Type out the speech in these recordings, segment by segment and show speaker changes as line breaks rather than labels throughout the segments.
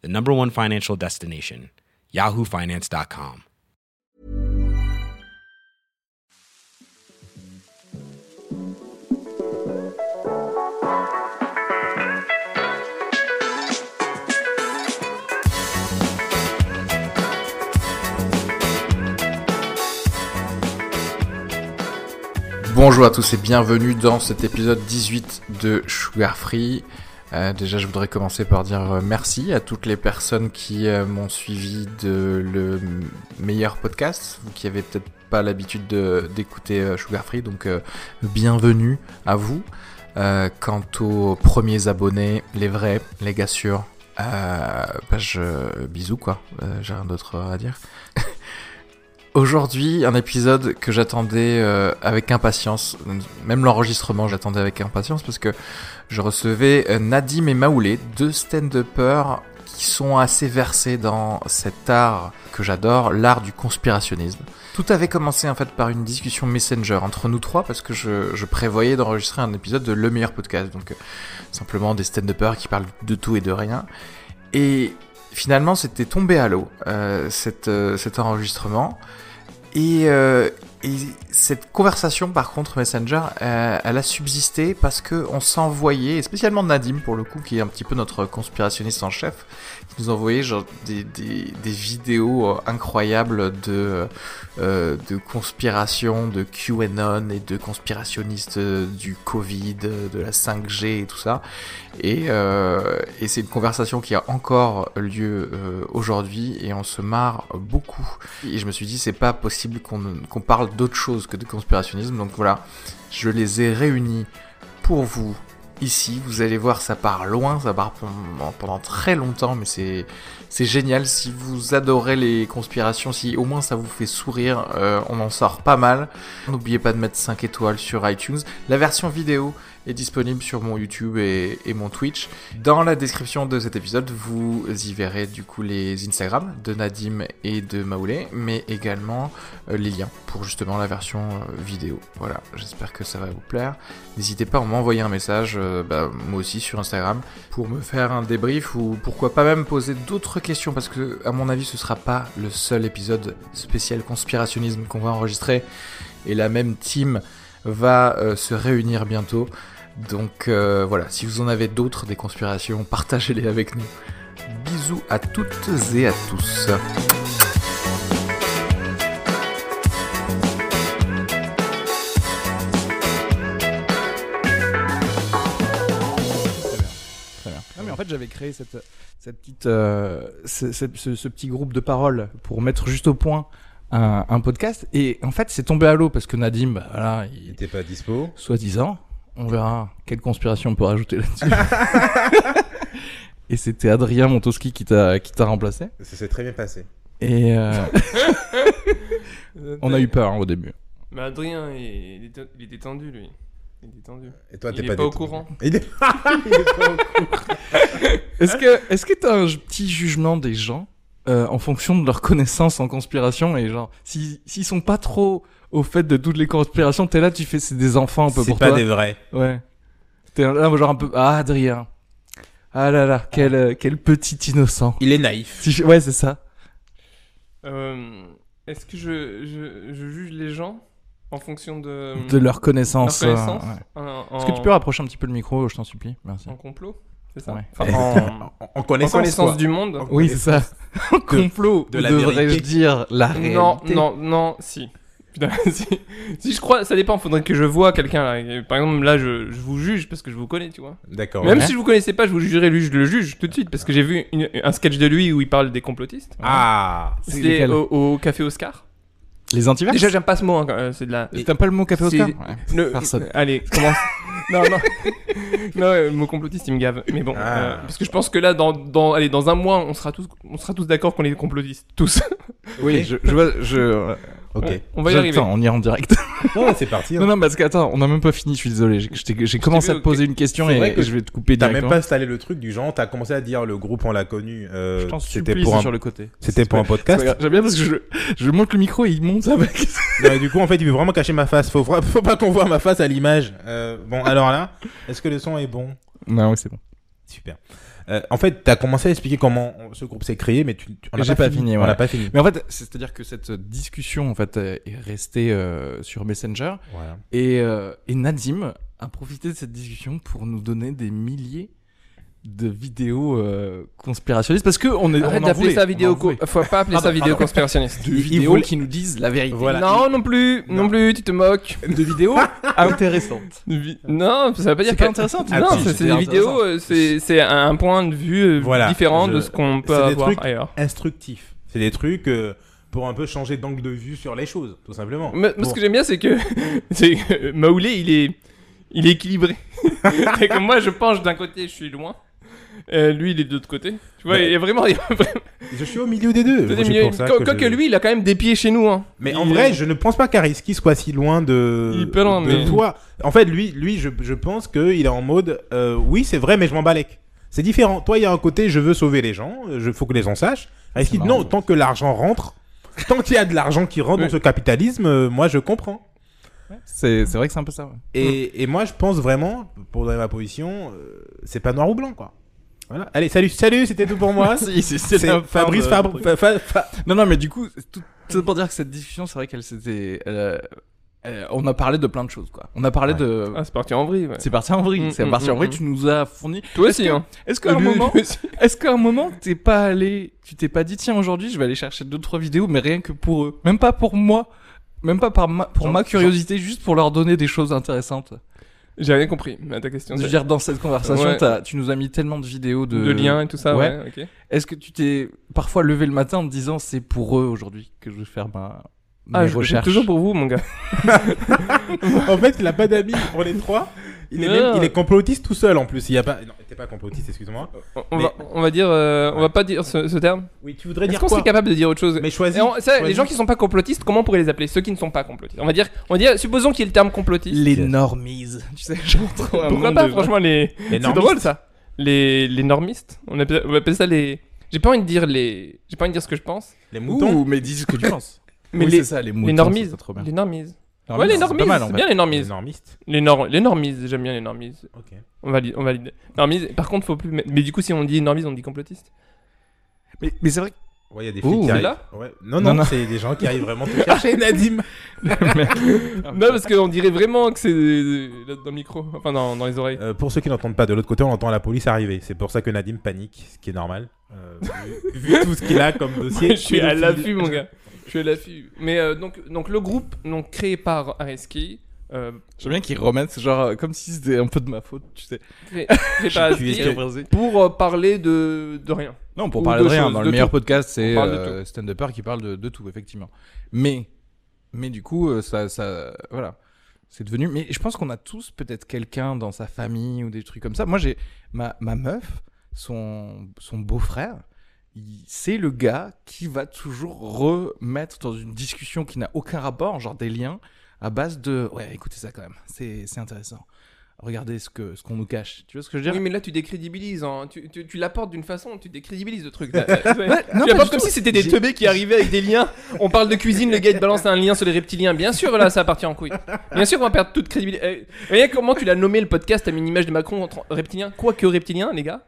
the number one financial destination, yahoofinance.com.
Bonjour à tous et bienvenue dans cet épisode 18 de Sugar Free. Euh, déjà, je voudrais commencer par dire euh, merci à toutes les personnes qui euh, m'ont suivi de le meilleur podcast, vous qui avez peut-être pas l'habitude de- d'écouter euh, Sugar Free, donc euh, bienvenue à vous. Euh, quant aux premiers abonnés, les vrais, les gars sûrs, euh, bah, je... bisous quoi, Euh, j'ai rien d'autre à dire. Aujourd'hui, un épisode que j'attendais euh, avec impatience, même l'enregistrement, j'attendais avec impatience parce que je recevais euh, Nadim et Maoulé, deux stand-uppers qui sont assez versés dans cet art que j'adore, l'art du conspirationnisme. Tout avait commencé en fait par une discussion Messenger entre nous trois parce que je, je prévoyais d'enregistrer un épisode de Le Meilleur Podcast, donc euh, simplement des stand-uppers qui parlent de tout et de rien. Et finalement c'était tombé à l'eau euh, cet, euh, cet enregistrement. Et, euh, et cette conversation, par contre, Messenger, euh, elle a subsisté parce que on s'envoyait, et spécialement Nadim pour le coup, qui est un petit peu notre conspirationniste en chef, qui nous envoyait genre des, des, des vidéos euh, incroyables de euh, de conspiration, de QAnon et de conspirationnistes euh, du Covid, euh, de la 5G et tout ça. Et, euh, et c'est une conversation qui a encore lieu euh, aujourd'hui et on se marre beaucoup. Et je me suis dit, c'est pas possible qu'on qu'on parle d'autre chose que de conspirationnisme. Donc voilà, je les ai réunis pour vous ici. Vous allez voir, ça part loin, ça part pendant, pendant très longtemps, mais c'est c'est génial. Si vous adorez les conspirations, si au moins ça vous fait sourire, euh, on en sort pas mal. N'oubliez pas de mettre 5 étoiles sur iTunes. La version vidéo est disponible sur mon YouTube et, et mon Twitch. Dans la description de cet épisode, vous y verrez du coup les Instagram de Nadim et de Maoulé, mais également euh, les liens pour justement la version euh, vidéo. Voilà, j'espère que ça va vous plaire. N'hésitez pas à m'envoyer un message, euh, bah, moi aussi sur Instagram, pour me faire un débrief ou pourquoi pas même poser d'autres questions, parce que à mon avis ce sera pas le seul épisode spécial conspirationnisme qu'on va enregistrer, et la même team va euh, se réunir bientôt. Donc euh, voilà, si vous en avez d'autres, des conspirations, partagez-les avec nous. Bisous à toutes et à tous.
Non, mais en fait, j'avais créé cette, cette petite, euh, ce, ce- ce- ce petit groupe de paroles pour mettre juste au point un, un podcast. Et en fait, c'est tombé à l'eau parce que Nadim, bah, voilà, il
Il
était
était pas dispo.
soi-disant. On verra quelle conspiration on peut rajouter là-dessus. et c'était Adrien Montoski qui t'a qui t'a remplacé.
Ça s'est très bien passé.
Et euh, on a eu peur hein, au début.
Mais Adrien, il, il était, il était tendu, lui. Il était tendu.
Et toi,
Il
t'es
est
pas,
pas au
du tout-
courant.
Il est, Il est pas au courant.
Est-ce que est-ce que t'as un ju- petit jugement des gens euh, en fonction de leurs connaissances en conspiration et genre si s'ils sont pas trop au fait de toutes les conspirations, t'es là, tu fais c'est des enfants un peu pour
C'est pas
toi.
des vrais.
Ouais. T'es là genre un peu ah Adrien. Ah là là, quel euh, quel petit innocent.
Il est naïf.
Si je- Ouais, c'est ça.
Euh, Est-ce que je, je, je juge les gens en fonction de,
de leur connaissance.
leur connaissance
euh, ouais.
en,
Est-ce que tu peux rapprocher un petit peu le micro, je t'en supplie Merci.
en complot C'est ça
Ouais.
Enfin, en, en
En, en connaissance,
connaissance
quoi.
du monde
Oui, c'est ça. Complot,
de la
devrais-je
vérité.
dire la
Non,
réalité
non, non, si. Putain, si. Si je crois, ça dépend, faudrait que je vois quelqu'un là. Par exemple, là, je, je vous juge parce que je vous connais, tu vois.
D'accord.
Même si je vous connaissais pas, je vous jugerai, lui, je le juge tout de suite parce que j'ai vu une- un sketch de lui où il parle des complotistes.
Ah
C'est
C'était
lequel
au, au Café Oscar.
Les antivax
Déjà, j'aime pas ce mot, hein, quand- euh, c'est de la.
T'aimes pas le mot café
C'est-
Oscar Ouais.
Ne-
Personne.
Allez, commence. non, non. non, euh, le mot complotiste, il me gave. Mais bon,
Ah.
euh, parce que je pense que là, dans, dans, allez, dans un mois, on sera tous, on sera tous d'accord qu'on est complotistes. Tous.
Oui, je, je, vois- je,
Ok.
On, on va y
je-
arriver.
Attends, on y est en direct.
Non, mais c'est parti. hein.
non, non, parce qu'attends, on a même pas fini, je suis désolé. J'ai- J'ai j'ai commencé
vu
à te
au-
poser une question
C'est
et,
vrai que
et je vais te couper
T'as même
directement.
pas installé le truc du genre, t'as commencé à dire le groupe on l'a connu. euh,
Je t'en
c'était
supplie,
pour
c'est
un,
sur le côté.
c'était pour un
C'est
podcast.
pas grave, J'aime bien parce que je, je monte le micro et il monte avec.
Non, et du coup, en fait, il veut vraiment cacher ma face. Faut, vra- faut pas qu'on voit ma face à l'image. Euh, bon, alors là, est-ce que le son est bon
Non, oui, c'est bon.
Super. Euh, en fait, t'as commencé à expliquer comment on- ce groupe s'est créé, mais tu, tu- on n'a
J'ai pas fini,
On
ouais.
n'a pas fini.
Mais en fait, c'est-à-dire que cette discussion en fait euh, est restée euh, sur Messenger
Voilà.
et, euh, et Nadim a profité de cette discussion pour nous donner des milliers de vidéos euh, conspirationnistes parce que on est
Arrête
on en
d'appeler
voulait, on
ça
en
vidéo.
voulait.
co- Faut pas appeler ça
Pardon,
vidéo
pardon.
conspirationniste.
de
Il- il
vidéos
voulait-
qui nous disent la vérité.
Voilà.
Non, non plus, non.
Non.
plus, tu te moques. Ah,
De vidéos intéressantes.
De vi- Non, ça veut pas dire
Ah, C'est Ah, pas
que.
intéressant.
Non,
Attends,
c'est c'est des vidéos, euh, c'est c'est un point de vue euh,
Voilà,
différent de
je-
ce qu'on peut
c'est des
avoir
trucs-
ailleurs.
Instructif. C'est des trucs euh, pour un peu changer d'angle de vue sur les choses, tout simplement.
Mais, moi,
Pour-
ce que j'aime bien, c'est que, c'est que Maoulé, il est, il est équilibré. c'est que moi, je penche d'un côté, je suis loin. Euh, lui, il est de l'autre côté. Tu vois,
Mais-
il est vraiment. il est vraiment-
Je suis au milieu des deux.
tout est
Moi, c'est
milieu.
pour ça
Quoique
je-
que lui, il a quand même des pieds chez nous. Hein.
Mais
Il-
en vrai, je ne pense pas qu'Ariski soit si loin de,
Il est pas loin,
de
mais-
toi. En fait, lui, lui je, je pense qu'il est en mode euh, oui, c'est vrai, mais je m'en balèque. C'est différent. Toi, il y a un côté je veux sauver les gens, euh, je faut que les gens sachent. Ariski,
marrant,
non,
ça.
tant que l'argent rentre, tant qu'il y a de l'argent qui rentre
Oui.
dans ce capitalisme, euh, moi, je comprends.
C'est c'est vrai que c'est un peu ça. ouais.
Et, et moi, je pense vraiment, pour donner ma position, euh, c'est pas noir ou blanc, quoi. Voilà. Allez, salut, salut, c'était tout pour moi.
Si, si, c'est
c'est euh.
la fin
Fabrice
de-
Fabre. Fa- Fa- Fa-
Non, non, mais du coup, c'est tout, tout pour dire que cette discussion, c'est vrai qu'elle s'était. elle, euh, euh, on a parlé de plein de choses, quoi. On a parlé
Ouais.
de.
Ah, c'est parti en vrille. ouais.
C'est parti en vrille.
Mm,
c'est
mm,
parti en
mm,
vrille.
mm.
Tu nous as fourni.
Toi aussi, hein.
Est-ce qu'à un
Lui-
moment,
lui aussi.
est-ce qu'à un moment, t'es pas allé, tu t'es pas dit, tiens, aujourd'hui, je vais aller chercher deux trois vidéos, mais rien que pour eux, même pas pour moi, même pas par ma, pour
Genre-
ma curiosité, juste pour leur donner des choses intéressantes.
J'ai rien compris à ta question.
Je veux dire, dans cette conversation,
Ouais.
t'as- tu nous as mis tellement de vidéos de,
de liens et tout ça, ouais.
Ouais.
ok.
Est-ce que tu t'es parfois levé le matin en te disant, c'est pour eux aujourd'hui que je vais faire ma mes
Ah, je je suis
recherches.
toujours pour vous, mon gars.
en fait, il a pas d'amis. On est trois. Il est,
Non.
même- il est complotiste tout seul en plus. Il y a pas. Non, t'es pas complotiste, excuse-moi.
On, on
Mais-
va, on va dire, euh, on
Ouais.
va pas dire ce, ce terme.
Euh, Oui, tu voudrais
Est-ce
dire
qu'on
quoi
serait capable de dire autre chose
Mais choisis.
Et on- ça, les
choisis.
gens qui sont pas complotistes, comment on pourrait les appeler Ceux qui ne sont pas complotistes. On va dire, on va dire supposons qu'il y ait le terme complotiste.
Les normies. Tu sais, genre trop un
Pourquoi
monde
pas,
de-
franchement, les.
Les
C'est
normistes.
drôle ça. Les, les normistes. On appelle, on appelle ça les. J'ai pas envie de dire les. J'ai pas envie de dire ce que je pense.
Les moutons.
Ouh, mais dis ce que tu penses.
Mais
Oui,
les,
c'est ça, les moutons,
les normises.
c'est trop bien.
Les normises.
Normies,
ouais, les
c'est pas
normises.
mal, en
C'est
fait.
bien les
Les
normises.
normistes.
Les, nor les normises, j'aime bien les normises.
Ok.
On valide. On valide. Normises. Par contre, faut plus. mettre- Mais du coup, si on dit normise, on dit complotiste.
Mais, mais c'est vrai que...
Ouais, il y a des
Ouh,
filles qui
c'est
arrivent.
là
Ouais. Non,
Non,
non,
non.
c'est des gens qui arrivent vraiment te chercher, Nadim.
non, parce qu'on dirait vraiment que c'est là, dans le micro. Enfin, dans, dans les oreilles.
Euh, pour ceux qui n'entendent pas, de l'autre côté, on entend la police arriver. C'est pour ça que Nadim panique, ce qui est normal. Euh, vu, vu tout ce qu'il a comme dossier.
je suis à
pédophile.
l'affût, mon gars. Je suis à l'affût. Mais euh, donc, donc, le groupe donc, créé par Areski. Euh,
J'aime bien qu'ils remettent, genre, euh, comme si c'était un peu de ma faute, tu sais.
créé, créé par
Tu
Areski
es-
pour euh, parler de, de rien.
Non,
Ou
pour parler
de
de rien,
choses,
dans
de
le meilleur
tout.
podcast, c'est
On parle de
euh, Stand Upper qui parle de, de tout, effectivement. Mais, mais du coup, euh, ça, ça, voilà, c'est devenu. Mais je pense qu'on a tous peut-être quelqu'un dans sa famille ou des trucs comme ça. Moi, j'ai ma, ma meuf, son, son beau-frère, il- c'est le gars qui va toujours remettre dans une discussion qui n'a aucun rapport, genre des liens, à base de ouais, écoutez ça quand même, c'est c'est intéressant. Regardez ce que ce qu'on nous cache. Tu vois ce que je veux dire
Oui, mais là, tu décrédibilises. hein. Tu, tu, tu l'apportes d'une façon, tu décrédibilises le truc. Là, tu
non, pas
l'apportes
du
comme
tout.
si c'était des
J'ai-
teubés qui arrivaient avec des liens. On parle de cuisine, le gars il te balance un lien sur les reptiliens. Bien sûr, là, ça partit en couille. Bien sûr, on va perdre toute crédibilité. Eh, voyez comment tu l'as nommé le podcast, t'as mis une image de Macron entre reptilien. Quoique reptilien, les gars.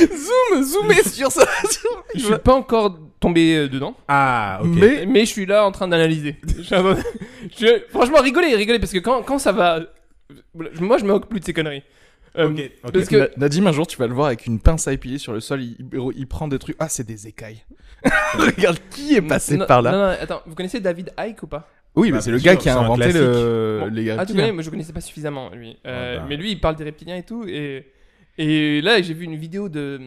Zoom, zoomer sur ça. je suis pas encore tombé euh, dedans,
Ah, ok.
mais, mais je suis là en train d'analyser. Je- je- franchement, rigolez, rigolez, parce que quand, quand ça va. Moi, je me moque plus de ces conneries. Euh,
Ok, ok.
parce que-
Na- Nadim, un jour, tu vas le voir avec une pince à épiler sur le sol, il, il- il prend des trucs. Ah, c'est des écailles. Regarde qui est passé
Non,
par là.
Non, non, attends, vous connaissez David Icke ou pas
Oui,
Bah,
mais Ah, c'est
bien
le
sûr,
gars qui a
c'est un
inventé
classique.
le... les
Ah, tu
reptiles.
connais, mais je connaissais pas suffisamment lui. Euh,
Ah
Oh,
bah.
Mais lui, il parle des reptiliens et tout. Et, et là, j'ai vu une vidéo de,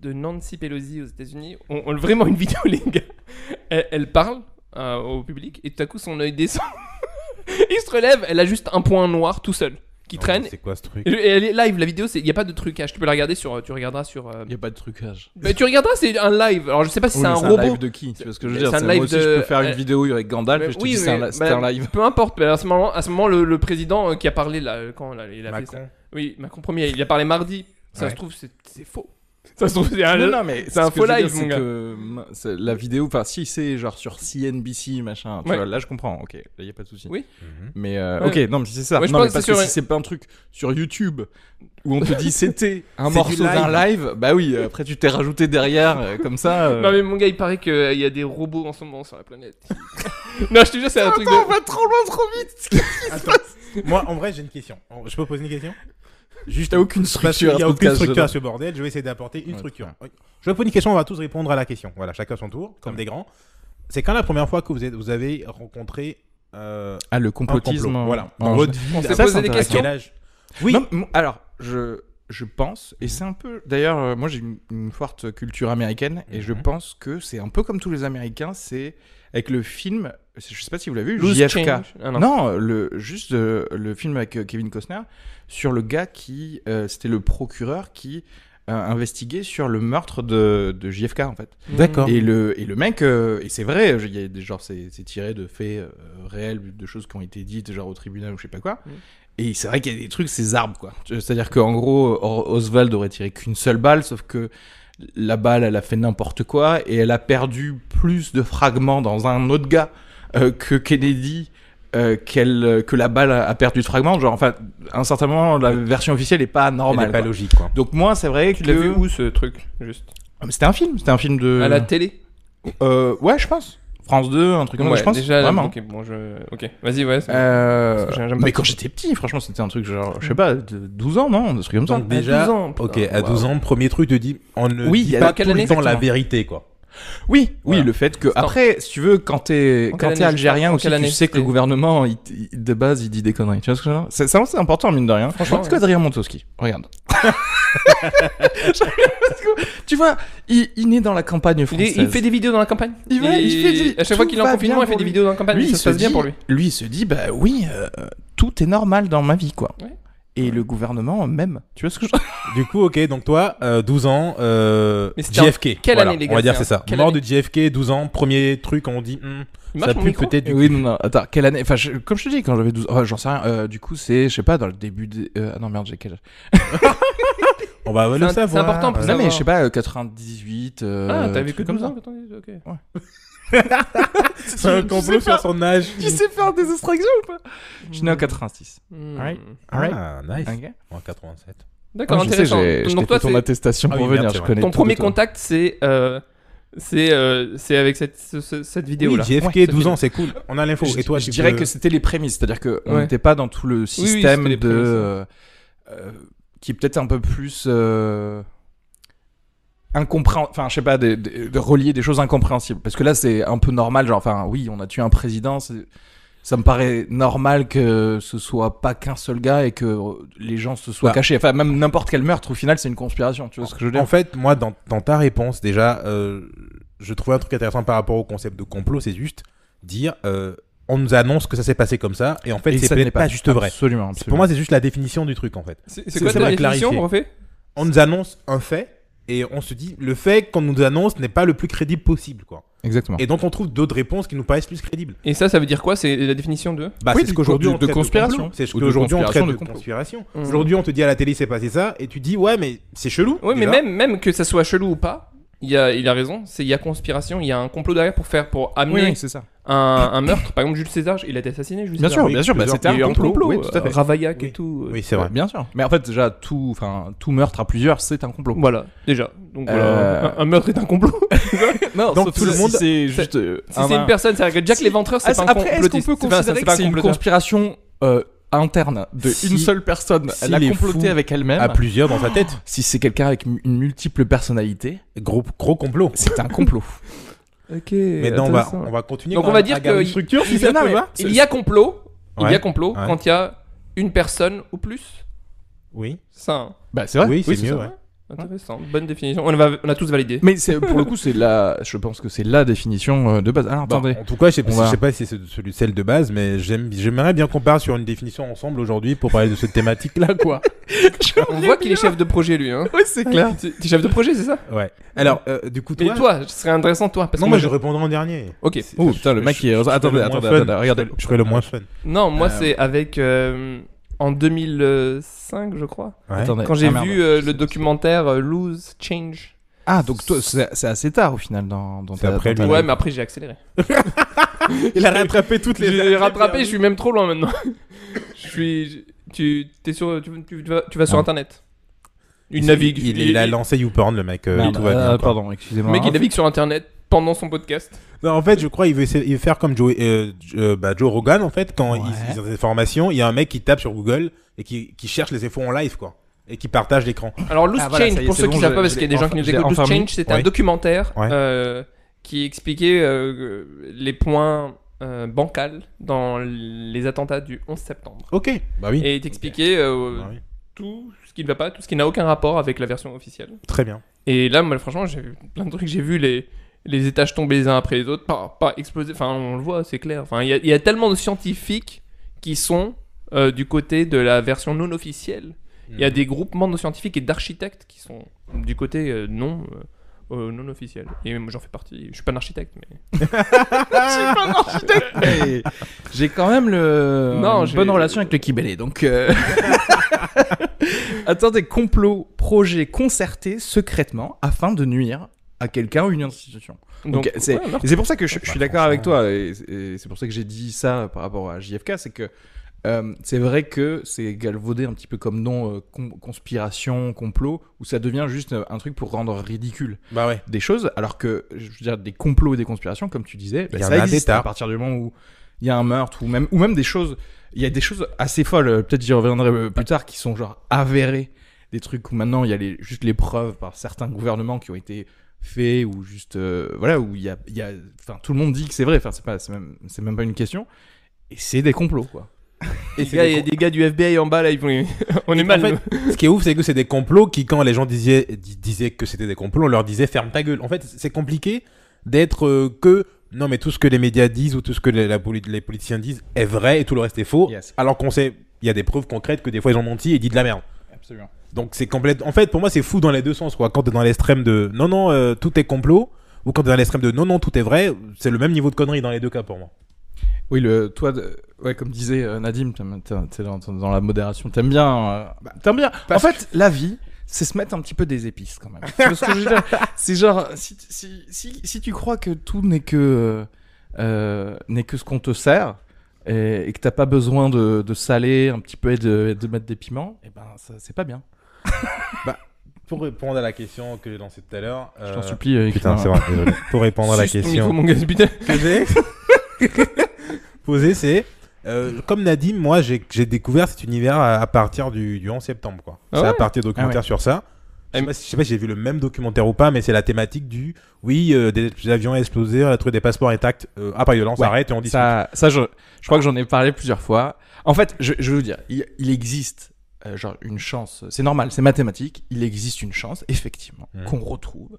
de Nancy Pelosi aux États-Unis. On, on- vraiment une vidéo, les gars. Elle, elle parle euh, au public et tout à coup, son œil descend. il se relève, elle a juste un point noir tout seul qui
Oh,
Non,
traîne.
mais C'est quoi ce truc
Et et elle est live, la vidéo, il n'y a pas de trucage. Tu peux la regarder sur. Tu regarderas sur. euh,
Il n'y a pas de trucage.
bah, tu regarderas, c'est un live. Alors, je sais pas si c'est un robot.
live de qui Tu vois ce que je veux dire
C'est un
C'est- Moi
live
aussi,
de-
je peux faire
euh,
une vidéo avec Gandalf
Mais
et je te
oui,
dis c'est un,
mais-
la- c'est
bah,
un live.
Peu importe, mais à ce moment, à ce moment le, le président euh, qui a parlé là, euh, quand là, il a fait ça.
Macron.
Oui, Macron premier, il a parlé mardi. Ça
Ouais.
se trouve, c'est c'est faux. Ça se trouve, c'est un.
Ah, mais
c'est un
ce que je veux
faux
dire,
live,
c'est
mon gars.
que, hum, c'est la vidéo, enfin, si c'est genre sur CNBC, machin, tu
Ouais.
vois, là je comprends, ok, là il n'y a pas de souci.
Oui.
Mhm.
Mais euh,
Ouais.
ok, non, mais si c'est ça.
Ouais, je
non,
pense
mais
que
parce
c'est
que
sur-
si c'est pas un truc sur YouTube où on te dit c'était un
C'est
morceau
du live.
d'un live, bah oui, après tu t'es rajouté derrière euh, comme ça. euh,
Non, mais mon gars, il paraît qu'il y a des robots en ce moment sur la planète. non, je te jure, c'est un truc de.
va trop loin, trop vite.
Attends. Moi, en vrai, j'ai une question. En- Je peux poser une question
Juste à aucune
Parce
structure.
qu'il n'y a
à ce
aucune
podcast,
structure à
je-
ce bordel. Je vais essayer d'apporter une
Ouais,
structure.
c'est
Oui. Je vais poser une question, on va tous répondre à la question. Voilà, chacun son tour, comme des grands. C'est quand la première fois que vous, êtes- vous avez rencontré euh,
Ah, le
un
complotisme.
complot
en-
Voilà,
en-
dans votre vie.
On
là.
s'est
Ça,
posé
c'est
des
À
questions.
quel âge Oui.
Non, mais- alors, je, je pense, et c'est un peu. D'ailleurs, euh, moi j'ai une, une forte culture américaine, et je
Mhm.
pense que c'est un peu comme tous les Américains, c'est avec le film. Je sais pas si vous l'avez vu,
Loose
JFK.
change. Ah, non.
Non, le, juste euh, le film avec euh, Kevin Costner sur le gars qui. euh, C'était le procureur qui euh, investiguait sur le meurtre de, de JFK, en fait.
Hmm.
D'accord.
Et le, et le mec, euh, et c'est vrai, je- il y a des, genre, c'est, c'est tiré de faits euh, réels, de choses qui ont été dites, genre au tribunal ou je sais pas quoi.
Mm.
Et c'est vrai qu'il y a des trucs, c'est arbres, quoi. Tu- C'est-à-dire qu'en gros, Or- Oswald aurait tiré qu'une seule balle, sauf que la balle, elle a fait n'importe quoi, et elle a perdu plus de fragments dans un autre gars euh, que Kennedy. euh, qu'elle, euh, que la balle a a perdu de fragments, genre enfin, à un certain moment, la version officielle est pas
Elle
normale.
est Eh pas
quoi.
logique, quoi.
Donc moi, c'est vrai que
Tu l'as vu où ce truc Juste.
Ah, mais c'était un film, c'était un film de
À la télé
euh, ouais, je pense. France 2, un truc comme ça, je pense.
déjà.
vraiment.
Ok, bon, je. Ok, vas-y, ouais. c'est-
Euh,
Parce que j'ai- j'aime pas Mm.
mais
ça.
quand j'étais petit, franchement, c'était un truc genre, je sais pas, de 12 ans, non Un truc comme ça.
Donc déjà,
12 ans, putain.
ok, à 12 ans, premier truc, te dis, on ne
Oui, il
dit
y a
pas
quelle
tout le
année,
temps la
exactement
vérité, quoi.
Oui,
Voilà.
oui, le fait que.
en-
Après, si tu veux, quand t'es
En
quand
quelle
t'es
année,
algérien
en
aussi,
quelle
tu
année
sais que le
c'était
gouvernement, il t- il- de base, il dit des conneries. Tu vois ce que je veux dire C'est ça, c'est important, mine de rien.
Franchement,
C'est quoi Adrien Montowski Regarde. tu vois, il, il naît dans la campagne
Il,
française.
est- il fait des vidéos dans la campagne.
Il va- il fait des-
À chaque
tout
fois qu'il est en
va
confinement,
bien
il fait
pour
des
lui.
vidéos dans la campagne.
il
ça se passe
dit-
bien pour lui.
Lui, il se dit, bah oui, euh, tout est normal dans ma vie, quoi.
Ouais.
Et le gouvernement, même. Tu vois ce que je
Du coup, ok, donc toi, euh, 12 ans, euh,
Mais c'était en
JFK.
quelle
voilà,
année, les
On va
gars,
dire c'est
c'est
ça.
un- quelle
Mort
année
de JFK, 12 ans, premier truc, on dit, hmm,
Il
ça
marche mon
pue
micro
peut-être du.
Oui, non, non, attends, quelle année Enfin, je- comme je te dis, quand j'avais 12 ans, oh, j'en sais rien. euh, du coup, c'est, je sais pas, dans le début des. euh, ah non, merde, j'ai quel âge
On va
C'est
le
un- c'est
savoir.
important pour
Euh,
ça.
Non, mais
va.
je sais pas, euh, 98. euh,
Ah, t'as
un
vécu
truc
comme
ça.
ça quand on est- Ok.
C'est un complot sur son âge.
Tu sais faire des extractions ou pas Je suis né en 86.
Hmm.
Alright.
Ah, nice.
Ok.
En 87.
D'accord,
je sais,
intéressant.
j'ai je t'ai
Donc toi,
fait ton
c'est-
attestation
Ah
pour
oui, merde,
venir,
c'est
je
vrai.
connais
ton
tout
premier
de toi.
contact, c'est euh, c'est euh, c'est avec cette ce- ce- cette vidéo
Oui,
là.
JFK,
Ouais,
12
ça
ans, c'est cool. On a l'info.
Je,
Et toi,
je
tu
dirais
peux-
que c'était les prémices, c'est-à-dire qu'on
Ouais.
n'était pas dans tout le
c'était
système
les
de
prémices, ouais.
euh, euh, qui est peut-être un peu plus euh, incompréhen- enfin je sais pas, des- des- de, relier des choses incompréhensibles. Parce que là c'est un peu normal, genre enfin oui, on a tué un président, c'est- ça me paraît normal que ce soit pas qu'un seul gars et que euh, les gens se soient
Bah.
cachés. Enfin même n'importe quel meurtre au final c'est une conspiration, tu vois ce que je veux dire
En fait, moi, dans, dans ta réponse, déjà, euh, je trouvais un truc intéressant par rapport au concept de complot. C'est juste dire, euh, on nous annonce que ça s'est passé comme ça, et en fait,
Et
c'est
ça
peut-être
n'est
pas, juste vrai.
Absolument,
Pour
absolument.
moi, c'est juste la définition du truc, en fait.
C'est
c'est-
c'est quoi
c'est
ta
vrai,
définition
clarifier.
On refait
On nous annonce un fait, et on se dit, le fait qu'on nous annonce n'est pas le plus crédible possible, quoi.
Exactement.
Et donc, on trouve d'autres réponses qui nous paraissent plus crédibles.
Et ça, ça veut dire quoi C'est la définition de
Bah,
Oui,
c'est ce
du-
qu'aujourd'hui
de-
on
de
traite
conspiration.
complot. C'est ce
Ou de
qu'aujourd'hui on traite
conspiration,
de
de complot.
conspiration.
Mm.
Aujourd'hui, on te dit à la télé, c'est passé ça, et tu dis, ouais, mais c'est chelou.
Oui, mais
déjà.
même même que ça soit chelou ou pas, il, y a, il a raison, c'est il y a conspiration, il y a un complot derrière pour faire pour
Oui,
amener
oui, c'est ça.
un, un meurtre. Par exemple, Jules César, il a été assassiné. Jules
Bien
César.
sûr,
oui,
bien sûr. bah,
plusieurs-
C'était
il y a eu
un complot.
oui, tout à fait.
euh, Ravaillac
Oui.
et tout. euh,
Oui, c'est vrai.
Bien sûr. Mais en fait, déjà, tout, enfin, tout meurtre à plusieurs, c'est un complot.
Voilà, déjà. Donc
Euh,
voilà, un, un meurtre est un complot.
Non,
Donc,
sauf
tout
que
le
si
monde-
C'est juste. euh,
Si
un-
c'est une personne, ça regrette Jack
Si-
l'éventreur, c'est
Ah,
pas un
Après, est-ce qu'on
complotiste.
peut
C'est pas-
considérer
c'est pas
que
un
c'est une
comploteur.
conspiration euh, interne de Si- une seule personne si Elle a les comploté fous- avec elle-même.
À plusieurs dans sa tête.
Si c'est quelqu'un avec mu- une multiple personnalité,
Gros, gros complot.
c'est un complot.
Ok.
Mais non, on va,
intéressant.
on va continuer.
Donc
quand
on va
même à
dire
garder
que
une structure, si
il-
ça
non,
te
mais
va.
il y a complot. Il y
Ouais.
a complot
Ouais.
quand il y a une personne ou plus.
Oui,
Ça,
bah c'est vrai.
oui, c'est
ça.
mieux. ouais.
intéressant. Bonne définition. On, va- on a tous validé.
Mais c'est pour le coup, c'est la. Je pense que c'est la définition euh, de base. Alors
Bon,
attendez.
en tout cas, je sais, pas
On
si-
va-
je sais pas si c'est celui- celle de base, mais j'aime- j'aimerais bien qu'on parte sur une définition ensemble aujourd'hui pour parler de cette thématique-là, quoi.
On voit qu'il est chef de projet lui. Hein.
Oui, c'est clair.
T'es t'es chef de projet, c'est ça
Ouais. Alors, euh, du coup, toi.
Et toi, ce serait intéressant toi. Parce
non,
que
moi, je répondrai en dernier.
Ok.
Oh putain, le mec
Je-
il est.
je- je
Attendez,
ferai le
attendez,
moins fun.
attendez, regardez.
Je ferai le moins fun.
Non, moi
Euh,
c'est avec euh, en 2005, je crois,
Ouais.
Attendez.
quand j'ai
Ah, merde.
vu euh, le documentaire euh, Lose Change.
Ah, donc toi, c'est c'est assez tard au final dans, dans
C'est
ta.
après
dans
lui.
ta-
Ouais, mais après j'ai accéléré.
Il a rattrapé toutes les.
J'ai rattrapé, je suis même trop loin maintenant. je suis. je- Tu t'es sur. Tu, tu vas, tu vas sur
Ah.
internet. Il navigue.
Il, il a lancé YouPorn, le mec. euh,
Merde,
tout va bien.
euh,
quoi.
pardon,
Le
excusez-moi.
mec, il navigue sur internet pendant son podcast.
Non, Bah, en fait, je crois il veut, essayer- il veut faire comme Joe, euh, euh, bah, Joe Rogan, en fait, quand
Ouais.
ils sont dans des formations, il y a un mec qui tape sur Google et qui, qui cherche les infos en live, quoi. Et qui partage l'écran.
Alors, Loose
Ah, voilà,
Change,
ça y est,
pour
c'est
ceux
bon,
qui ne savent
je-
pas, parce
je
qu'il y a
l'ai
des gens
enfin-
qui nous
je l'ai
écoutent, Loose
enfin mis.
Change, c'était un
Ouais.
documentaire
Ouais.
euh, qui expliquait euh, les points euh, bancals dans les attentats du 11 septembre.
Ok. Bah oui.
Et il t'expliquait euh,
Bah oui.
tout ce qui ne va pas, tout ce qui n'a aucun rapport avec la version officielle.
Très bien.
Et là, moi, franchement, j'ai vu plein de trucs. J'ai vu les, les étages tomber les uns après les autres, pas, pas exploser. Enfin, on le voit, c'est clair. Enfin, il y, a- il y a tellement de scientifiques qui sont euh, du côté de la version non officielle. Il y
Mhm.
a des groupements de scientifiques et d'architectes qui sont du côté euh, non. euh, euh, non officiel. Et moi j'en fais partie. Je suis pas un architecte, mais.
Et J'ai quand même le
Non,
une
j'ai-
bonne relation avec le Kibélé, donc. euh, Attendez, complot, projet concerté secrètement afin de nuire à quelqu'un ou une institution. Donc c'est
ouais, alors-
et c'est pour ça que
Bah,
je, je suis d'accord avec
franchement.
toi et, et c'est pour ça que j'ai dit ça par rapport à JFK, c'est que euh, c'est vrai que c'est galvaudé un petit peu comme nom euh, con- conspiration, complot, où ça devient juste euh, un truc pour rendre ridicule
Bah ouais.
des choses, alors que, je veux dire, des complots et des conspirations, comme tu disais, bah,
Il y en
ça
a des
existe
tas.
à partir du moment où il y a un meurtre, ou même, ou même des choses, il y a des choses assez folles, euh, peut-être j'y reviendrai euh, plus tard, qui sont genre avérées, des trucs où maintenant il y a les, juste les preuves par certains gouvernements qui ont été faits, ou juste, euh, voilà, où il y a, il y a- enfin, tout le monde dit que c'est vrai, enfin, c'est pas, c'est même, c'est même pas une question, et c'est des complots, quoi.
Et les gars, il y a des gars du FBI en bas là, ils vont- on est
Et
mal.
en fait, ce qui est ouf, c'est que c'est des complots qui, quand les gens disaient, dis- disaient que c'était des complots, on leur disait ferme ta gueule. En fait, c'est compliqué d'être euh, que non, mais tout ce que les médias disent ou tout ce que les, la poli- les politiciens disent est vrai et tout le reste est faux.
Yes.
Alors qu'on sait, il y a des preuves concrètes que des fois ils ont menti et dit de la merde.
Absolument.
Donc c'est complète. En fait, pour moi, c'est fou dans les deux sens, quoi. Quand t'es dans l'extrême de non, non, euh, tout est complot, ou quand t'es dans l'extrême de non, non, tout est vrai, c'est le même niveau de connerie dans les deux cas pour moi.
Oui, le, toi, de- ouais, comme disait euh, Nadim, t'aimes- t'es t'es dans, dans la modération, t'aimes bien. euh, bah, t'aimes bien. En fait, la vie, c'est se mettre un petit peu des épices quand même. Tu vois ce que je veux dire c'est genre, si, si, si, si tu crois que tout n'est que, euh, euh, n'est que ce qu'on te sert, et, et que t'as pas besoin de, de saler un petit peu et de, de mettre des piments, et ben ça, c'est pas bien.
Pour répondre à la question que j'ai lancée tout à l'heure.
Je
euh,
t'en supplie, euh, écris
Putain,
un-
c'est vrai, désolé. Pour répondre à la
Suce ton
question.
micro, mon gars, putain.
que j'ai posé, c'est euh, comme Nadim, moi j'ai j'ai découvert cet univers à, à partir du, du 11 septembre. quoi.
Ah
c'est à
ouais
partir de documentaires
Ah ouais.
sur ça. Je
Ah,
sais, pas, si- je sais pas si j'ai vu le même documentaire ou pas, mais c'est la thématique du oui, euh, des, des avions explosés, on a trouvé des passeports intacts. Euh, ah, pas de lance,
Ouais.
arrête et on dit
Ça, ça je, je crois que j'en ai parlé plusieurs fois. En fait, je, je vais vous dire, il, il existe euh, genre une chance, c'est normal, c'est mathématique, il existe une chance, effectivement,
Mhm.
qu'on retrouve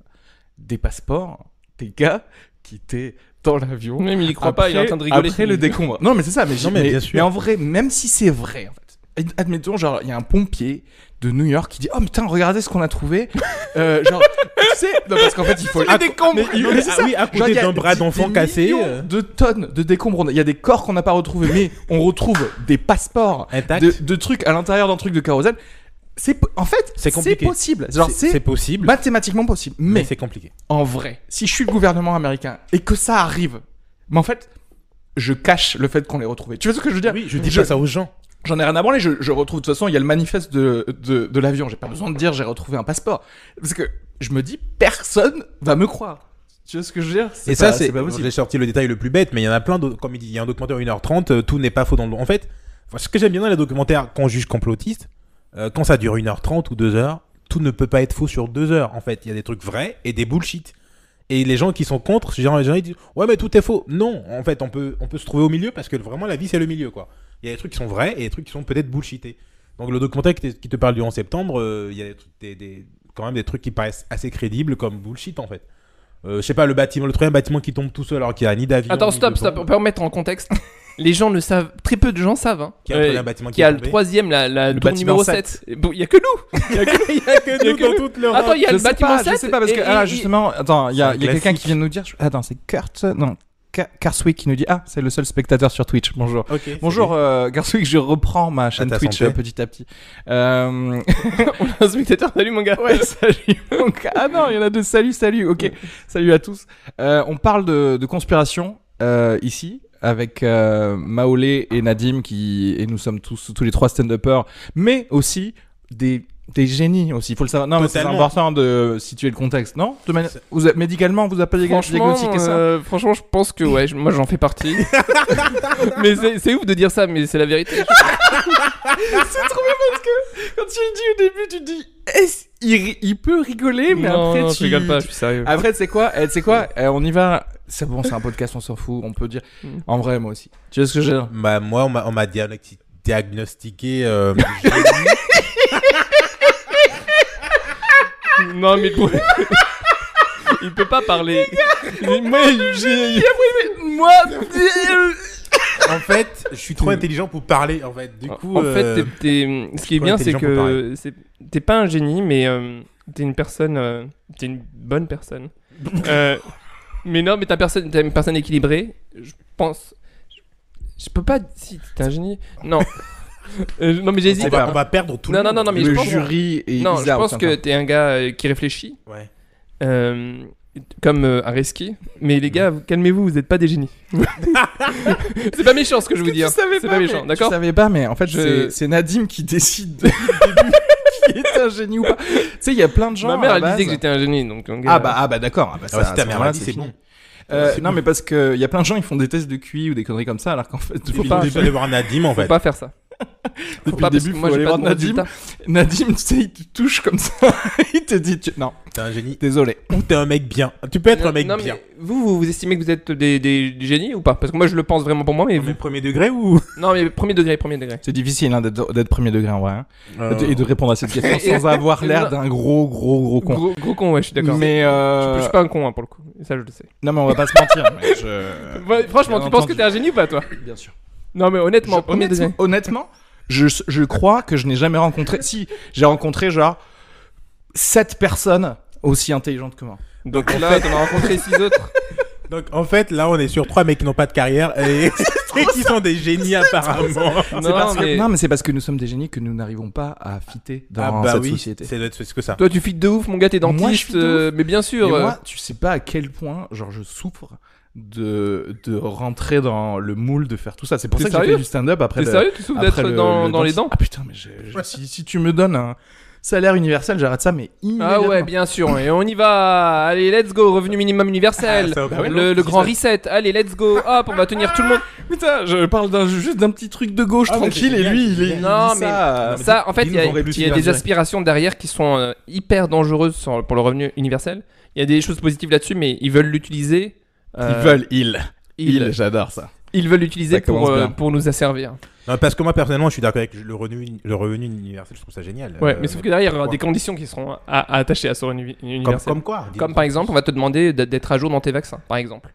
des passeports des gars qui étaient dans l'avion.
Même il y croit pas, il est en train de rigoler.
Après le décombre. Non, mais c'est ça, mais,
Non, mais bien sûr.
en vrai, même si c'est vrai, en fait. Ad- Admettons, genre, il y a un pompier de New York qui dit Oh putain, regardez ce qu'on a trouvé. Euh, genre, tu sais, non, parce qu'en fait, il faut.
les décombres
Mais-
Non,
mais
mais
c'est
ah
ça.
oui, à
Genre,
côté
il y a
d'un bras
des-
d'enfant
des
cassé.
millions
euh,
De tonnes de décombres. Il y a des corps qu'on n'a pas retrouvés, mais on retrouve des passeports
Intact.
de, de trucs à l'intérieur d'un truc de kérosène. C'est po- en fait c'est
C'est compliqué.
possible. Genre
C'est c'est
c'est
possible,
mathématiquement possible.
mais
Mais,
c'est compliqué.
en vrai, si je suis le gouvernement américain et que ça arrive, mais en fait, je cache le fait qu'on l'ait retrouvé. Tu vois ce que je veux dire
Oui, je dis
Je-
pas ça aux gens.
J'en ai rien à branler, je, je retrouve de toute façon, il y a le manifeste de, de, de l'avion, j'ai pas besoin de dire j'ai retrouvé un passeport. Parce que je me dis, personne va me croire. Tu vois ce que je veux dire
Et ça,
pas-
c'est.
pas possible.
J'ai sorti le détail le plus bête, mais il y en a plein d'autres. Comme il dit, il y a un documentaire 1h30, euh, tout n'est pas faux dans le. En fait, enfin, ce que j'aime bien dans les documentaires qu'on juge complotistes, euh, quand ça dure 1h30 ou 2h, tout ne peut pas être faux sur 2h. En fait, il y a des trucs vrais et des bullshit. Et les gens qui sont contre, genre, les gens ils disent Ouais, mais tout est faux. Non, en fait, on peut, on peut se trouver au milieu parce que vraiment, la vie, c'est le milieu, quoi. Il y a des trucs qui sont vrais et des trucs qui sont peut-être bullshités. Donc, le documentaire qui te, qui te parle du 11 septembre, euh, il y a des trucs- des- des- quand même des trucs qui paraissent assez crédibles comme bullshit, en fait. Euh, je sais pas, le bâtiment, le troisième bâtiment qui tombe tout seul alors qu'il n'y a ni d'avion.
Attends,
ni
stop,
de
stop, on
bombe.
peut remettre en contexte. Les gens le savent, très peu de gens savent. Hein.
Qui a le
Euh,
troisième bâtiment qui
qui
est
a le
tombé.
troisième, la, la
Le
tour
bâtiment
numéro
sept.
7. Il y a que nous
Il y a que
Il y a
nous
que
dans
nous.
toute l'Europe.
Attends, il y a
Je
le
sais
bâtiment
pas,
7.
Je sais pas, parce que,
et-
ah,
et-
justement, attends, il y a,
C'est un
il y a quelqu'un
classique.
qui vient de nous dire, je- attends, c'est Kurt, non, Ka- Karswick qui nous dit, ah, c'est le seul spectateur sur Twitch, bonjour.
Ok,
Bonjour, euh, Karswick, je reprends ma chaîne
ta
Twitch
santé.
euh, petit à petit. Euh,
On a un spectateur, salut mon gars.
Ouais, salut. Donc, ah non, il y en a deux. Salut, salut. Ok, salut à tous. Euh, on parle de, de conspiration euh, ici avec euh, Maolé et Nadim qui et nous sommes tous tous les trois stand-uppers, mais aussi des des génies aussi. Il faut le savoir. Non, mais c'est
Totalement.
important de situer le contexte, non De manière, vous êtes- médicalement, vous n'avez pas diag-
Franchement,
diagnostiqué ça
euh, franchement, je pense que ouais, je- moi j'en fais partie. mais c'est c'est ouf de dire ça, mais c'est la vérité.
C'est trop bien parce que quand tu le dis au début, tu te dis, est-ce- il, ri- il peut rigoler, mais
non,
après
non,
tu
je rigole pas, je suis sérieux.
Après, tu sais quoi Eh, Tu sais quoi Eh, On y va. C'est bon, c'est un podcast, on s'en fout. On peut dire.
Mm.
En vrai, moi aussi. Tu vois ce que j'ai
Bah, moi, on m'a- on m'a diagnosti- diagnostiqué. euh,
Ah.
non, mais le problème- il peut pas parler. Mais moi, j'ai-
Moi,
en fait, je suis trop intelligent pour parler. En fait, du coup.
Ah. en
euh,
fait, t'es- t'es- ce qui est
pas
bien, c'est
intelligent pour
que c'est- t'es pas un génie, mais euh, t'es une personne, euh, t'es une bonne personne. Euh, mais non, mais t'as personne, t'es une personne équilibrée. Je pense, je, je peux pas. Si t'es un génie, non, Euh, non, mais
on,
j'hésite.
va, on va perdre tout
Non,
le
non,
monde.
non, non, mais
le
je pense-
jury est
Non, je
bizarre, hein.
pense
enfin.
que t'es un gars euh, qui réfléchit,
Ouais.
euh, comme euh, un reski. Mais les gars, vous- calmez-vous, vous n'êtes pas des génies. c'est pas méchant ce que je vous dis. hein. C'est pas méchant,
Je
d'accord
savais pas, mais en fait,
Je-
c'est- c'est Nadim qui décide de- du début qui est un génie ou pas. Tu sais, il y a plein de gens.
Ma mère,
à
elle
la
disait que
base-
j'étais un génie, donc. donc,
Ah
euh,
bah, ah bah d'accord. Ah bah,
Ah ouais,
ça,
si
à
ta
ce
mère
moment-là,
l'a dit,
c'est
c'est
fini.
bon.
Euh,
C'est
non,
bon.
mais parce qu'il y a plein de gens, ils font des tests de QI ou des conneries comme ça, alors qu'en fait,
Faut
depuis
pas.
pas aller voir Nadim en
Faut
fait.
pas faire ça.
Depuis le début, faut aller
j'ai
voir
de
Nadim.
résultat.
Nadim, tu sais, il te touche comme ça. il te dit, tu- non,
T'es un génie.
désolé.
Ou t'es un mec bien. Tu peux être un mec
Non, mais
bien.
Vous, vous, vous estimez que vous êtes des, des- des génies ou pas Parce que moi, je le pense vraiment pour moi, mais
Mais
vous.
premier degré ou
Non, mais premier degré, premier degré.
C'est difficile hein, d'être d'être premier degré en vrai. hein.
Euh,
Et de répondre à cette question
Et-
sans avoir l'air d'un gros, gros, gros con.
Gros, gros con, ouais, je suis d'accord.
Mais
Je,
euh...
je suis pas un con, hein, pour le coup. Ça, je le sais.
non, mais on va pas se mentir. mais je-
Ouais, franchement,
bien
tu penses que
entendu.
t'es un génie ou pas, toi
Bien sûr.
Non, mais honnêtement, premier
honnêtement,
degré.
honnêtement, je, je crois que je n'ai jamais rencontré. Si, j'ai rencontré genre sept personnes aussi intelligentes que moi.
Donc là, t'en as rencontré six autres.
Donc en fait, là, on est sur trois mecs qui n'ont pas de carrière et, et qui sont des génies apparemment.
C'est parce que-
mais-
Non, mais c'est parce que nous sommes des génies que nous n'arrivons pas à fitter dans
ah bah
cette
oui,
société.
c'est c'est ce que ça.
Toi, tu fites de ouf, mon gars, t'es
Moi, je
dentiste,
file de
euh, mais bien sûr.
Et
euh,
moi, tu sais pas à quel point, genre, je souffre de, de rentrer dans le moule, de faire tout ça. C'est pour ça
T'es
que j'ai fait
sérieux
du stand-up après.
T'es
le-
sérieux Tu souffres
après
d'être
le-
dans,
le
dans les
dentiste.
dents
Ah putain, mais je- je- si, si tu me donnes un salaire universel, j'arrête ça, mais
Ah
immédiatement.
ouais, bien sûr. Et on y va. Allez, let's go. Revenu minimum universel.
Ah, ça va pas.
le le grand reset. Allez, let's go. Hop, on va tenir tout le monde.
Putain, Ah, je parle d'un- juste d'un petit truc de gauche
Ah, mais
tranquille
c'est
et lui, il
génial, c'est
est.
génial.
il
Non,
dit
Ah, mais-
ça, euh,
Ça, en fait, il y a,
Dis-nous, on aurait pu
il y a
se
des
faire
aspirations derrière qui sont euh, hyper dangereuses sur- pour le revenu universel. Il y a des choses positives là-dessus, mais ils veulent l'utiliser. euh,
Ils veulent il.
Ils,
Il, j'adore ça.
ils veulent
Ça
l'utiliser
commence
pour, euh,
bien.
pour nous asservir.
Non, parce que moi personnellement, je suis d'accord avec le revenu, le revenu universel. Je trouve ça génial.
Ouais,
Euh,
mais sauf que derrière, il y aura
pourquoi
des conditions qui seront à- à- attachées à ce revenu
comme,
universel.
comme quoi dis-
Comme par exemple, on va te demander d- d'être à jour dans tes vaccins, par exemple.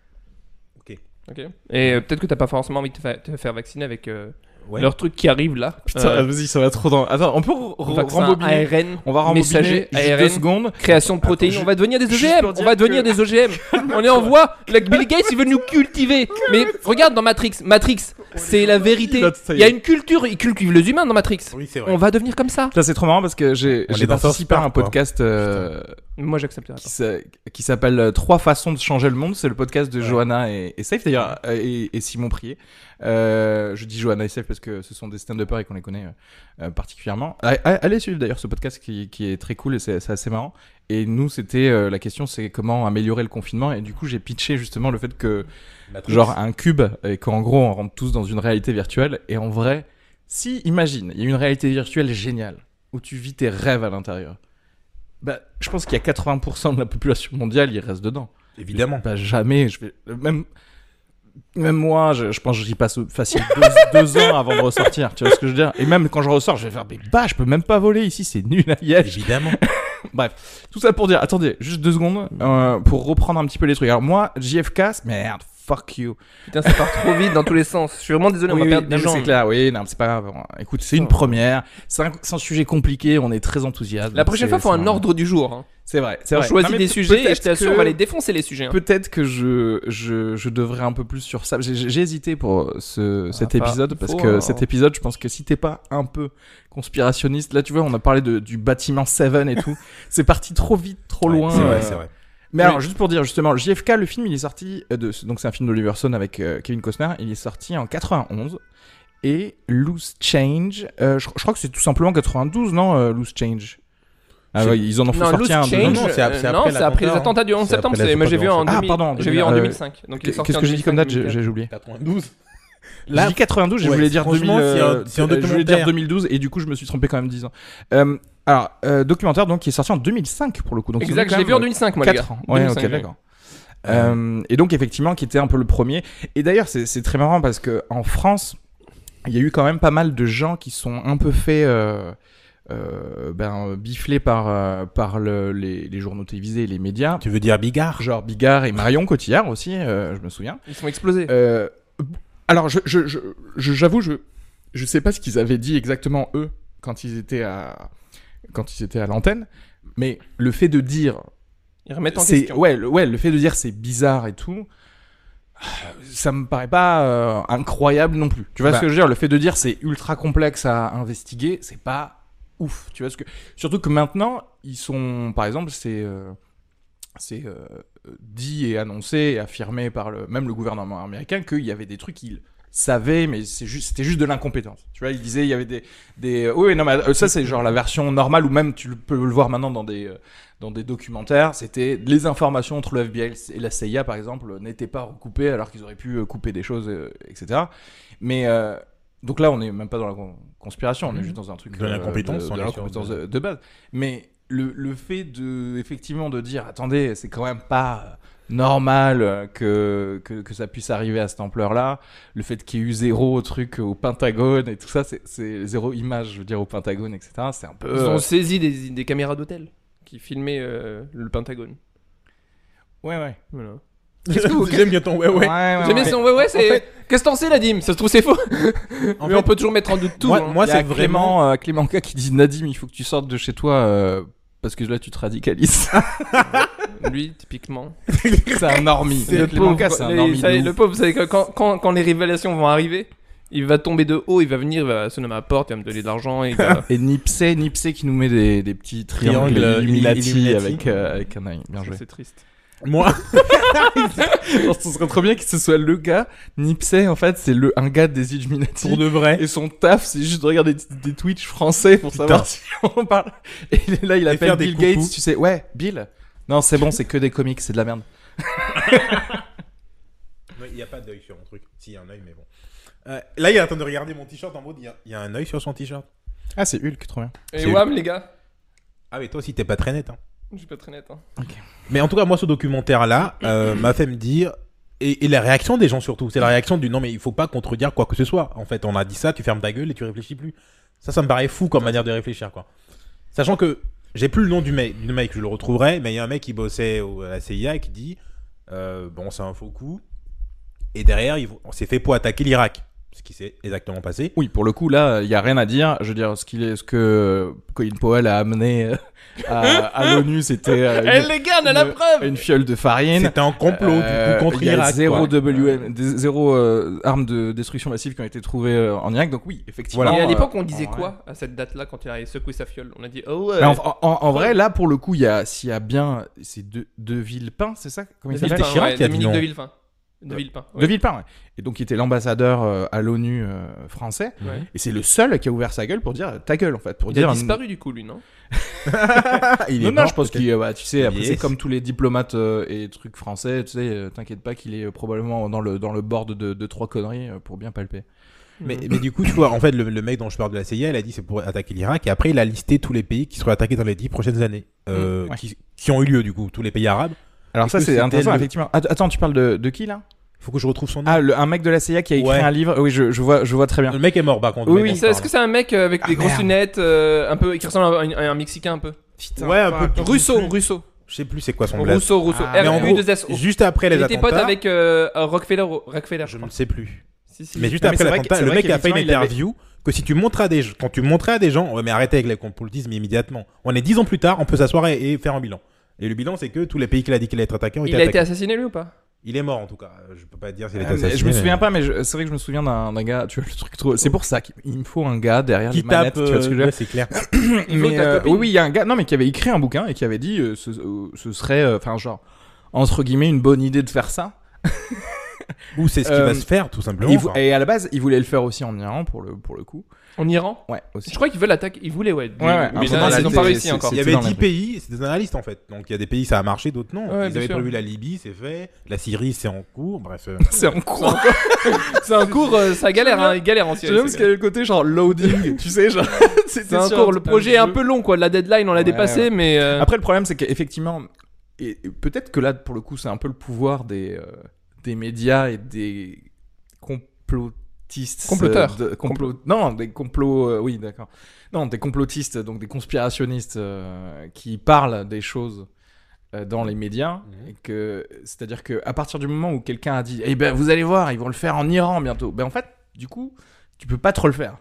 Ok.
Ok. Et euh, peut-être que t'as pas forcément envie de te, fa- te faire vacciner avec euh,
Ouais.
leur truc qui arrive là.
Putain,
Euh,
vas-y, ça va trop dans. Attends, on peut re- re-
vaccin
rembobiner.
ARN,
On va rembobiner
messager,
juste
ARN.
deux secondes.
création de protéines.
ju-
on va devenir des
juste
OGM.
pour
On
dire
va devenir
que-
des OGM. on est en voie. La Bill Gates, il veut nous cultiver. Mais regarde dans Matrix. Matrix, c'est la vérité.
Là, ça y
Il y a
est.
une culture. Ils cultivent les humains dans Matrix.
Oui, c'est
On va devenir comme ça.
Putain, c'est trop marrant parce que j'ai
On
j'ai
est dans South
participé à un
Park, quoi.
podcast euh,
Moi, j'accepterai.
qui s'a- qui s'appelle euh, Trois façons de changer le monde. C'est le podcast de Johanna et, et Safe d'ailleurs euh, et, et Simon Prier. Euh, je dis Johanna et Safe parce que ce sont des stand-uppers et qu'on les connaît euh, euh, particulièrement. A- a- Allez suivre d'ailleurs ce podcast qui, qui est très cool et c'est c'est assez marrant. Et nous, c'était euh, la question, c'est comment améliorer le confinement. Et du coup, j'ai pitché justement le fait que
Bah,
genre un cube et qu'en gros on rentre tous dans une réalité virtuelle et en vrai si imagine il y a une réalité virtuelle géniale où tu vis tes rêves à l'intérieur bah je pense qu'il y a 80% de la population mondiale il reste dedans
Évidemment.
bah jamais je vais même même moi, je, je pense que j'y passe facile deux, deux ans avant de ressortir. Tu vois ce que je veux dire Et même quand je ressors, je vais faire, mais bah, je peux même pas voler ici, c'est nul à Liège.
Évidemment.
Tout ça pour dire, attendez, juste deux secondes, euh, pour reprendre un petit peu les trucs. Alors moi, JFK, merde, fuck you.
Putain, ça part trop vite dans tous les sens. Je suis vraiment désolé, on va
Oui,
perdre
oui, non,
des
mais
gens. hein.
C'est clair, oui, non, mais c'est pas grave. Écoute, c'est une première. C'est un, c'est un sujet compliqué, on est très enthousiaste.
La prochaine
C'est-
fois, faut
c'est
un ordre du jour. hein.
C'est vrai, c'est
On
vrai. Non,
choisit
mais
des
peut-
sujets et je
peut-être
t'assure,
que-
on va les défoncer les sujets. hein.
Peut-être que je, je, je devrais un peu plus sur ça. J'ai- J'ai j'ai hésité pour ce, cet
Ah, pas-
épisode parce
faut,
que
hein.
cet épisode, je pense que si t'es pas un peu conspirationniste, là tu vois, on a parlé de, du bâtiment Seven et tout. c'est parti trop vite, trop
Ouais,
loin.
C'est
euh,
vrai, c'est vrai.
Mais
Oui.
alors, juste pour dire, justement, JFK, le film, il est sorti. euh, De, donc, c'est un film d'Oliver Stone avec euh, Kevin Costner. Il est sorti en 91. Et Loose Change, euh, je, je crois que c'est tout simplement 92, non euh, Loose Change. Ah
C'est-
ouais, ils en ont fait
Non,
sortir un
Loose
deux ans.
Change,
Non, non, c'est ap- c'est
euh, non,
après
c'est après les
l'attentat,
attentats du 11
C'est
septembre.
après
c'est- Moi, j'ai vu en
l'attentat.
2000
Ah, pardon,
j'ai vu en
euh,
2005. Donc il est sorti
Qu'est-ce
en
que j'ai dit comme date J'ai
2005,
j'ai oublié.
T'as 92.
J'ai
Là,
dit 92, j'ai
ouais,
voulu dire
franchement,
2000,
si un-
euh,
si un
euh, je voulais dire
documentaire-
2012 et du coup je me suis trompé quand même 10 ans. Euh, alors, euh, documentaire donc qui est sorti en 2005 pour le coup. Donc, ils ont
Exact,
quand
je l'ai
même,
vu en 2005, moi, les gars.
4 ans. Ouais,
2005,
ok,
ouais.
d'accord. Euh, et donc effectivement, qui était un peu le premier. Et d'ailleurs, c'est c'est très marrant parce que en France, il y a eu quand même pas mal de gens qui sont un peu faits, euh, euh, ben, euh, biflés par euh, par le- les, les journaux télévisés et les médias,
tu veux dire Bigard
genre Bigard et Marion Cotillard aussi, euh, je me souviens.
Ils sont explosés.
Euh, alors, je, je, je, je- j'avoue, je, je sais pas ce qu'ils avaient dit exactement eux quand ils étaient à, quand ils étaient à l'antenne, mais le fait de dire,
Ils remettent en
c'est,
question.
ouais, le, ouais, le fait de dire c'est bizarre et tout, ça me paraît pas euh, incroyable non plus. Tu vois
Bah.
ce que je veux dire Le fait de dire c'est ultra complexe à investiguer, c'est pas ouf. Tu vois ce que surtout que maintenant ils sont, par exemple, c'est euh, c'est euh, dit et annoncé et affirmé par le, même le gouvernement américain qu'il y avait des trucs qu'ils savaient, mais c'est juste, c'était juste de l'incompétence. Tu vois, il disait il y avait des, des oui, non, mais euh, ça c'est genre la version normale ou même tu le- peux le voir maintenant dans des, euh, dans des documentaires, c'était les informations entre le FBI et la CIA par exemple euh, n'étaient pas recoupées alors qu'ils auraient pu euh, couper des choses, euh, etc. Mais euh, donc là, on n'est même pas dans la con- conspiration, on est
Mhm.
juste dans un truc euh,
De l'incompétence,
de,
on
de
est
l'incompétence
sur-
de, de base. Mais le, le fait de effectivement de dire attendez, c'est quand même pas normal euh, que, que, que ça puisse arriver à cette ampleur-là, le fait qu'il y ait eu zéro truc au Pentagone et tout ça, c'est- c'est zéro image, je veux dire, au Pentagone, etc. C'est un peu... euh,
Ils ont saisi des, des caméras d'hôtel qui filmaient euh, le Pentagone.
Ouais, ouais.
Voilà.
J'aime bien ton ouais ouais.
Ah ouais,
J'aime bien
ouais.
son ouais ouais, c'est.
en fait-
Qu'est-ce que t'en sais, la dîme Ça se trouve, c'est faux.
En
Mais
fait,
on peut toujours mettre en doute tout.
moi,
hein.
moi
Il y a
c'est vraiment.
Clément, euh, Clément K qui dit Nadim, il faut que tu sortes de chez toi euh, parce que là tu te radicalises.
Lui, typiquement.
c'est un normie.
Le
Clément
pauvre,
K, c'est un
les-
normie.
ça y est,
de
le
ouf.
pauvre, vous savez, que quand, quand, quand les révélations vont arriver, il va tomber de haut, il va venir, il va sonner à ma porte, il va me donner de l'argent. et il va-
Et Nipsey, Nipsey qui nous met des, des petits triangles
Triangle,
Illuminati,
Illuminati.
avec, euh, avec un œil. Bien joué.
C'est triste.
Moi,
Ce serait trop bien que ce soit le gars. Nipsey, en fait, c'est le un gars des Illuminati.
pour de vrai.
Et son taf, c'est juste de regarder des, des Twitch français pour savoir si on parle. Et là, il appelle
faire des
Bill
coucous.
Gates, tu sais. Ouais, Bill. Non, c'est bon, c'est que des comics, c'est de la merde.
Il n'y a pas d'œil sur mon truc. Si, il y a un œil, mais bon. Euh, là, il est en train de regarder mon t-shirt en mode il y a- il y, a un œil sur son t-shirt.
Ah, c'est Hulk, trop bien.
Et
C'est-
Wam, les gars,
Ah, mais toi aussi, t'es pas très net. Hein.
je suis pas très net. Hein.
Mais en tout cas, moi, ce documentaire-là euh, m'a fait me dire. Et, et la réaction des gens surtout, c'est la réaction du non mais il faut pas contredire quoi que ce soit. En fait, on a dit ça, tu fermes ta gueule et tu réfléchis plus. Ça, ça me paraît fou comme manière de réfléchir quoi. Sachant que j'ai plus le nom du mec, du mec, je le retrouverai, mais il y a un mec qui bossait au- à la CIA et qui dit euh, bon c'est un faux coup. Et derrière, ils vont- on s'est fait pour attaquer l'Irak. ce qui s'est exactement passé.
Oui, pour le coup, là, il n'y a rien à dire. Je veux dire, ce, qu'il est, ce que Colin Powell a amené euh, à, à l'ONU, c'était euh,
Eh
une-
les gars, on a la
une-
preuve
une fiole de farine.
C'était un complot
Euh,
du coup contre
il y a
l'Irak.
Zéro
quoi.
WM, des- zéro euh, arme de destruction massive qui ont été trouvées euh, en Irak. Donc oui, effectivement.
Et à
euh,
l'époque, on disait
en vrai.
quoi à cette date-là quand il a secoué sa fiole On a dit oh ouais.
Mais en, en- en vrai, là, pour le coup, il y a, s'il y a bien, c'est de, de Villepin, c'est ça Comment il
Villepin,
s'appelle
C'était Chirac
ouais,
qui a dit
Dominique
non.
de Villepin. De Villepin.
De Villepin, ouais. Et donc, il était l'ambassadeur euh, à l'ONU euh, français.
Ouais.
Et c'est le seul qui a ouvert sa gueule pour dire ta gueule, en fait. Pour
Il
dire,
a disparu du coup, lui, non
Il est
non, non,
mort,
je pense
peut-être.
qu'il, euh, bah, tu sais, après,
Yes.
c'est comme tous les diplomates euh, et trucs français, tu sais, euh, t'inquiète pas qu'il est euh, probablement dans le, dans le board de, de trois conneries euh, pour bien palper.
Mm.
Mais, mais du coup, tu vois, en fait, le, le mec dont je parle de la CIA, il a dit c'est pour attaquer l'Irak, et après, il a listé tous les pays qui seraient attaqués dans les dix prochaines années, euh,
Mm, ouais.
qui, qui ont eu lieu, du coup, tous les pays arabes.
Alors, ça,
Est-ce
c'est
que c'était
intéressant,
le-
effectivement. Att- Attends, tu parles de, de qui, là
Faut que je retrouve son nom.
Ah, le- un mec de la CIA qui a écrit
Ouais.
un livre. Oui, je, je vois, je vois très bien.
le mec est mort, par
Ah,
contre.
Oui,
le
oui, Ah,
mec
Et
dont
ça,
je
Est-ce que c'est un mec euh, avec des grosses lunettes, euh, un peu, qui ressemble à un, à un Mexicain un peu
parle. Ouais, un peu.
Russo, Russo,
Je sais plus c'est quoi son blaze.
Russo, Russo.
Ah.
r
Mais en
u
gros,
2 s o
juste après les
Il était
attentats.
pote avec euh, euh, Rockefeller, Rockefeller, je
Je ne
crois.
sais plus.
Si, si.
Mais juste
mais c'est
après
vrai que-
l'attentat,
c'est
le
vrai
mec a fait une
qu'effectivement, il avait-
interview que si tu montres à des gens, quand tu montrais à des gens, ouais, mais arrêtez avec les complotismes immédiatement. On est dix ans plus tard, on peut s'asseoir et, et faire un bilan. Et le bilan, c'est que tous les pays qu'il a dit qu'il allait être attaqué ont été
Il a été
attaqués.
assassiné lui ou pas
Il est mort en tout cas. Euh, Je peux pas dire s'il a
Ah,
été
mais
assassiné.
je me
mais-
souviens pas, mais je- c'est vrai que je me souviens d'un d'un gars. Tu vois le truc trop. C'est pour ça qu'il il me faut un gars derrière
qui
les manettes.
tape.
tu vois ce que je veux
euh,
dire
ouais, c'est clair.
Il faut
Mais,
ta
euh,
copine.
oui, oui, il y a un gars, non, mais qui avait écrit un bouquin et qui avait dit euh, ce, euh, ce serait, euh, enfin, genre, entre guillemets, une bonne idée de faire ça.
Ou c'est ce qui
Euh,
va se faire, tout simplement.
Il vou-
enfin.
et à la base, il voulait le faire aussi en Iran pour le pour le coup.
En Iran
Ouais,
Je
aussi.
crois qu'ils veulent attaquer. Ils voulaient, ouais.
Ouais, ouais.
Mais
Ah,
là,
bon,
ils
là,
n'ont pas
c'est-
réussi
c'est-
encore.
Il y
C'était
avait
dans la
10
vraie.
pays, c'est des analystes en fait. Donc il y a des pays, ça a marché, d'autres non.
Ouais,
Ils
bien
avaient
sûr.
prévu la Libye, c'est fait. La Syrie, c'est en cours. Bref. euh,
C'est en cours.
C'est un cours, euh, ça galère, hein, ils galèrent en
Tu
Syrie.
sais, parce
ça
qu'il y
galère.
avait le côté genre loading, tu sais, genre. c'était
C'est un
sur
cours, le projet est un
jeu.
peu long, quoi. La deadline, on l'a
Ouais,
dépassée,
ouais.
mais. euh,
Après, le problème, c'est qu'effectivement, et et peut-être que là, pour le coup, c'est un peu le pouvoir des, euh, des médias et des complotistes.
Comploteurs.
euh, de- complot- Non, des complots. euh, oui, d'accord. Non, des complotistes, donc des conspirationnistes euh, qui parlent des choses euh, dans les médias
Mhm.
et que c'est-à-dire que à partir du moment où quelqu'un a dit eh ben vous allez voir ils vont le faire en Iran bientôt ben en fait du coup tu peux pas trop le faire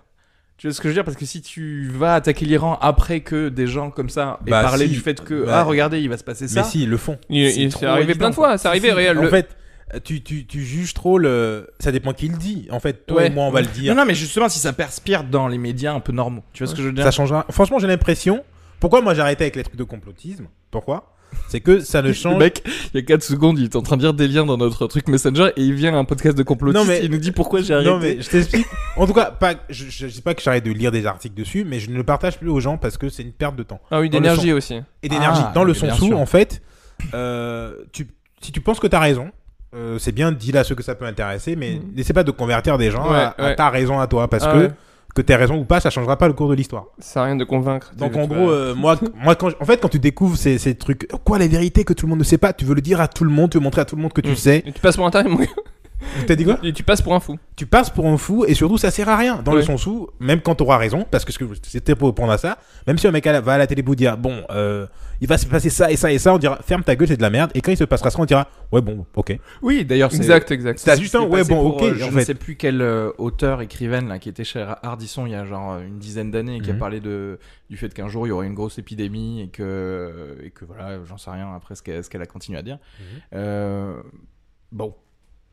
tu vois ce que je veux dire parce que si tu vas attaquer l'Iran après que des gens comme ça aient
Bah,
parlé
si.
du fait que
Bah,
ah regardez il va se passer ça
mais si, ils le font.
il-
c'est
il-
trop
C'est arrivé
évident,
plein de fois, c'est arrivé réel.
En
le-
fait, tu, tu, tu juges trop le. Ça dépend qui le dit. En fait, toi
Ouais.
et moi, on va le
non
dire.
non mais justement si ça perspire dans les médias un peu normaux tu vois ce que je veux dire
Ça changera. Franchement, j'ai l'impression. Pourquoi moi j'ai arrêté avec les trucs de complotisme Pourquoi C'est que ça ne
le
change.
mec, il y a 4 secondes, il est en train de dire des liens dans notre truc Messenger et il vient à un podcast de complotiste
Non, mais-
et il nous dit pourquoi j'ai arrêté.
Non mais je t'explique. en tout cas, pas. Je, je, je dis pas que j'arrête de lire des articles dessus, mais je ne le partage plus aux gens parce que c'est une perte de temps.
Ah oui,
dans le
d'énergie aussi.
et d'énergie.
Ah,
dans le
mais bien
sens où,
sûr.
en fait, euh, tu, si tu penses que t'as raison, euh, c'est bien, dis là ce que ça peut intéresser, mais
Mhm.
n'essaie pas de convertir des gens
Ouais,
à, à
ouais.
ta raison à toi, parce
Ah
que
ouais.
que t'aies raison ou pas, ça changera pas le cours de l'histoire.
Ça sert à rien de convaincre.
Donc
Tu-
en
tu
gros,
vas-
euh, moi, moi, quand, je- en fait, quand tu découvres ces, ces trucs, quoi, les vérités que tout le monde ne sait pas, tu veux le dire à tout le monde, tu veux montrer à tout le monde que tu
Mhm.
sais.
Et tu passes pour un taré, mon gars.
T'as dit quoi
Et tu passes pour un fou.
tu passes pour un fou et surtout ça sert à rien dans le
Ouais.
sens où même quand t'auras raison parce que ce que c'était pour répondre à ça même si un mec à la- va à la télé vous dire bon euh, il va se passer ça et ça et ça on dira ferme ta gueule c'est de la merde et quand il se passera ça on dira ouais bon ok
Oui, d'ailleurs, c'est
Exact, exact.
C'est à juste un ouais bon ok
je
en
ne
fait
sais plus quel euh, auteur écrivaine là qui était chez Hardisson il y a genre euh, une dizaine d'années et qui a
Mhm.
parlé de du fait qu'un jour il y aurait une grosse épidémie et que et que voilà, j'en sais rien après ce qu'elle ce qu'elle a continué à dire.
Mhm.
Euh, bon,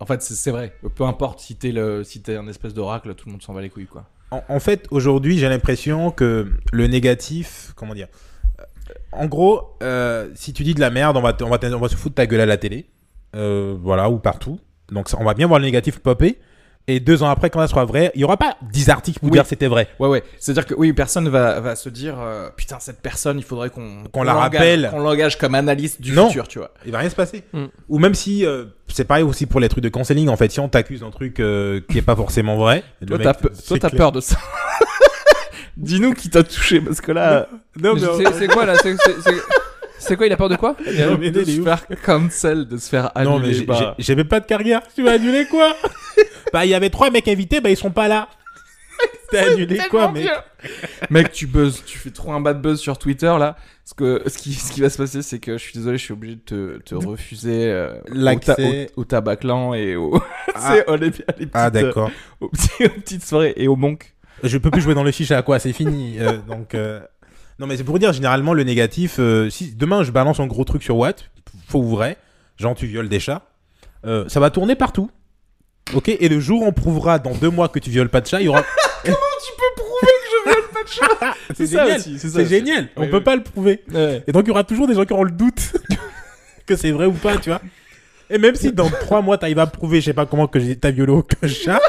en fait, c'est c'est vrai. Peu importe si t'es le si t'es un espèce d'oracle, tout le monde s'en va les couilles quoi.
en, en fait aujourd'hui j'ai l'impression que le négatif comment dire euh, en gros euh, si tu dis de la merde on va te- on va te- on va se foutre ta gueule à la télé euh, voilà ou partout donc ça- on va bien voir le négatif popper et deux ans après quand ça sera vrai il y aura pas 10 articles pour
Oui.
dire c'était vrai
Ouais, ouais. C'est-à-dire que oui, personne va, va se dire euh, putain cette personne, il faudrait qu'on
Qu'on la
l'engage-
rappelle.
qu'on l'engage comme analyste du
Non.
futur, tu vois.
il va rien se passer.
Mm.
Ou même si euh, c'est pareil aussi pour les trucs de cancelling en fait, si on t'accuse d'un truc euh, qui est pas forcément vrai, le
Toi,
mec,
t'as pe-
c'est
toi, t'as
clair.
peur de ça. Dis-nous qui t'a touché parce que là.
Non mais,
C'est c'est quoi là C'est- c'est- c'est- C'est quoi Il a peur de quoi
non, mais
de
il est
se
ouf.
faire cancel, de se faire
Non, mais
annuler.
j'ai-
bah,
j'ai- j'avais pas de carrière. Tu vas annuler quoi Bah il y avait trois mecs invités, bah ils sont pas là. T'as annulé quoi,
Tellement
mec
bien.
Mec, tu buzzes, tu fais trop un bad buzz sur Twitter là. Parce que ce qui, ce qui va se passer, c'est que je suis désolé, je suis obligé de te, te refuser euh, au, ta-
L'accès-
au, au Tabaclan et au. c'est oh, les, les petites,
Ah, d'accord.
euh, aux, petits- aux petites soirées et au Monk.
Je peux plus jouer dans le chicha à quoi C'est fini. euh, donc, euh, non, mais c'est pour dire généralement le négatif. euh, si demain je balance un gros truc sur Watt, faux ou vrai, genre tu violes des chats, euh, ça va tourner partout. Ok, et le jour où on prouvera dans deux mois que tu violes pas de chat, il y aura. Comment tu peux prouver que je viole pas de chat C'est
ça
génial.
aussi, c'est ça
C'est
aussi.
génial. on
Oui,
peut
oui.
pas le prouver. Et donc il y aura toujours des gens qui auront le doute que c'est vrai ou pas, tu vois. Et même si dans trois mois t'arrives à prouver, je sais pas comment que j'ai- t'as violé aucun chat.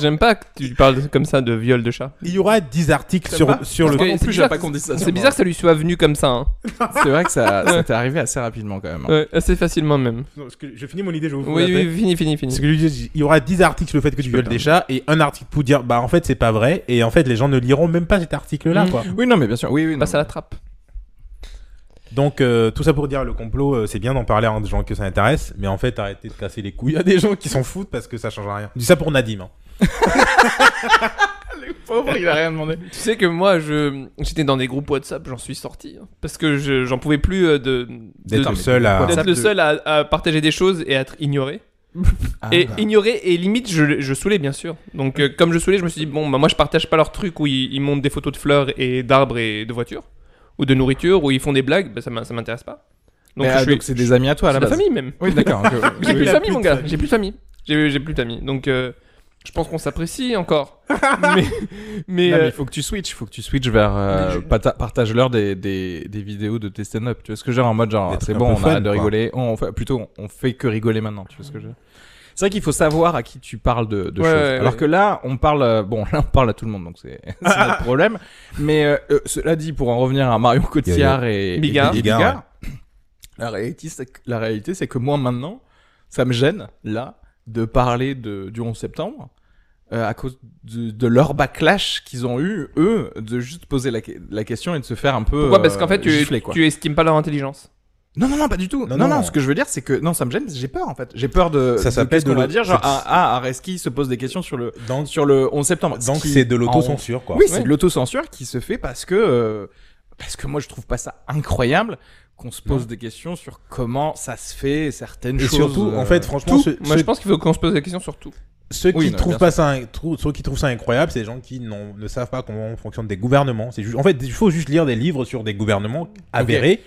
J'aime pas que tu parles comme ça de viol de chat.
Il y aura 10 articles sur, sur le.
Parce que
En
c'est
plus,
bizarre
j'avais pas
que-
qu'on dise ça.
C'est bizarre que ça lui soit venu comme ça, hein.
C'est vrai que ça, ça t'est arrivé assez rapidement quand même. hein.
Ouais, assez facilement même.
Non, parce que je finis mon idée, je vous fous
Oui,
la paix.
oui, fini, fini, fini.
Parce que je dis, il y aura 10 articles sur le fait que tu violes des chats et un article pour dire bah en fait c'est pas vrai et en fait les gens ne liront même pas cet article là
Mm.
quoi.
Oui, non, mais bien sûr. Oui, oui. non.
Passe à la trappe.
Donc euh, tout ça pour dire le complot euh, c'est bien d'en parler à des gens que ça intéresse mais en fait arrêtez de casser les couilles à des gens qui s'en foutent parce que ça change rien. Je dis ça pour Nadim. hein.
Pauvre, il a rien demandé.
Tu sais que moi, je j'étais dans des groupes WhatsApp, j'en suis sorti. hein, parce que je- j'en pouvais plus euh, de
D'être
de-
le seul à.
d'être
WhatsApp
le
de- Ah,
seul à, à partager des choses et à être ignoré. et
bah.
ignoré, et limite, je, je saoulais bien sûr. Donc, euh, comme je saoulais, je me suis dit, bon, bah, moi je partage pas leurs trucs où ils, ils montent des photos de fleurs et d'arbres et de voitures, ou de nourriture, où ils font des blagues, bah, ça m'in- ça m'intéresse pas.
euh, Bah, Donc,
Donc, je suis,
c'est des amis à toi à
c'est
la
la
base.
famille même.
Oui, d'accord. ok.
J'ai plus de
Il
famille,
a Ah, plus
mon
de
gars.
famille.
J'ai plus de famille. J'ai j'ai plus de famille. Donc, euh, je pense qu'on s'apprécie encore. mais, mais,
Non, mais
euh,
il faut que tu switches, il faut que tu switches vers euh, pata- partage-leur des, des, des vidéos de tes stand-up. Tu vois ce que j'ai en mode genre
Des
c'est
trucs un
bon, on
peu fun,
arrête de
quoi.
rigoler, on, on fait, plutôt on fait que rigoler maintenant. Tu vois ce que je C'est vrai qu'il faut savoir à qui tu parles de, de
Ouais,
choses.
ouais,
Alors
ouais.
que là, on parle euh, bon, là on parle à tout le monde donc c'est c'est notre problème. Mais euh, euh, cela dit, pour en revenir à Mario Cotillard et et
Bigard.
et
Bigard,
la réalité c'est que- la réalité c'est que moi maintenant, ça me gêne là de parler de, du 11 septembre euh, à cause de, de leur backlash qu'ils ont eu, eux, de juste poser la, que- la question et de se faire un peu.
pourquoi Parce qu'en
euh,
fait, tu,
gifler, quoi.
tu estimes pas leur intelligence.
Non, non, non, pas du tout. Non,
Non,
non,
non.
ce que je veux dire, c'est que. Non, ça me gêne, j'ai peur, en fait. J'ai peur de.
Ça
de
s'appelle
qu'est-ce qu'on
de
va
l'au-
dire. Genre,
c'est-
ah, ah, Areski se pose des questions sur le,
Donc
sur le 11 septembre. Ce
donc
qui-
c'est de
en-
l'autocensure quoi.
oui, c'est
Ouais.
de l'autocensure qui se fait parce que euh, parce que moi je trouve pas ça incroyable qu'on se pose des questions sur comment ça se fait certaines
Et
choses.
surtout, en
euh,
fait, franchement,
Tout.
ce-
Moi,
ce-
je pense qu'il faut qu'on se pose la question sur tout.
ceux qui
Oui, non, bien
trouvent pas ça, in- trou- ceux qui trouvent ça incroyable, c'est les gens qui n'ont- ne savent pas comment fonctionnent des gouvernements. C'est juste, en fait, il faut juste lire des livres sur des gouvernements avérés.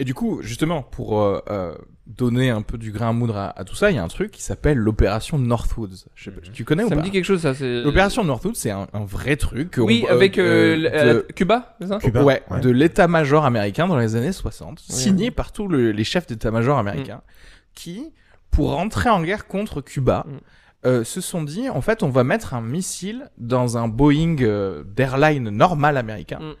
Et du coup, justement, pour euh, euh, donner un peu du grain à moudre à, à tout ça, il y a un truc qui s'appelle l'opération Northwoods. Je sais pas, Tu connais Eh, ou
Mhm. Ça me
pas
dit quelque chose, ça. c'est-
L'opération Northwoods, c'est un, un vrai truc. qu'on-
Oui,
euh,
avec euh,
euh,
l- euh,
de-
Cuba, c'est ça
Cuba.
Ouais,
Ouais.
de l'état-major américain dans les années 60,
Oui,
signé par tous le- les chefs d'état-major américains, qui, pour entrer en guerre contre Cuba,
Mm.
euh, se sont dit, en fait, on va mettre un missile dans un Boeing euh, d'airline normal américain.
Mm.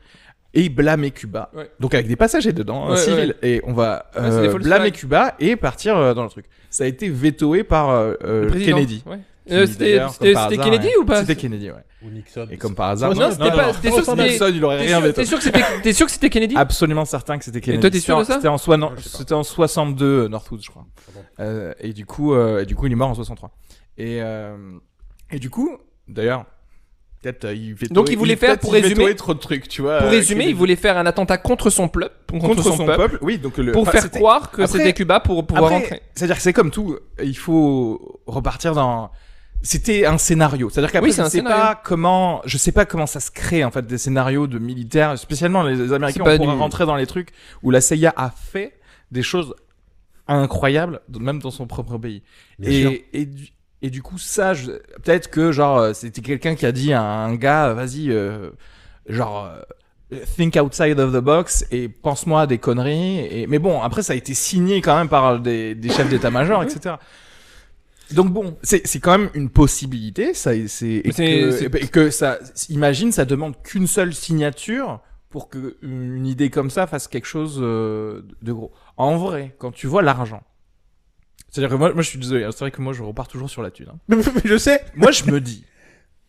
Et blâmer Cuba.
Ouais.
Donc avec des passagers dedans, hein,
Ouais,
civils. Et on va
Ouais, c'est
euh,
des false
blâmer
flags.
Cuba et partir euh, dans le truc. Ça a été vétoé par euh, euh,
Le président.
Kennedy.
Ouais.
qui,
Euh, C'était
d'ailleurs,
c'était-
comme par
c'était
hasard,
Kennedy
ouais.
ou pas
C'était Kennedy, ouais.
Ou Nixon.
Et comme par hasard.
Non, c'était pas- t'es sûr que c'était-
Nixon, il aurait
T'es
rien Ah,
sûr-
vétoé.
T'es sûr que c'était- t'es sûr que c'était Kennedy
Absolument certain que c'était Kennedy.
toi, t'es sûr de ça
C'était en, soi- non,
Ouais, je sais pas.
c'était en 62, euh, Northwood, je crois.
Ah bon.
Euh, et, du coup, euh, et du coup, il est mort en 63. Et, euh, et du coup, d'ailleurs, peut-être euh, il vétoé-
Donc, il voulait faire,
peut-être
pour
il
résumer-
vétoé trop de trucs, tu vois.
Pour
euh,
résumer,
Kennedy.
il voulait faire un attentat contre son, pleu- contre
contre
son, peuple,
Oui, donc le,
pour
enfin,
faire
c'était-
croire que
Après-
c'était Cuba pour pouvoir
Après,
entrer.
C'est-à-dire que c'est comme tout, il faut repartir dans. C'était un scénario. C'est-à-dire qu'après,
Oui, c'est
je
un
sais
scénario.
pas comment, je sais pas comment ça se crée en fait des scénarios de militaires, spécialement les, les Américains.
pas
On pourra
du-
rentrer dans les trucs où la CIA a fait des choses incroyables, même dans son propre pays.
Bien sûr.
Et, et, du, et du coup, ça, je- peut-être que genre euh, c'était quelqu'un qui a dit à un gars, vas-y, euh, genre euh, think outside of the box et pense-moi à des conneries. Et, mais bon, après ça a été signé quand même par des, des chefs d'état-major, etc. Donc bon, c'est c'est quand même une possibilité. Ça, et c'est et
C'est-
que,
c'est-
et que ça, imagine, ça demande qu'une seule signature pour que une idée comme ça fasse quelque chose euh, de gros. En vrai, quand tu vois l'argent. C'est-à-dire que moi, moi, je suis désolé, hein, c'est vrai que moi, je repars toujours sur la thune. hein.
je sais.
moi, je me dis,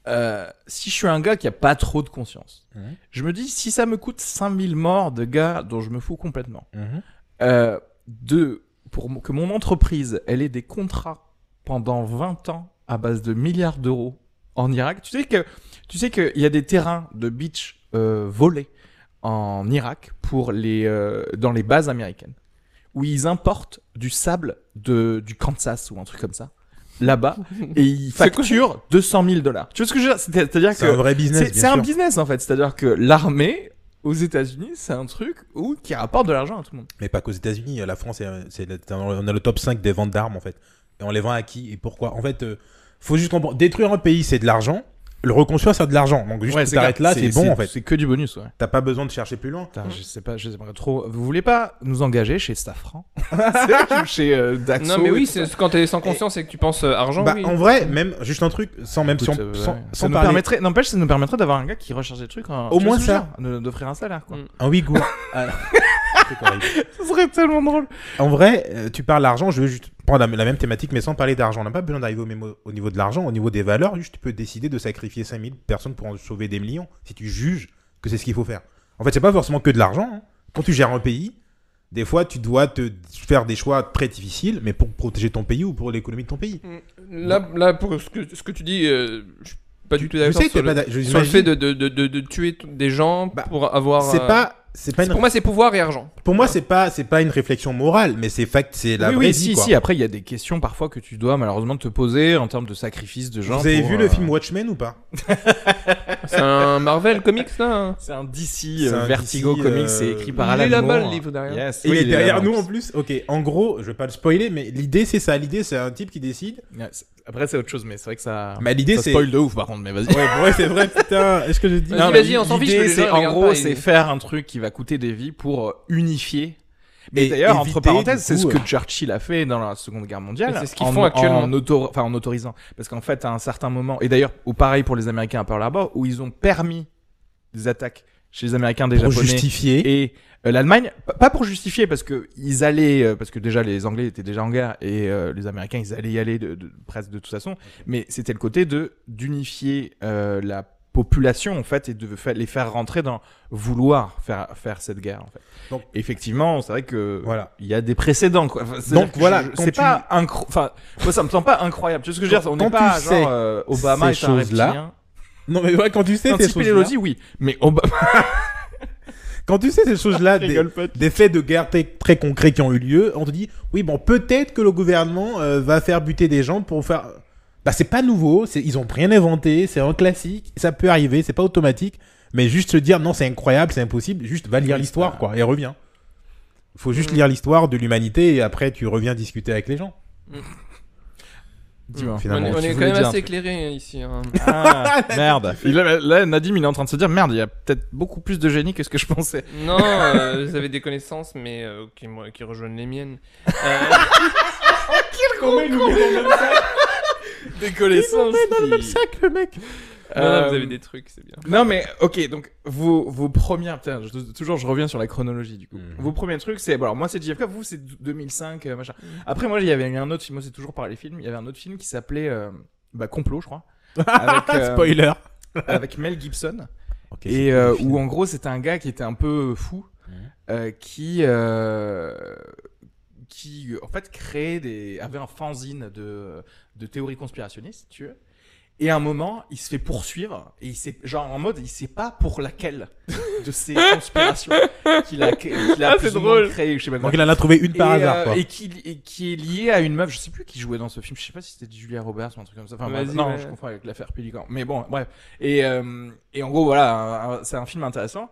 euh, si je suis un gars qui a pas trop de conscience,
Mhm.
je me dis, si ça me coûte 5000 morts de gars dont je me fous complètement,
Mhm.
euh, de, pour mo- que mon entreprise, elle ait des contrats pendant 20 ans à base de milliards d'euros en Irak. Tu sais que tu sais qu'il y a des terrains de beach euh, volés en Irak pour les euh, dans les bases américaines où ils importent du sable de du Kansas ou un truc comme ça là-bas et ils facturent 200 000 dollars. Tu vois ce que je veux dire C'est- C'est-à-dire
C'est un
que
vrai business.
c'est
bien
c'est un
sûr.
business en fait. C'est-à-dire que l'armée aux États-Unis, c'est un truc où qui rapporte de l'argent à tout le monde.
Mais pas qu'aux États-Unis. La France, est- c'est le- on a le top 5 des ventes d'armes, en fait. Et on les vend à qui et pourquoi En fait, euh, faut juste comprendre. Détruire un pays, c'est de l'argent. Le reconstruire, c'est de l'argent. Donc juste
Ouais,
tu
c'est
t'arrêtes
clair.
là, c'est bon, en fait.
C'est que du bonus, ouais.
T'as pas besoin de chercher plus loin.
Putain, je sais pas, je sais pas trop. Vous voulez pas nous engager chez Safran Ou chez euh, Daxo
Non, mais
et
oui,
tout
c'est- quand t'es sans conscience et que tu penses euh, argent,
Bah,
oui.
En vrai, même juste un truc, sans même si on-
Écoute, euh,
sans,
ouais.
sans
ça nous
parler-
permettrait, n'empêche, ça nous permettrait d'avoir un gars qui recherche des trucs. En,
Au
tu vois
moins
ce que je veux
ça.
dire De- D'offrir un salaire, hein, quoi.
Mm.
Un Ouïghour. Ah, c'est horrible.
Ça serait tellement drôle.
En vrai, euh, tu parles d'argent, je veux juste prendre la la même thématique, mais sans parler d'argent. On n'a pas besoin d'arriver au, même au- au niveau de l'argent, au niveau des valeurs. Juste, tu peux décider de sacrifier 5000 personnes pour en sauver des millions, si tu juges que c'est ce qu'il faut faire. En fait, c'est pas forcément que de l'argent. hein. Quand tu gères un pays, des fois, tu dois te faire des choix très difficiles, mais pour protéger ton pays ou pour l'économie de ton pays.
Là, là, pour ce que, ce que tu dis, euh, je suis pas du tout
Je
d'accord
sais que
sur,
t'es
le-
pas d'a- je-
sur le fait de,
j'imagine-
de, de, de- de tuer t- des gens
Bah,
pour avoir.
C'est
euh,
pas, c'est pas
c'est-
une,
Pour moi, c'est pouvoir et argent.
pour moi, c'est pas, c'est pas une réflexion morale, mais c'est fact, c'est la
oui,
vraie
oui,
vie,
si,
quoi.
si. Après, il y a des questions parfois que tu dois malheureusement te poser en termes de sacrifice de gens.
Vous avez
pour,
vu
euh,
le film Watchmen ou pas
C'est un Marvel Comics, là. hein.
C'est un DC
C'est
euh,
un
Vertigo
DC, euh,
Comics, c'est écrit par
Il
Alan
est là-bas,
Moore.
le livre, derrière.
Yes,
Et
oui,
il est derrière
là-bas.
nous en plus. Ok, en gros, je vais pas le spoiler, mais l'idée c'est ça. L'idée c'est un type qui décide.
Ouais, c'est- Après, c'est autre chose, mais c'est vrai que ça.
Ah, Mais l'idée
ça
c'est.
spoil de ouf par contre, mais vas-y.
Ouais, ouais, c'est vrai, putain. Est-ce que je dis
Vas-y,
mais
vas-y, on s'en fiche,
l'idée,
les gens,
c'est
ils
en
regardent
gros,
pas,
c'est
ils-
faire un truc qui va coûter des vies pour euh, unifier. Mais
Et
d'ailleurs, entre
éviter,
parenthèses,
du
c'est ce
coup,
que
euh,
Churchill a fait dans la Seconde Guerre mondiale.
Et c'est ce qu'ils
en-
font actuellement.
En, autor- enfin, en autorisant. Parce qu'en fait, à un certain moment, et d'ailleurs, au pareil pour les Américains à Pearl Harbor, où ils ont permis des attaques chez les Américains, des
Pour
Japonais
justifier.
et euh, l'Allemagne, p- pas pour justifier, parce que ils allaient, euh, parce que déjà les Anglais étaient déjà en guerre et euh, les Américains ils allaient y aller de, de- presque de toute façon, mais c'était le côté de d'unifier euh, la population en fait et de fa- les faire rentrer dans vouloir faire faire cette guerre. En fait.
Donc-
Donc effectivement, c'est vrai que
Voilà.
il y a des précédents quoi. Enfin, c'est-à-dire
Donc,
que
voilà,
je- je-
quand
c'est
tu-
pas incro- enfin moi ça me semble pas incroyable. Tu vois ce que je veux dire On
Quand
n'est pas
tu sais
genre euh, Obama
ces
est un
choses-là,
reptilien.
Non, mais ouais, quand tu sais
Non,
ces
Tippi
choses-là.
Hedlosy, oui, mais Obama
Quand tu sais ces choses-là, des,
rigole pas.
des faits de guerre très, très concrets qui ont eu lieu, on te dit, oui, bon, peut-être que le gouvernement euh, va faire buter des gens pour faire. Bah, c'est pas nouveau, c'est- ils ont rien inventé, c'est un classique, ça peut arriver, c'est pas automatique, mais juste se dire, non, c'est incroyable, c'est impossible, juste va lire l'histoire, quoi, et reviens. Faut juste
Mm.
lire l'histoire de l'humanité et après tu reviens discuter avec les gens.
Dis-moi.
On est,
Finalement,
on
tu
est quand
voulais
même
dire un
assez
truc.
éclairé hein, ici. hein.
Ah, merde. Il a- là, Nadim, il est en train de se dire merde, il y a peut-être beaucoup plus de génie que ce que je pensais.
non, euh, vous avez des connaissances, mais euh, qui, me- qui rejoignent les miennes. Euh,
Des connaissances. dans le même sac, le mec.
non, non,
Euh,
vous avez des trucs, c'est bien.
Non, mais ok, donc vos, vos premières. Putain, je- toujours, je reviens sur la chronologie du coup.
Mhm.
Vos premiers trucs, c'est. bon, alors, moi, c'est JFK, vous, c'est 2005, euh, machin. Après, moi, il y avait eu un autre film, moi, c'est toujours par les films. Il y avait un autre film qui s'appelait euh, bah, Complot, je crois. avec, euh,
Spoiler.
avec Mel Gibson.
Ok,
et
c'est
euh,
le film.
où en gros c'était un gars qui était un peu fou
Mhm.
euh, qui euh, qui euh, en fait créait des avait un fanzine de de théories conspirationnistes si tu veux et à un moment il se fait poursuivre et il sait genre en mode il sait pas pour laquelle de ces conspirations qu'il a qu'il a
Ah,
plus
c'est
ou moins
drôle.
créé je sais pas quoi.
Donc il en a trouvé une par
et,
hasard,
euh,
quoi.
et qui, et qui est lié à une meuf, je sais plus qui jouait dans ce film, je sais pas si c'était Julia Roberts ou un truc comme ça. Enfin, bref,
Vas-y,
non,
ouais.
je confonds avec l'affaire Pélican. Mais bon, bref. Et, euh, et en gros, voilà, un- un- c'est un film intéressant.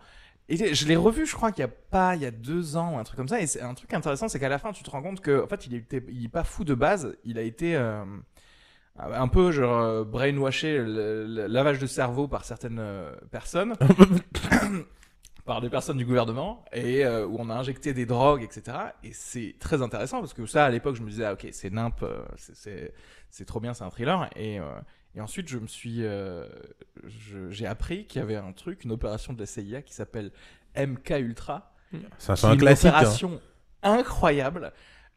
Et je l'ai revu, je crois qu'il y a pas, il y a deux ans ou un truc comme ça. Et c'est un truc intéressant, c'est qu'à la fin, tu te rends compte que, en fait, il était, il est pas fou de base. Il a été euh, un peu genre euh, brainwashé, le- le- lavage de cerveau par certaines euh, personnes par des personnes du gouvernement et euh, où on a injecté des drogues, etc. Et c'est très intéressant parce que ça, à l'époque, je me disais, ah, ok, c'est nimp, euh, c'est- c'est c'est trop bien, c'est un thriller. Et, euh, et ensuite, je me suis, euh, je- j'ai appris qu'il y avait un truc, une opération de la CIA qui s'appelle MK Ultra,
Ça,
qui
c'est
est
un
une
classique. hein.
opération incroyable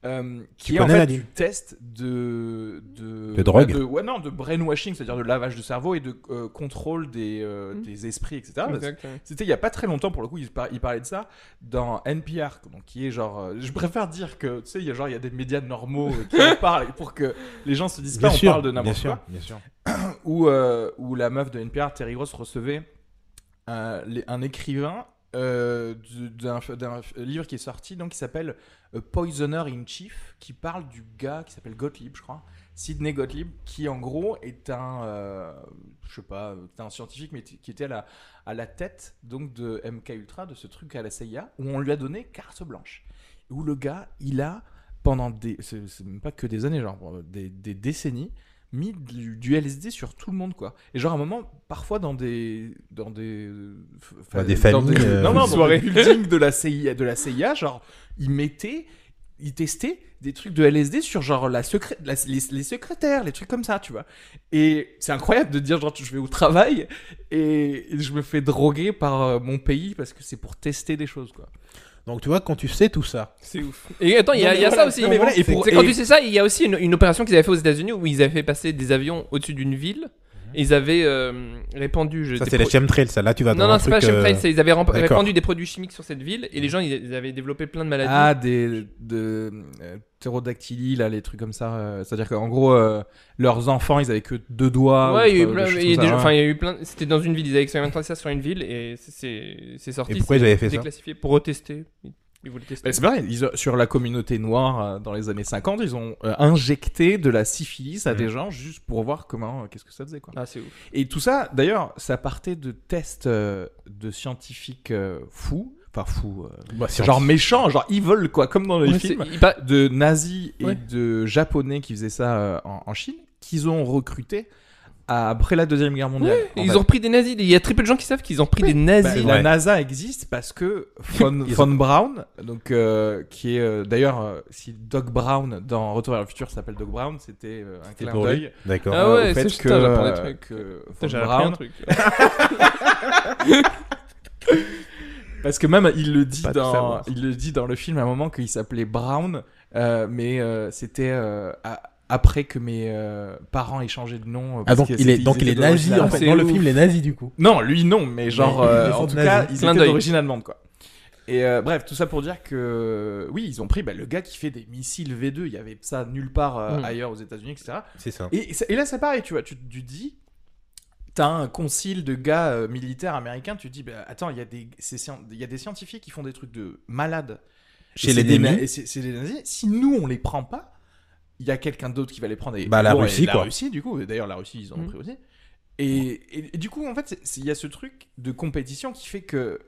euh,
Tu
qui est en
connais
fait
Nadine
du test de de,
De drogue
ouais, non, de brainwashing, c'est-à-dire de lavage de cerveau et de euh, contrôle des, euh,
Mhm.
des esprits, etc.
ah, bah,
Parce que
Exactement.
C'était il y a pas très longtemps pour le coup, il, par- il parlait de ça dans NPR, donc qui est genre, euh, je préfère dire que tu sais, il y a genre il y a des médias normaux euh, qui en parlent pour que les gens se disent pas on parle de n'importe quoi.
Bien sûr.
Où euh, où la meuf de NPR, Terry Gross, recevait un, les- un écrivain euh, du- d'un d'un livre qui est sorti, donc qui s'appelle euh, Poisoner in Chief, qui parle du gars qui s'appelle Gottlieb, je crois. Sidney Gottlieb, qui en gros est un, euh, je sais pas, est un scientifique, mais t- qui était à la, à la tête donc de MK Ultra, de ce truc à la CIA, où on lui a donné carte blanche, où le gars, il a pendant des, c'est c'est même pas que des années, genre euh, des, des décennies, mis du, du LSD sur tout le monde quoi. Et genre à un moment, parfois dans des, dans des, euh, f-
Bah, des
dans
familles, euh,
non non, dans
soirées.
des buildings de la CIA, de la CIA, genre il mettait ils testaient des trucs de LSD sur genre la secré- la- les, les secrétaires, les trucs comme ça, tu vois. Et c'est incroyable de dire genre je vais au travail et je me fais droguer par euh, mon pays parce que c'est pour tester des choses quoi.
Donc tu vois, quand tu sais tout ça,
C'est ouf. Et attends, il y
Non,
a,
mais
il y a
voilà.
ça aussi.
Non, mais voilà, et
C'est-
pour-
c'est quand
et-
tu sais ça, il y a aussi une, une opération qu'ils avaient fait aux États-Unis où ils avaient fait passer des avions au-dessus d'une ville.
Mhm.
Et ils avaient euh, répandu. je-
ça
des
c'est la
pro-
chemtrail, ça. Là, tu vas dans
Non,
un
non, c'est pas
truc, euh,
chemtrail, c'est ils avaient ramp-
d'accord.
répandu des produits chimiques sur cette ville et les gens ils, ils avaient développé plein de maladies.
Mhm. Ah, des de, euh, pterodactylie, là, les trucs comme ça. euh, C'est-à-dire qu'en gros, euh, leurs enfants, ils avaient que deux doigts.
ouais, il y a
ou,
eu
euh,
plein.
des choses
il y a
comme
des-
ça,
Enfin,
ouais.
il y a eu plein. C'était dans une ville, ils avaient expérimenté ça sur une ville et c'est- c'est c'est sorti.
Et pourquoi ils avaient fait ça
Déclassifié pour retester. Ils- Ils voulaient tester.
Mais Bah, c'est pareil, ils ont- sur la communauté noire, euh, dans les années 50, ils ont euh, injecté de la syphilis à
Mhm.
des gens juste pour voir comment, euh, qu'est-ce que ça faisait, quoi.
Mm. Ah, c'est ouf.
Et tout ça, d'ailleurs, ça partait de tests euh, de scientifiques euh, fous, enfin fous, euh,
bah, c'est-
genre méchants, genre evil, quoi, comme dans les
Ouais,
films.
c'est- il pa-
de nazis et
Ouais.
de japonais qui faisaient ça euh, en, en Chine, qu'ils ont recruté après la deuxième guerre mondiale. en
Ils
fait.
ont pris des nazis. Il y a très peu de gens qui savent qu'ils ont pris des
Bah,
nazis.
la
Ouais.
NASA existe parce que von,
Ils
von Braun, donc euh, qui est euh, d'ailleurs euh, si Doc Brown dans Retour vers le futur s'appelle Doc Brown, c'était euh, un clin
pour lui.
d'œil
D'accord.
Ah
euh,
ouais,
au fait
c'est-
que,
putain, j'apprends des
euh,
trucs.
que
Putain, J'ai
von
appris un
Braun-
truc.
Parce que même il le dit
Pas tout
dans
savoir.
il le dit dans le film à un moment qu'il s'appelait Brown, euh, mais euh, c'était euh, à- après que mes euh, parents aient changé de nom. euh,
Ah
parce
donc
que
il est
c'était-
donc
ils
il est
étaient
nazi
d'origine
en
Ah,
fait.
c'est
Dans le
ouf.
film, il est nazi du coup.
Non, lui non, mais genre
Mais
euh,
ils sont
en tout
nazis.
cas, ils
Clin
étaient
d'œil.
d'origine allemande quoi. Et euh, bref, tout ça pour dire que oui, ils ont pris bah, le gars qui fait des missiles V2, il y avait ça nulle part euh,
Mm.
ailleurs aux États-Unis, etc.
C'est ça.
Et, c'est- et là, c'est pareil, tu vois, tu, tu dis, t'as un concile de gars euh, militaires américains, tu te dis, bah, attends, il y, a des- c'est scien- il y a des scientifiques qui font des trucs de malades.
Chez
Et c'est
les
des na-
ennemis.
Et c'est c'est des nazis. Si nous, on les prend pas, il y a quelqu'un d'autre qui va les prendre. Et,
Bah, la
bon, et
Russie, quoi.
La Russie, du coup. Et D'ailleurs, la Russie, ils en ont
Mhm.
pris aussi. Et, et- et du coup, en fait, c'est- c'est- il y a ce truc de compétition qui fait que.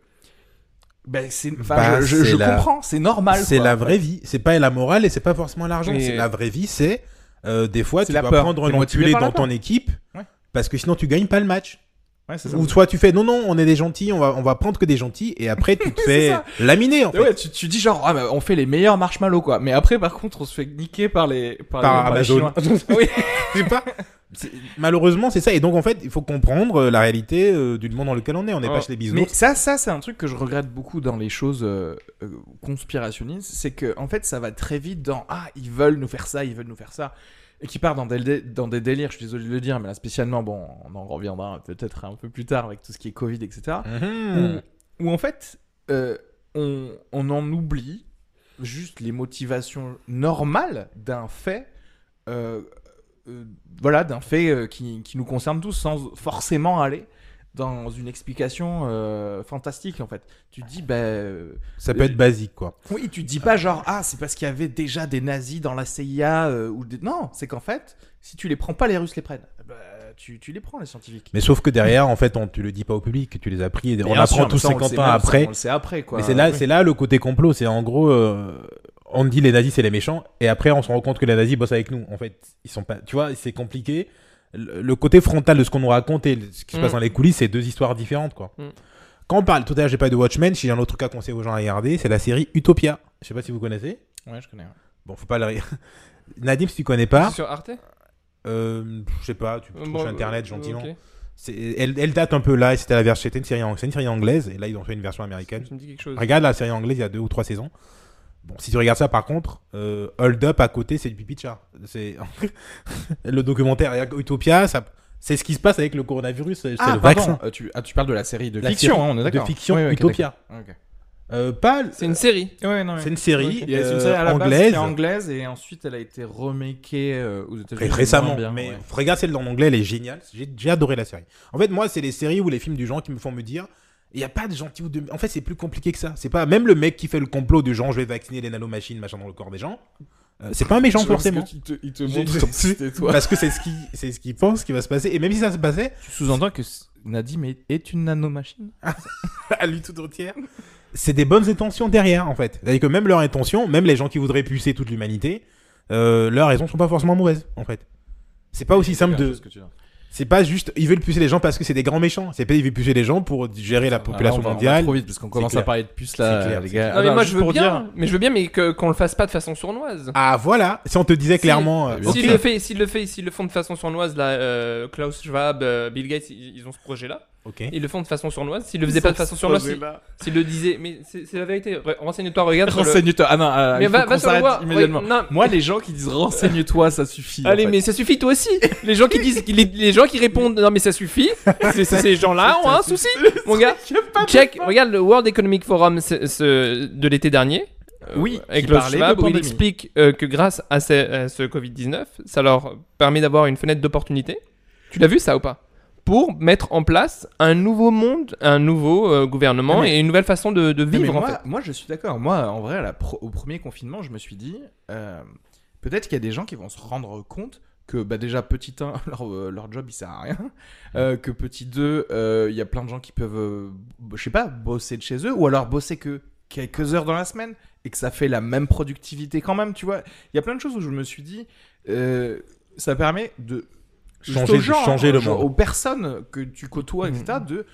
Ben, c'est, enfin,
Bah,
je, je- je
c'est la-
comprends, c'est normal.
C'est
quoi.
la vraie vie. C'est pas la morale et c'est pas forcément l'argent.
Mais-
C'est la vraie vie. C'est euh, des fois
C'est
tu
la
vas
peur.
prendre
T'es
un
motivé
enculé
par la
dans
peur.
ton équipe
Ouais.
parce que sinon tu gagnes pas le match.
Ouais, c'est ça.
Ou toi tu fais non non on est des gentils on va on va prendre que des gentils et après tu te fais
ça.
laminer en fait.
Ouais, tu, tu dis genre, ah, bah, on fait les meilleurs marshmallows, quoi. Mais après, par contre, on se fait niquer par les, par,
Par
les- les
Amazon.
Chinois. oui.
C'est pas. c'est- Malheureusement, c'est ça. Et donc, en fait, il faut comprendre euh, la réalité euh, du monde dans lequel on est. On n'est
Oh.
pas chez les
Mais
bisounours.
ça, ça, c'est un truc que je regrette beaucoup dans les choses euh, euh, conspirationnistes. C'est que, en fait, ça va très vite dans, ah, ils veulent nous faire ça, ils veulent nous faire ça. Et qui part dans des, dé- dans des délires, je suis désolé de le dire, mais là, spécialement, bon, on en reviendra peut-être un peu plus tard avec tout ce qui est Covid, etc.
Mhm.
où en fait, euh, on, on en oublie juste les motivations normales d'un fait, euh, euh, voilà, d'un fait euh, qui, qui nous concerne tous, sans forcément aller dans une explication euh, fantastique en fait. Tu te dis, bah, euh,
Ça peut être basique, quoi.
oui, tu te dis pas genre, ah, c'est parce qu'il y avait déjà des nazis dans la CIA euh, ou des... Non, c'est qu'en fait, si tu les prends pas, les Russes les prennent. Bah, tu, tu les prends, les scientifiques.
Mais sauf que derrière, en fait, on, tu le dis pas au public, tu les as pris. Et on
Bien
apprend
sûr,
tous
ça, on le
50
sait
ans
même, ça,
après.
On le sait après, quoi.
Mais c'est là,
Oui.
c'est là le côté complot. C'est en gros, euh, on dit les nazis c'est les méchants, et après on se rend compte que les nazis bossent avec nous. En fait, ils sont pas. Tu vois, c'est compliqué. Le, le côté frontal de ce qu'on nous raconte et ce qui se
Mm.
passe dans les coulisses, c'est deux histoires différentes, quoi.
Mm.
Quand on parle, tout à l'heure j'ai pas de Watchmen, si j'ai un autre cas conseillé aux gens à regarder, c'est la série Utopia. Je sais pas si vous connaissez.
Ouais, je connais.
Bon, faut pas le rire. Nadim, si tu connais pas,
Sur Arte
euh, je sais pas, tu peux trouver
Bon,
sur internet
euh,
gentiment.
ok.
C'est- Elle, elle date un peu là, c'était la version, c'était une série, ang- c'est une série anglaise, et là ils ont fait une version américaine.
Ça me dit quelque chose.
Regarde la série anglaise, il y a deux ou trois saisons. Bon, si tu regardes ça, par contre, euh, Hold Up à côté, c'est du pipi de chat. C'est le documentaire Utopia, ça... c'est ce qui se passe avec le coronavirus, c'est c'est le vaccin.
tu, ah, tu parles de la série de
La
fiction,
série
hein, on est
De
d'accord.
fiction
Oui, oui, ok,
Utopia.
d'accord. Ah, Ok.
Euh, pas.
C'est une série.
Ouais, non,
c'est
ouais.
une série,
Ok. Il y a- c'est une série
euh,
à la base qui
anglaise.
était anglaise et ensuite elle a été remakée euh, aux États-Unis.
Ré- récemment,
moins bien,
mais
ouais.
regarde celle en anglais, elle est géniale. J'ai j'ai adoré la série. En fait, moi, c'est les séries ou les films du genre qui me font me dire, il n'y a pas de gentil ou de. En fait, c'est plus compliqué que ça. C'est pas même le mec qui fait le complot du genre, je vais vacciner les nanomachines, machin dans le corps des gens. euh, c'est pas un méchant forcément.
Il te, il te
J'ai-
montre ton site et toi.
Parce que c'est ce qui, c'est ce qu'il pense qui va se passer. Et même si ça se passait,
Tu sous-entends que c- Nadim est, est une nanomachine
à lui tout entière, c'est des bonnes intentions derrière, en fait. C'est-à-dire que même leur intention, même les gens qui voudraient pucer toute l'humanité, euh, leurs raisons sont pas forcément mauvaises, en fait. C'est pas aussi simple de. C'est pas juste, ils veulent pucer les gens parce que c'est des grands méchants. C'est pas, ils veulent pucer les gens pour gérer la
Ah,
population mondiale.
trop vite parce qu'on commence à
clair.
parler de puces là,
C'est clair,
les
c'est
gars.
Non, Ah, mais
Alors,
moi
Ah bah, juste
je veux
pour
bien,
dire-
mais je veux bien, mais que- qu'on le fasse pas de façon sournoise.
Ah voilà, si on te disait clairement. euh,
bien
ok.
S'il le fait, s'il le fait, s'ils le font de façon sournoise, là, euh, Klaus Schwab, euh, Bill Gates, ils, ils ont ce projet-là.
Ok.
Ils le font de façon sournoise. S'ils le faisaient pas de façon sournoise, s'ils s'ils le disaient, mais c'est c'est la vérité. Re- Renseigne-toi, regarde. sur le-
Renseigne-toi. Ah non, ah, il
Mais
faut
va,
qu'on
va sur le
s'arrête
voir.
immédiatement.
Oui, non,
Moi, les gens qui disent renseigne-toi, ça suffit. en
Allez,
fait.
mais ça suffit toi aussi. Les gens qui disent, les, les gens qui répondent, non mais ça suffit. c'est- c'est- ces gens-là ont un souci, mon gars. Check, regarde le World Economic Forum ce- ce- de l'été dernier. euh,
Oui,
avec
qui
Klaus
parlait de
Schwab, où il
pandémie.
explique euh, que grâce à ce, à ce Covid-19, ça leur permet d'avoir une fenêtre d'opportunité. Tu l'as vu ça ou pas Pour mettre en place un nouveau monde, un nouveau euh, gouvernement
Non, mais-
et une nouvelle façon de, de
Non, mais
vivre en
moi, euh,
fait.
moi, je suis d'accord. Moi, en vrai, à la pro- au premier confinement, je me suis dit, euh, peut-être qu'il y a des gens qui vont se rendre compte que bah, déjà, petit 1, leur, euh, leur job, il sert à rien. Euh, que petit 2, euh, il y a plein de gens qui peuvent, euh, b- je sais pas, bosser de chez eux ou alors bosser que quelques heures dans la semaine et que ça fait la même productivité quand même, tu vois. Il y a plein de choses où je me suis dit, euh, ça permet de juste
Changer-
aux gens,
changer
hein,
le
genre
monde.
aux personnes que tu côtoies, etc., de,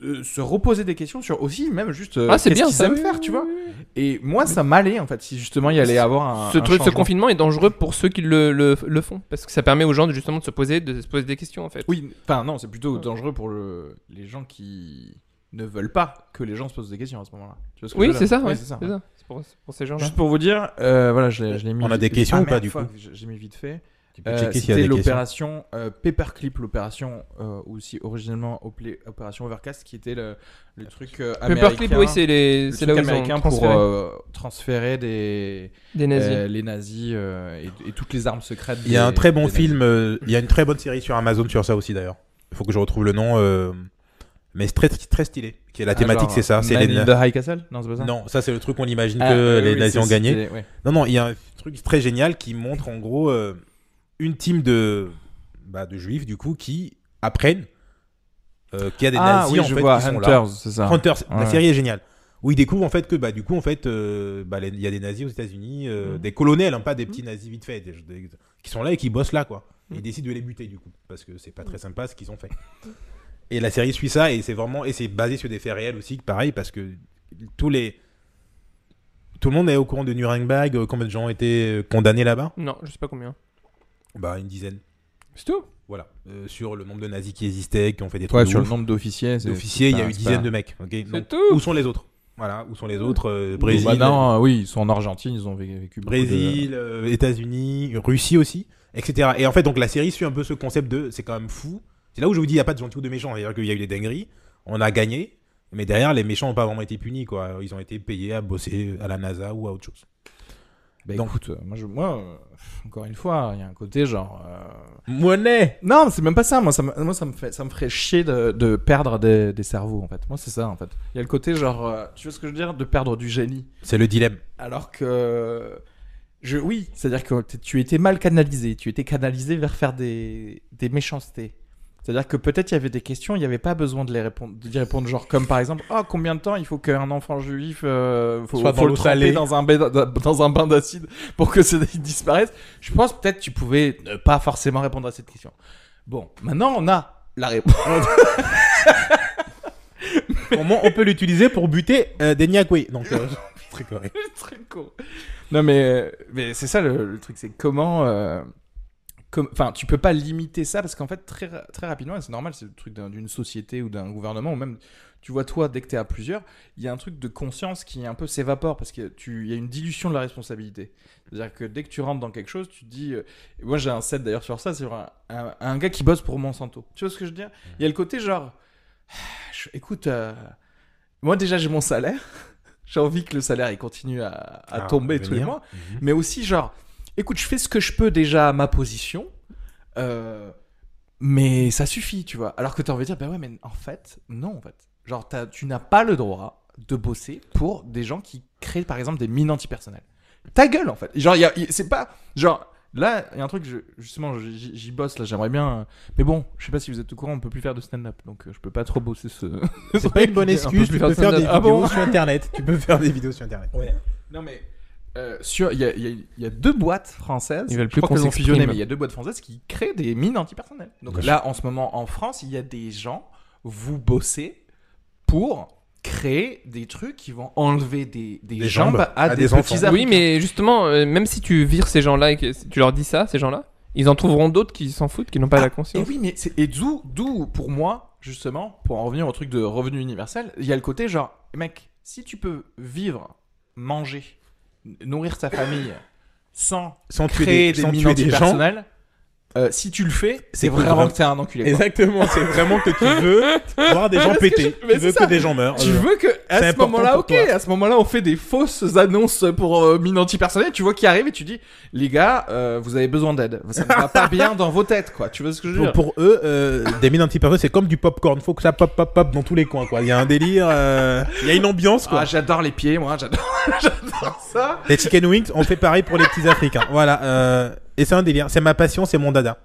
de se reposer des questions sur aussi même juste euh,
Ah, c'est
qu'est-ce
bien
qu'ils
ça.
aiment
oui,
faire,
oui,
tu vois.
oui, oui.
Et moi, ça m'allait en fait si justement il y allait avoir un
ce
un
truc, ce
changement.
confinement est dangereux pour ceux qui le, le, le font parce que ça permet aux gens de, justement de se poser, de se poser des questions en fait.
Oui, enfin non, c'est plutôt dangereux pour le... les gens qui ne veulent pas que les gens se posent des questions à ce moment-là. Tu vois ce que je
Oui,
veux
c'est
dire
ça,
Oui,
ouais,
c'est ça.
c'est ça. C'est pour, c'est pour ces gens-là.
Juste pour vous dire, euh, voilà, je l'ai je l'ai mis.
On a des
j'ai-
questions
ah,
ou pas,
merde,
du
fuck, J'ai j'ai mis vite fait.
Tu peux
Euh,
checker s'il y a
C'était
des questions.
l'opération euh, Paperclip, l'opération euh, aussi originellement appelée opération Overcast, qui était le, le truc euh, américain.
Paperclip, oui, c'est les,
le
c'est
truc
là où ils ont
américain pour
transféré
euh, transférer des
des nazis.
euh, les nazis euh, et, et toutes les armes secrètes.
Il y a
des-
un très bon
des nazis.
film, euh, il y a une très bonne série sur Amazon sur ça aussi d'ailleurs. Il faut que je retrouve le nom, euh, mais c'est très, très stylé. Qui est la
Ah,
thématique,
genre,
c'est ça. C'est
Man
les
in
na-
the High Castle Non, c'est pas ça.
Non, ça c'est le truc qu'on imagine
Ah,
que
oui,
les
oui,
nazis ont
c'est-
gagné.
c'était- ouais.
Non, non, il y a un truc très génial qui montre en gros euh, une team de, bah, de juifs du coup qui apprennent euh, qu'il y a des
ah
nazis
oui,
en
je
fait
vois
qui sont là.
Hunters, c'est ça.
Hunters, la
Ah, Ouais.
série est géniale. Où ils découvrent en fait que bah, du coup en fait euh, bah, les- il y a des nazis aux États-Unis, euh, des colonels, hein, pas des petits nazis vite fait, des- des- qui sont là et qui bossent là quoi. Et Ils décident de les buter du coup parce que c'est pas très sympa ce qu'ils ont fait. Et la série suit ça et c'est vraiment et c'est basé sur des faits réels aussi, pareil parce que tous les tout le monde est au courant de Nuremberg, euh, combien de gens ont été euh, condamnés là-bas
Non, je sais pas combien.
Bah une dizaine.
C'est tout.
Voilà, Euh, sur le nombre de nazis qui existaient, qui ont fait des trucs
Ouais,
de
sur le
ouf.
nombre d'officiers. c'est-
d'officiers, il y a
c'est
eu
pas-
dizaines de mecs. ok Donc,
C'est tout.
où sont les autres Voilà, où sont les autres euh,
Bon,
Brésil,
bah non, euh, oui, ils sont en Argentine, ils ont vé- vécu. beaucoup
Brésil, euh, États-Unis, Russie aussi, etc. Et en fait, donc la série suit un peu ce concept de c'est quand même fou. C'est là où je vous dis il n'y a pas de gentil ou de méchant. C'est-à-dire qu'il y a eu des dingueries, on a gagné, mais derrière les méchants n'ont pas vraiment été punis quoi. Ils ont été payés à bosser à la NASA ou à autre chose.
De... Bah
Donc-
écoute, euh, moi, je... moi euh, pff, encore une fois, il y a un côté genre. euh,
Monnaie.
Non, mais c'est même pas ça. Moi, ça me, moi, ça me, fait, ça me ferait chier de, de perdre des, des cerveaux, en fait. Moi, c'est ça, en fait. Il y a le côté, genre, euh, tu vois ce que je veux dire De perdre du génie.
C'est le dilemme.
Alors que. Je, oui, c'est-à-dire que t- tu étais mal canalisé. Tu étais canalisé vers faire des, des méchancetés. C'est-à-dire que peut-être il y avait des questions, il n'y avait pas besoin de les répondre, d'y répondre. Genre, comme par exemple, oh, combien de temps il faut qu'un enfant juif euh, faut,
Soit dans
faut le
l'eau
tremper
salée.
dans un, bain- dans un bain d'acide pour que ça il disparaisse Je pense peut-être tu pouvais ne pas forcément répondre à cette question. Bon, maintenant on a la réponse.
Comment on peut l'utiliser pour buter euh, des Niakwe Donc euh, très correct.
Très con. Non, mais, mais c'est ça le, le truc, c'est comment, euh, comme- enfin, tu peux pas limiter ça parce qu'en fait, très, ra- très rapidement, et c'est normal, c'est le truc d'un- d'une société ou d'un gouvernement, ou même, tu vois, toi, dès que t'es à plusieurs, il y a un truc de conscience qui un peu s'évapore parce qu'il y a une dilution de la responsabilité. C'est-à-dire que dès que tu rentres dans quelque chose, tu te dis. euh, et moi, j'ai un set d'ailleurs sur ça, sur un, un- un gars qui bosse pour Monsanto. Tu vois ce que je veux dire Il y a le côté genre. je- écoute, euh, moi, déjà, j'ai mon salaire. j'ai envie que le salaire, il continue à, à
À
tomber tous les
venir.
mois. Mais aussi, genre, écoute, je fais ce que je peux déjà à ma position. euh, mais ça suffit, tu vois. Alors que t'as envie de dire, bah ouais, mais en fait, non, en fait. Genre, t'as- tu n'as pas le droit de bosser pour des gens qui créent, par exemple, des mines antipersonnelles. Ta gueule, en fait. Genre, il y a- il- c'est pas. Genre, là, il y a un truc, je- justement, j'y j'y bosse, là, j'aimerais bien. euh, Mais bon, je sais pas si vous êtes au courant, on peut plus faire de stand-up, donc euh, je peux pas trop bosser ce.
C'est pas une bonne excuse, tu peux faire des
Ah bon
vidéos sur internet. Tu peux faire des vidéos sur internet.
Non, mais. euh, sur, il y, a- il y a- il y a deux boîtes françaises.
Ils veulent
je
plus
crois
qu'on
qu'elles ont
s'exprime.
fusionné, mais il y a deux boîtes françaises qui créent des mines antipersonnelles. Donc là, en ce moment, en France, il y a des gens, vous bossez pour créer des trucs qui vont enlever des, des
Des
jambes,
jambes
à,
à
des,
des
petits
enfants.
Africains.
Oui, mais justement, euh, même si tu vires ces gens-là et que tu leur dis ça, ces gens-là, ils en trouveront d'autres qui s'en foutent, qui n'ont pas
Ah,
la
Et
conscience.
oui, mais c'est- et d'où, d'où pour moi, justement, pour en revenir au truc de revenu universel, il y a le côté genre, mec, si tu peux vivre, manger, n- nourrir ta famille sans
Sans
créer des,
tuer des, sans
mines
tuer des gens.
antipersonnelles, euh, si tu le fais, c'est
C'est cool,
vraiment
vraiment.
que t'es un enculé. quoi.
Exactement, c'est vraiment que tu veux voir des gens péter.
mais
Tu veux
c'est
que
ça.
des gens meurent.
Tu veux que
C'est
à ce
important
moment-là,
pour
ok,
toi.
à ce moment-là, on fait des fausses annonces pour euh, mine antipersonnelle. Tu vois qui arrive et tu dis, les gars, euh, vous avez besoin d'aide. Ça ne va pas bien dans vos têtes, quoi. Tu vois ce que je veux
Pour,
dire
pour eux, euh, des mines antipersonnelles, c'est comme du popcorn. Faut que ça pop, pop, pop dans tous les coins, quoi. Il y a un délire, euh, il y a une ambiance, quoi.
Ah, j'adore les pieds, moi, j'adore, j'adore ça.
les chicken wings, on fait pareil pour les petits africains. Voilà. euh, et c'est un délire. C'est ma passion, c'est mon dada.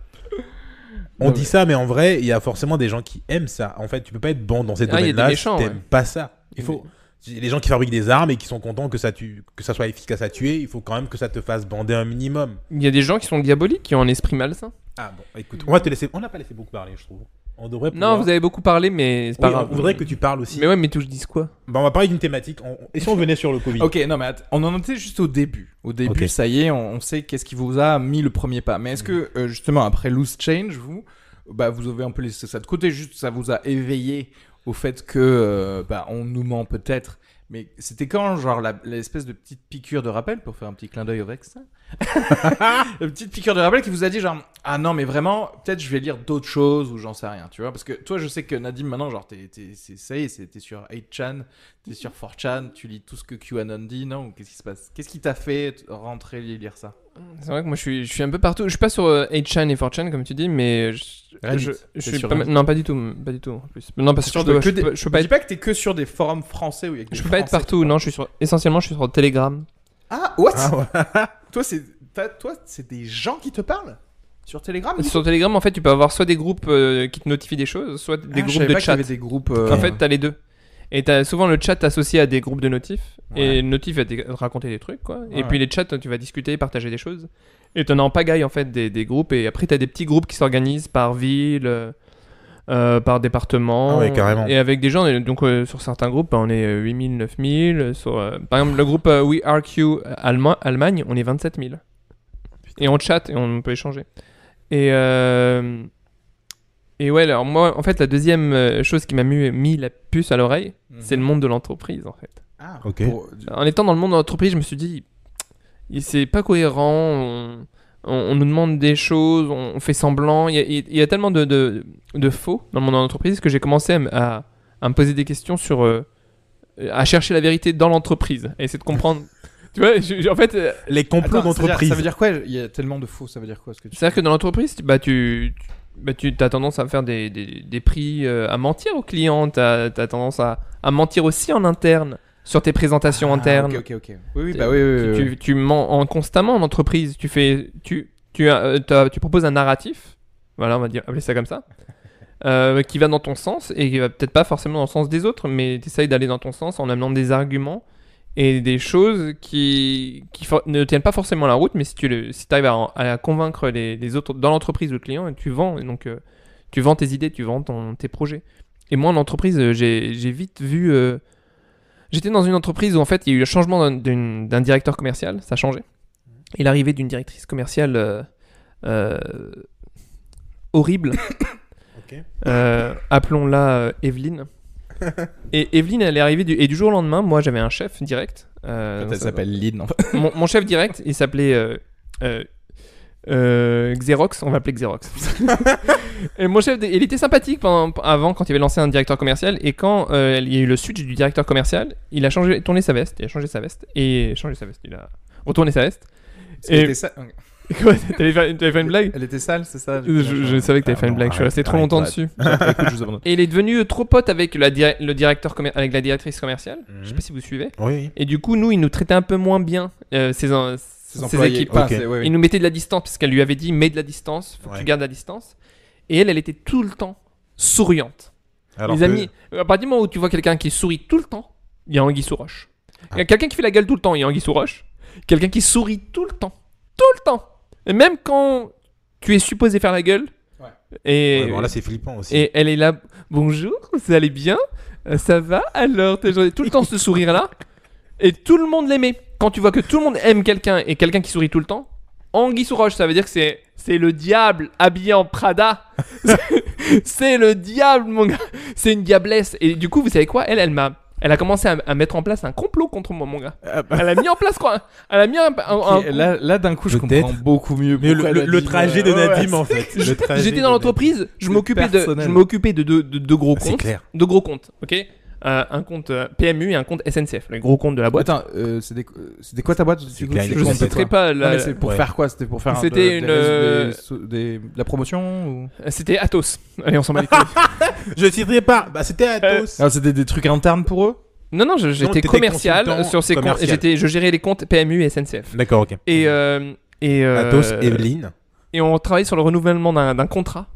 On
Non,
dit ça, mais en vrai, il y a forcément des gens qui aiment ça. En fait, tu peux pas être bon dans ces
Ah, il y a des
domaines-là si
méchants,
t'aimes
ouais.
pas ça. Il faut. Les gens qui fabriquent des armes et qui sont contents que ça, tue, que ça soit efficace à tuer, il faut quand même que ça te fasse bander un minimum.
Il y a des gens qui sont diaboliques, qui ont un esprit malsain.
Ah bon, écoute, on va te laisser. On n'a pas laissé beaucoup parler, je trouve. On devrait.
Non, vous avez beaucoup parlé, mais c'est pas
Oui,
grave.
on voudrait que tu parles aussi.
Mais ouais, mais tout, je dis quoi
Bah, on va parler d'une thématique. On- Et si on venait sur le Covid
Ok, non, mais att- on en était juste au début. Au début,
Ok.
ça y est, on, on sait qu'est-ce qui vous a mis le premier pas. Mais est-ce que, euh, justement, après Loose Change, vous, bah, vous avez un peu laissé ça de côté, juste ça vous a éveillé au fait que, euh, bah, on nous ment peut-être. Mais c'était quand, genre, la- l'espèce de petite piqûre de rappel, pour faire un petit clin d'œil au Vex La petite piqûre de rappel qui vous a dit, genre, ah non, mais vraiment, peut-être je vais lire d'autres choses ou j'en sais rien, tu vois. Parce que toi, je sais que Nadim, maintenant, genre, t'es, t'es- c'est- ça y est, c'est- t'es sur 8chan, T'es sur 4chan, tu lis tout ce que QAnon dit, non Ou Qu'est-ce qui se passe Qu'est-ce qui t'a fait rentrer et lire ça
C'est vrai que moi je suis, je suis un peu partout. Je suis pas sur euh, 8chan et 4chan comme tu dis, mais je,
Reddit.
je, je
T'es
suis
sur
pas ma-
Reddit.
non pas du tout, m- pas du tout en plus. Non parce que
Sur
je peux,
de-
je
que des-
peux- je peux
Je
pas
dis
être,
pas que t'es que sur des forums français où il y a que
je
des
peux pas être
Français qui
partout.
parlent.
Non, je suis sur essentiellement je suis sur Telegram.
Ah, what
Ah ouais.
Toi, c'est t'as- toi, c'est des gens qui te parlent Sur Telegram dis-
Sur Telegram en fait tu peux avoir soit des groupes euh, qui te notifient des choses, soit des
Ah, je
groupes
savais
de
pas qu'il y
chat.
avait des groupes. euh,
En fait t'as les deux. Et t'as souvent le chat associé à des groupes de notifs. Et le notif va te raconter des trucs quoi. Et
Ouais.
puis les chats tu vas discuter, partager des choses. Et t'en as en pagaille en fait des, des groupes. Et après t'as des petits groupes qui s'organisent par ville, euh, euh, par département.
Ah ouais, carrément.
Et avec des gens, on est- donc euh, sur certains groupes, on est euh, 8000, 9000. euh, Sur, euh, par exemple, le groupe euh, We Are Q Allema- Allemagne, on est 27000. Et on chatte et on peut échanger. Et, euh, et ouais, alors moi, en fait, la deuxième euh, chose qui m'a mu- mis la puce à l'oreille,
Mhm.
c'est le monde de l'entreprise, en fait.
Mm. Ah,
Ok.
pour-
En étant dans le monde de l'entreprise, je me suis dit, il- c'est pas cohérent, on, on- on nous demande des choses, on, on fait semblant. Il y a, il y a tellement de, de- de faux dans le monde de l'entreprise que j'ai commencé à, m- à- à me poser des questions sur. euh, à chercher la vérité dans l'entreprise, à essayer de comprendre. tu vois, je- je- en fait, euh,
Les complots
Attends, ça veut dire-
d'entreprise.
Ça veut dire quoi Il y a tellement de faux, ça veut dire quoi ce que tu
C'est-à-dire que dans l'entreprise, tu- bah, tu, tu- bah, tu as tendance à faire des, des- des prix, euh, à mentir aux clients, tu as, tendance à, à mentir aussi en interne, sur tes présentations
Ah,
internes.
Ok, ok, ok. Oui,
Euh,
oui, bah oui, oui, oui,
Tu,
oui.
tu- tu mens en, constamment en entreprise, tu, fais, tu, tu, as- euh, t'as- tu proposes un narratif, voilà, on va dire, appeler ça comme ça, euh, qui va dans ton sens et qui va peut-être pas forcément dans le sens des autres, mais tu essayes d'aller dans ton sens en amenant des arguments et des choses qui, qui for- ne tiennent pas forcément la route, mais si tu le, si arrives à, en- à convaincre les, les autres dans l'entreprise, le client, tu vends. Et donc, euh, tu vends tes idées, tu vends ton- tes projets. Et moi, en entreprise, euh, j'ai j'ai vite vu. euh, J'étais dans une entreprise où, en fait, il y a eu le changement d'un- d'une- d'un directeur commercial, ça a changé. Et l'arrivée d'une directrice commerciale euh, euh, horrible.
Ok.
Euh, Appelons-la euh, Evelyne. Et Evelyne, elle est arrivée du, et du jour au lendemain, moi j'avais un chef direct. euh,
Elle s'appelle Lynn. en fait.
mon, mon chef direct, il s'appelait euh, euh, euh, Xerox, on va l'appeler Xerox. et mon chef, il était sympathique pendant, avant quand il avait lancé un directeur commercial. Et quand euh, il y a eu le switch du directeur commercial, il a changé, tourné sa veste, il a changé sa veste et changé sa veste, il a retourné sa veste.
Elle
Et-
était sa-
Quoi, t'allais faire, t'allais faire une blague
Elle était sale, c'est ça
je, je savais que t'allais faire une blague, je suis resté trop longtemps dessus.
Ah, bah, Écoute, je vous abandonne.
Et il est devenu trop pote avec, la dir- le directeur commer- avec la directrice commerciale.
Mhm.
Je sais pas si vous suivez.
Oui.
Et du coup, nous, il nous traitait un peu moins bien, euh, ses, en- ses
employés.
équipes.
Ah,
Ok.
c'est- ouais, ouais.
Il nous mettait de la distance, parce qu'elle lui avait dit, mets de la distance, faut que
Ouais.
tu gardes la distance. Et elle, elle était tout le temps souriante.
Alors
Les
que-
amis, euh, à partir du moment où tu vois quelqu'un qui sourit tout le temps, il y a Anguille sous roche. Il y a
Ah.
quelqu'un qui fait la gueule tout le temps, il y a Anguille sous roche. Quelqu'un qui sourit tout le temps. Tout le temps. Et même quand tu es supposé faire la gueule. Et,
Ouais, bon, là, c'est flippant aussi.
et elle est là, bonjour, vous allez bien Euh, Ça va alors t'es gentil. Tout le temps ce sourire-là. Et tout le monde l'aimait. Quand tu vois que tout le monde aime quelqu'un et quelqu'un qui sourit tout le temps, Anguille sous roche, ça veut dire que c'est, c'est le diable habillé en Prada. c'est le diable, mon gars. C'est une diablesse. Et du coup, vous savez quoi Elle, elle m'a. Elle a commencé à, à mettre en place un complot contre moi, mon gars.
Ah,
Elle a mis en place quoi Elle a mis un. un- un-
Ok, Là, là, d'un coup, je
Peut-être.
comprends beaucoup mieux.
Mais le,
pourquoi
le-
elle a
le
dit,
trajet
euh,
de
ouais,
Nadim, en fait. Le trajet
J'étais
de
dans l'entreprise, je
C'est
m'occupais de, je
personnel.
m'occupais de deux de, deux gros
Nadim. C'est
comptes.
clair.
deux gros comptes, ok Euh, Un compte euh, PMU et un compte SNCF, le gros compte de la boîte.
Attends, euh, c'était quoi- c'était quoi ta boîte du coup,
clair,
tu-
il est
je ne
comptes,
citerai
toi.
pas
Non,
la...
mais c'est pour
Ouais.
faire quoi C'était pour faire un-
C'était
de-
une,
des-
euh,
des- sous- des- de la promotion ou
C'était Atos. Allez, on s'en bat les couilles.
Je citerai pas. Bah, c'était Athos.
Ah, c'était des trucs internes pour eux
non, non, je- j'étais
t'étais
commercial
consultant
sur ces comptes.
commercial.
J'étais, je gérais les comptes PMU et SNCF.
D'accord, ok.
Et euh, et euh,
Athos, Evelyne.
et on travaillait sur le renouvellement d'un d'un contrat.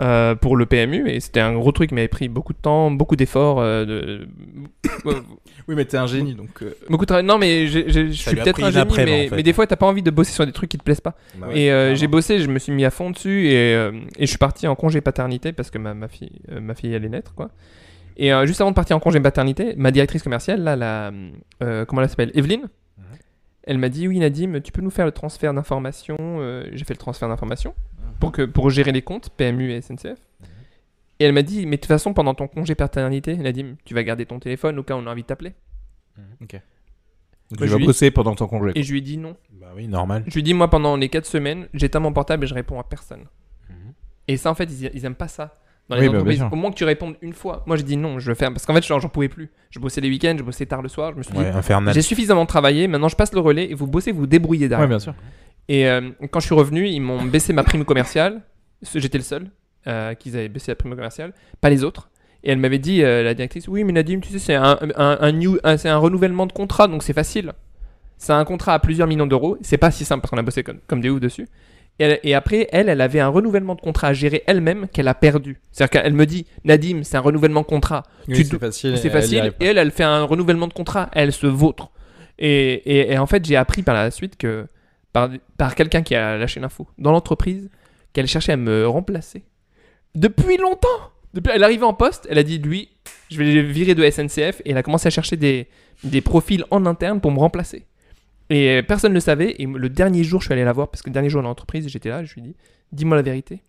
euh, pour le PMU et c'était un gros truc qui m'avait pris beaucoup de temps beaucoup d'efforts euh, de...
Oui, mais t'es un génie donc. euh,
beaucoup de travail non mais j'ai- j'ai- je
Ça
suis
lui a
peut-être
pris
un
une
génie
après-midi,
mais,
en fait. Bah
mais des fois t'as pas envie de bosser sur des trucs qui te plaisent pas Et euh, j'ai bossé, je me suis mis à fond dessus et, euh, et je suis parti en congé paternité parce que ma, ma fille, euh, ma fille allait naître, quoi. Et euh, juste avant de partir en congé paternité, ma directrice commerciale, là, la, euh, comment elle s'appelle Evelyne,
Mhm.
elle m'a dit Oui, Nadim, tu peux nous faire le transfert d'informations Euh, J'ai fait le transfert d'informations
Mhm.
pour, que- pour gérer les comptes PMU et SNCF. Et elle m'a dit Mais de toute façon, pendant ton congé paternité, Nadim, tu vas garder ton téléphone au cas où on a envie de t'appeler.
donc
Moi,
tu
je
vas
lui-
bosser pendant ton congé.
Et je lui ai dit Non.
Bah oui, normal.
Je lui dis, moi, pendant les 4 semaines, j'éteins mon portable et je réponds à personne.
Mhm.
Et ça, en fait, ils, ils aiment pas ça. Dans
Oui,
les
bah,
entreprises,
bien sûr.
au moins que tu répondes une fois. Moi, j'ai dit non, je le fais parce qu'en fait, genre, j'en pouvais plus. Je bossais les week-ends, je bossais tard le soir. Je me suis
Ouais,
dit,
infernal.
j'ai suffisamment travaillé, maintenant je passe le relais et vous bossez, vous vous débrouillez derrière.
Ouais, bien sûr.
Et euh, quand je suis revenu, ils m'ont baissé ma prime commerciale. Ce- J'étais le seul euh, qu'ils avaient baissé la prime commerciale, pas les autres. Et elle m'avait dit, euh, la directrice, oui, mais Nadim, tu sais, c'est un, un- un new- un- c'est un renouvellement de contrat, donc c'est facile. C'est un contrat à plusieurs millions d'euros. C'est pas si simple parce qu'on a bossé comme, comme des oufs dessus. Et, elle- et après, elle, elle avait un renouvellement de contrat à gérer elle-même qu'elle a perdu. C'est-à-dire qu'elle me dit, Nadim, c'est un renouvellement de contrat.
Oui,
Tu
c'est
te-
facile. elle
C'est
y
facile.
arrive pas.
Et elle, elle fait un renouvellement de contrat. Elle se vautre. Et, et- et en fait, j'ai appris par la suite que par, par quelqu'un qui a lâché l'info dans l'entreprise qu'elle cherchait à me remplacer depuis longtemps. Depuis, elle arrivait en poste, elle a dit lui, je vais le virer de SNCF et elle a commencé à chercher des, des profils en interne pour me remplacer. Et euh, personne ne le savait. Et le dernier jour, je suis allé la voir parce que le dernier jour dans l'entreprise, j'étais là, je lui ai dit, dis-moi la vérité.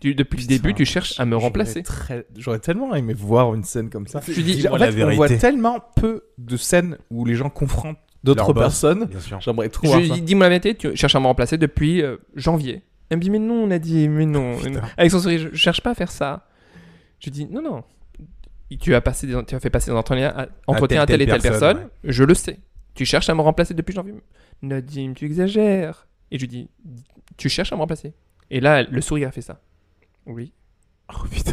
Tu- depuis le
Putain,
début, tu cherches à me
J'aurais
remplacer.
très- J'aurais tellement aimé voir une scène comme ça.
Je lui dis,
En
la
fait, on voit
vérité.
tellement peu de scènes où les gens confrontent d'autres
Leur boss.
personnes.
Bien sûr.
J'aimerais trop
Je
voir
lui
ça.
dis, dis-moi la vérité, tu cherches à me remplacer depuis euh, janvier. Elle me dit, mais non, on a dit, mais non. Avec son sourire, je, je cherche pas à faire ça. Je lui dis, non, non. Tu as, passé des- tu as fait passer des entretiens à, entretiens à telle, et telle personne, je le sais. Tu cherches à me remplacer depuis janvier. Nadim, tu exagères. Et je lui dis, tu cherches à me remplacer. Et là, elle- le sourire a fait ça. Oui,
Oh putain.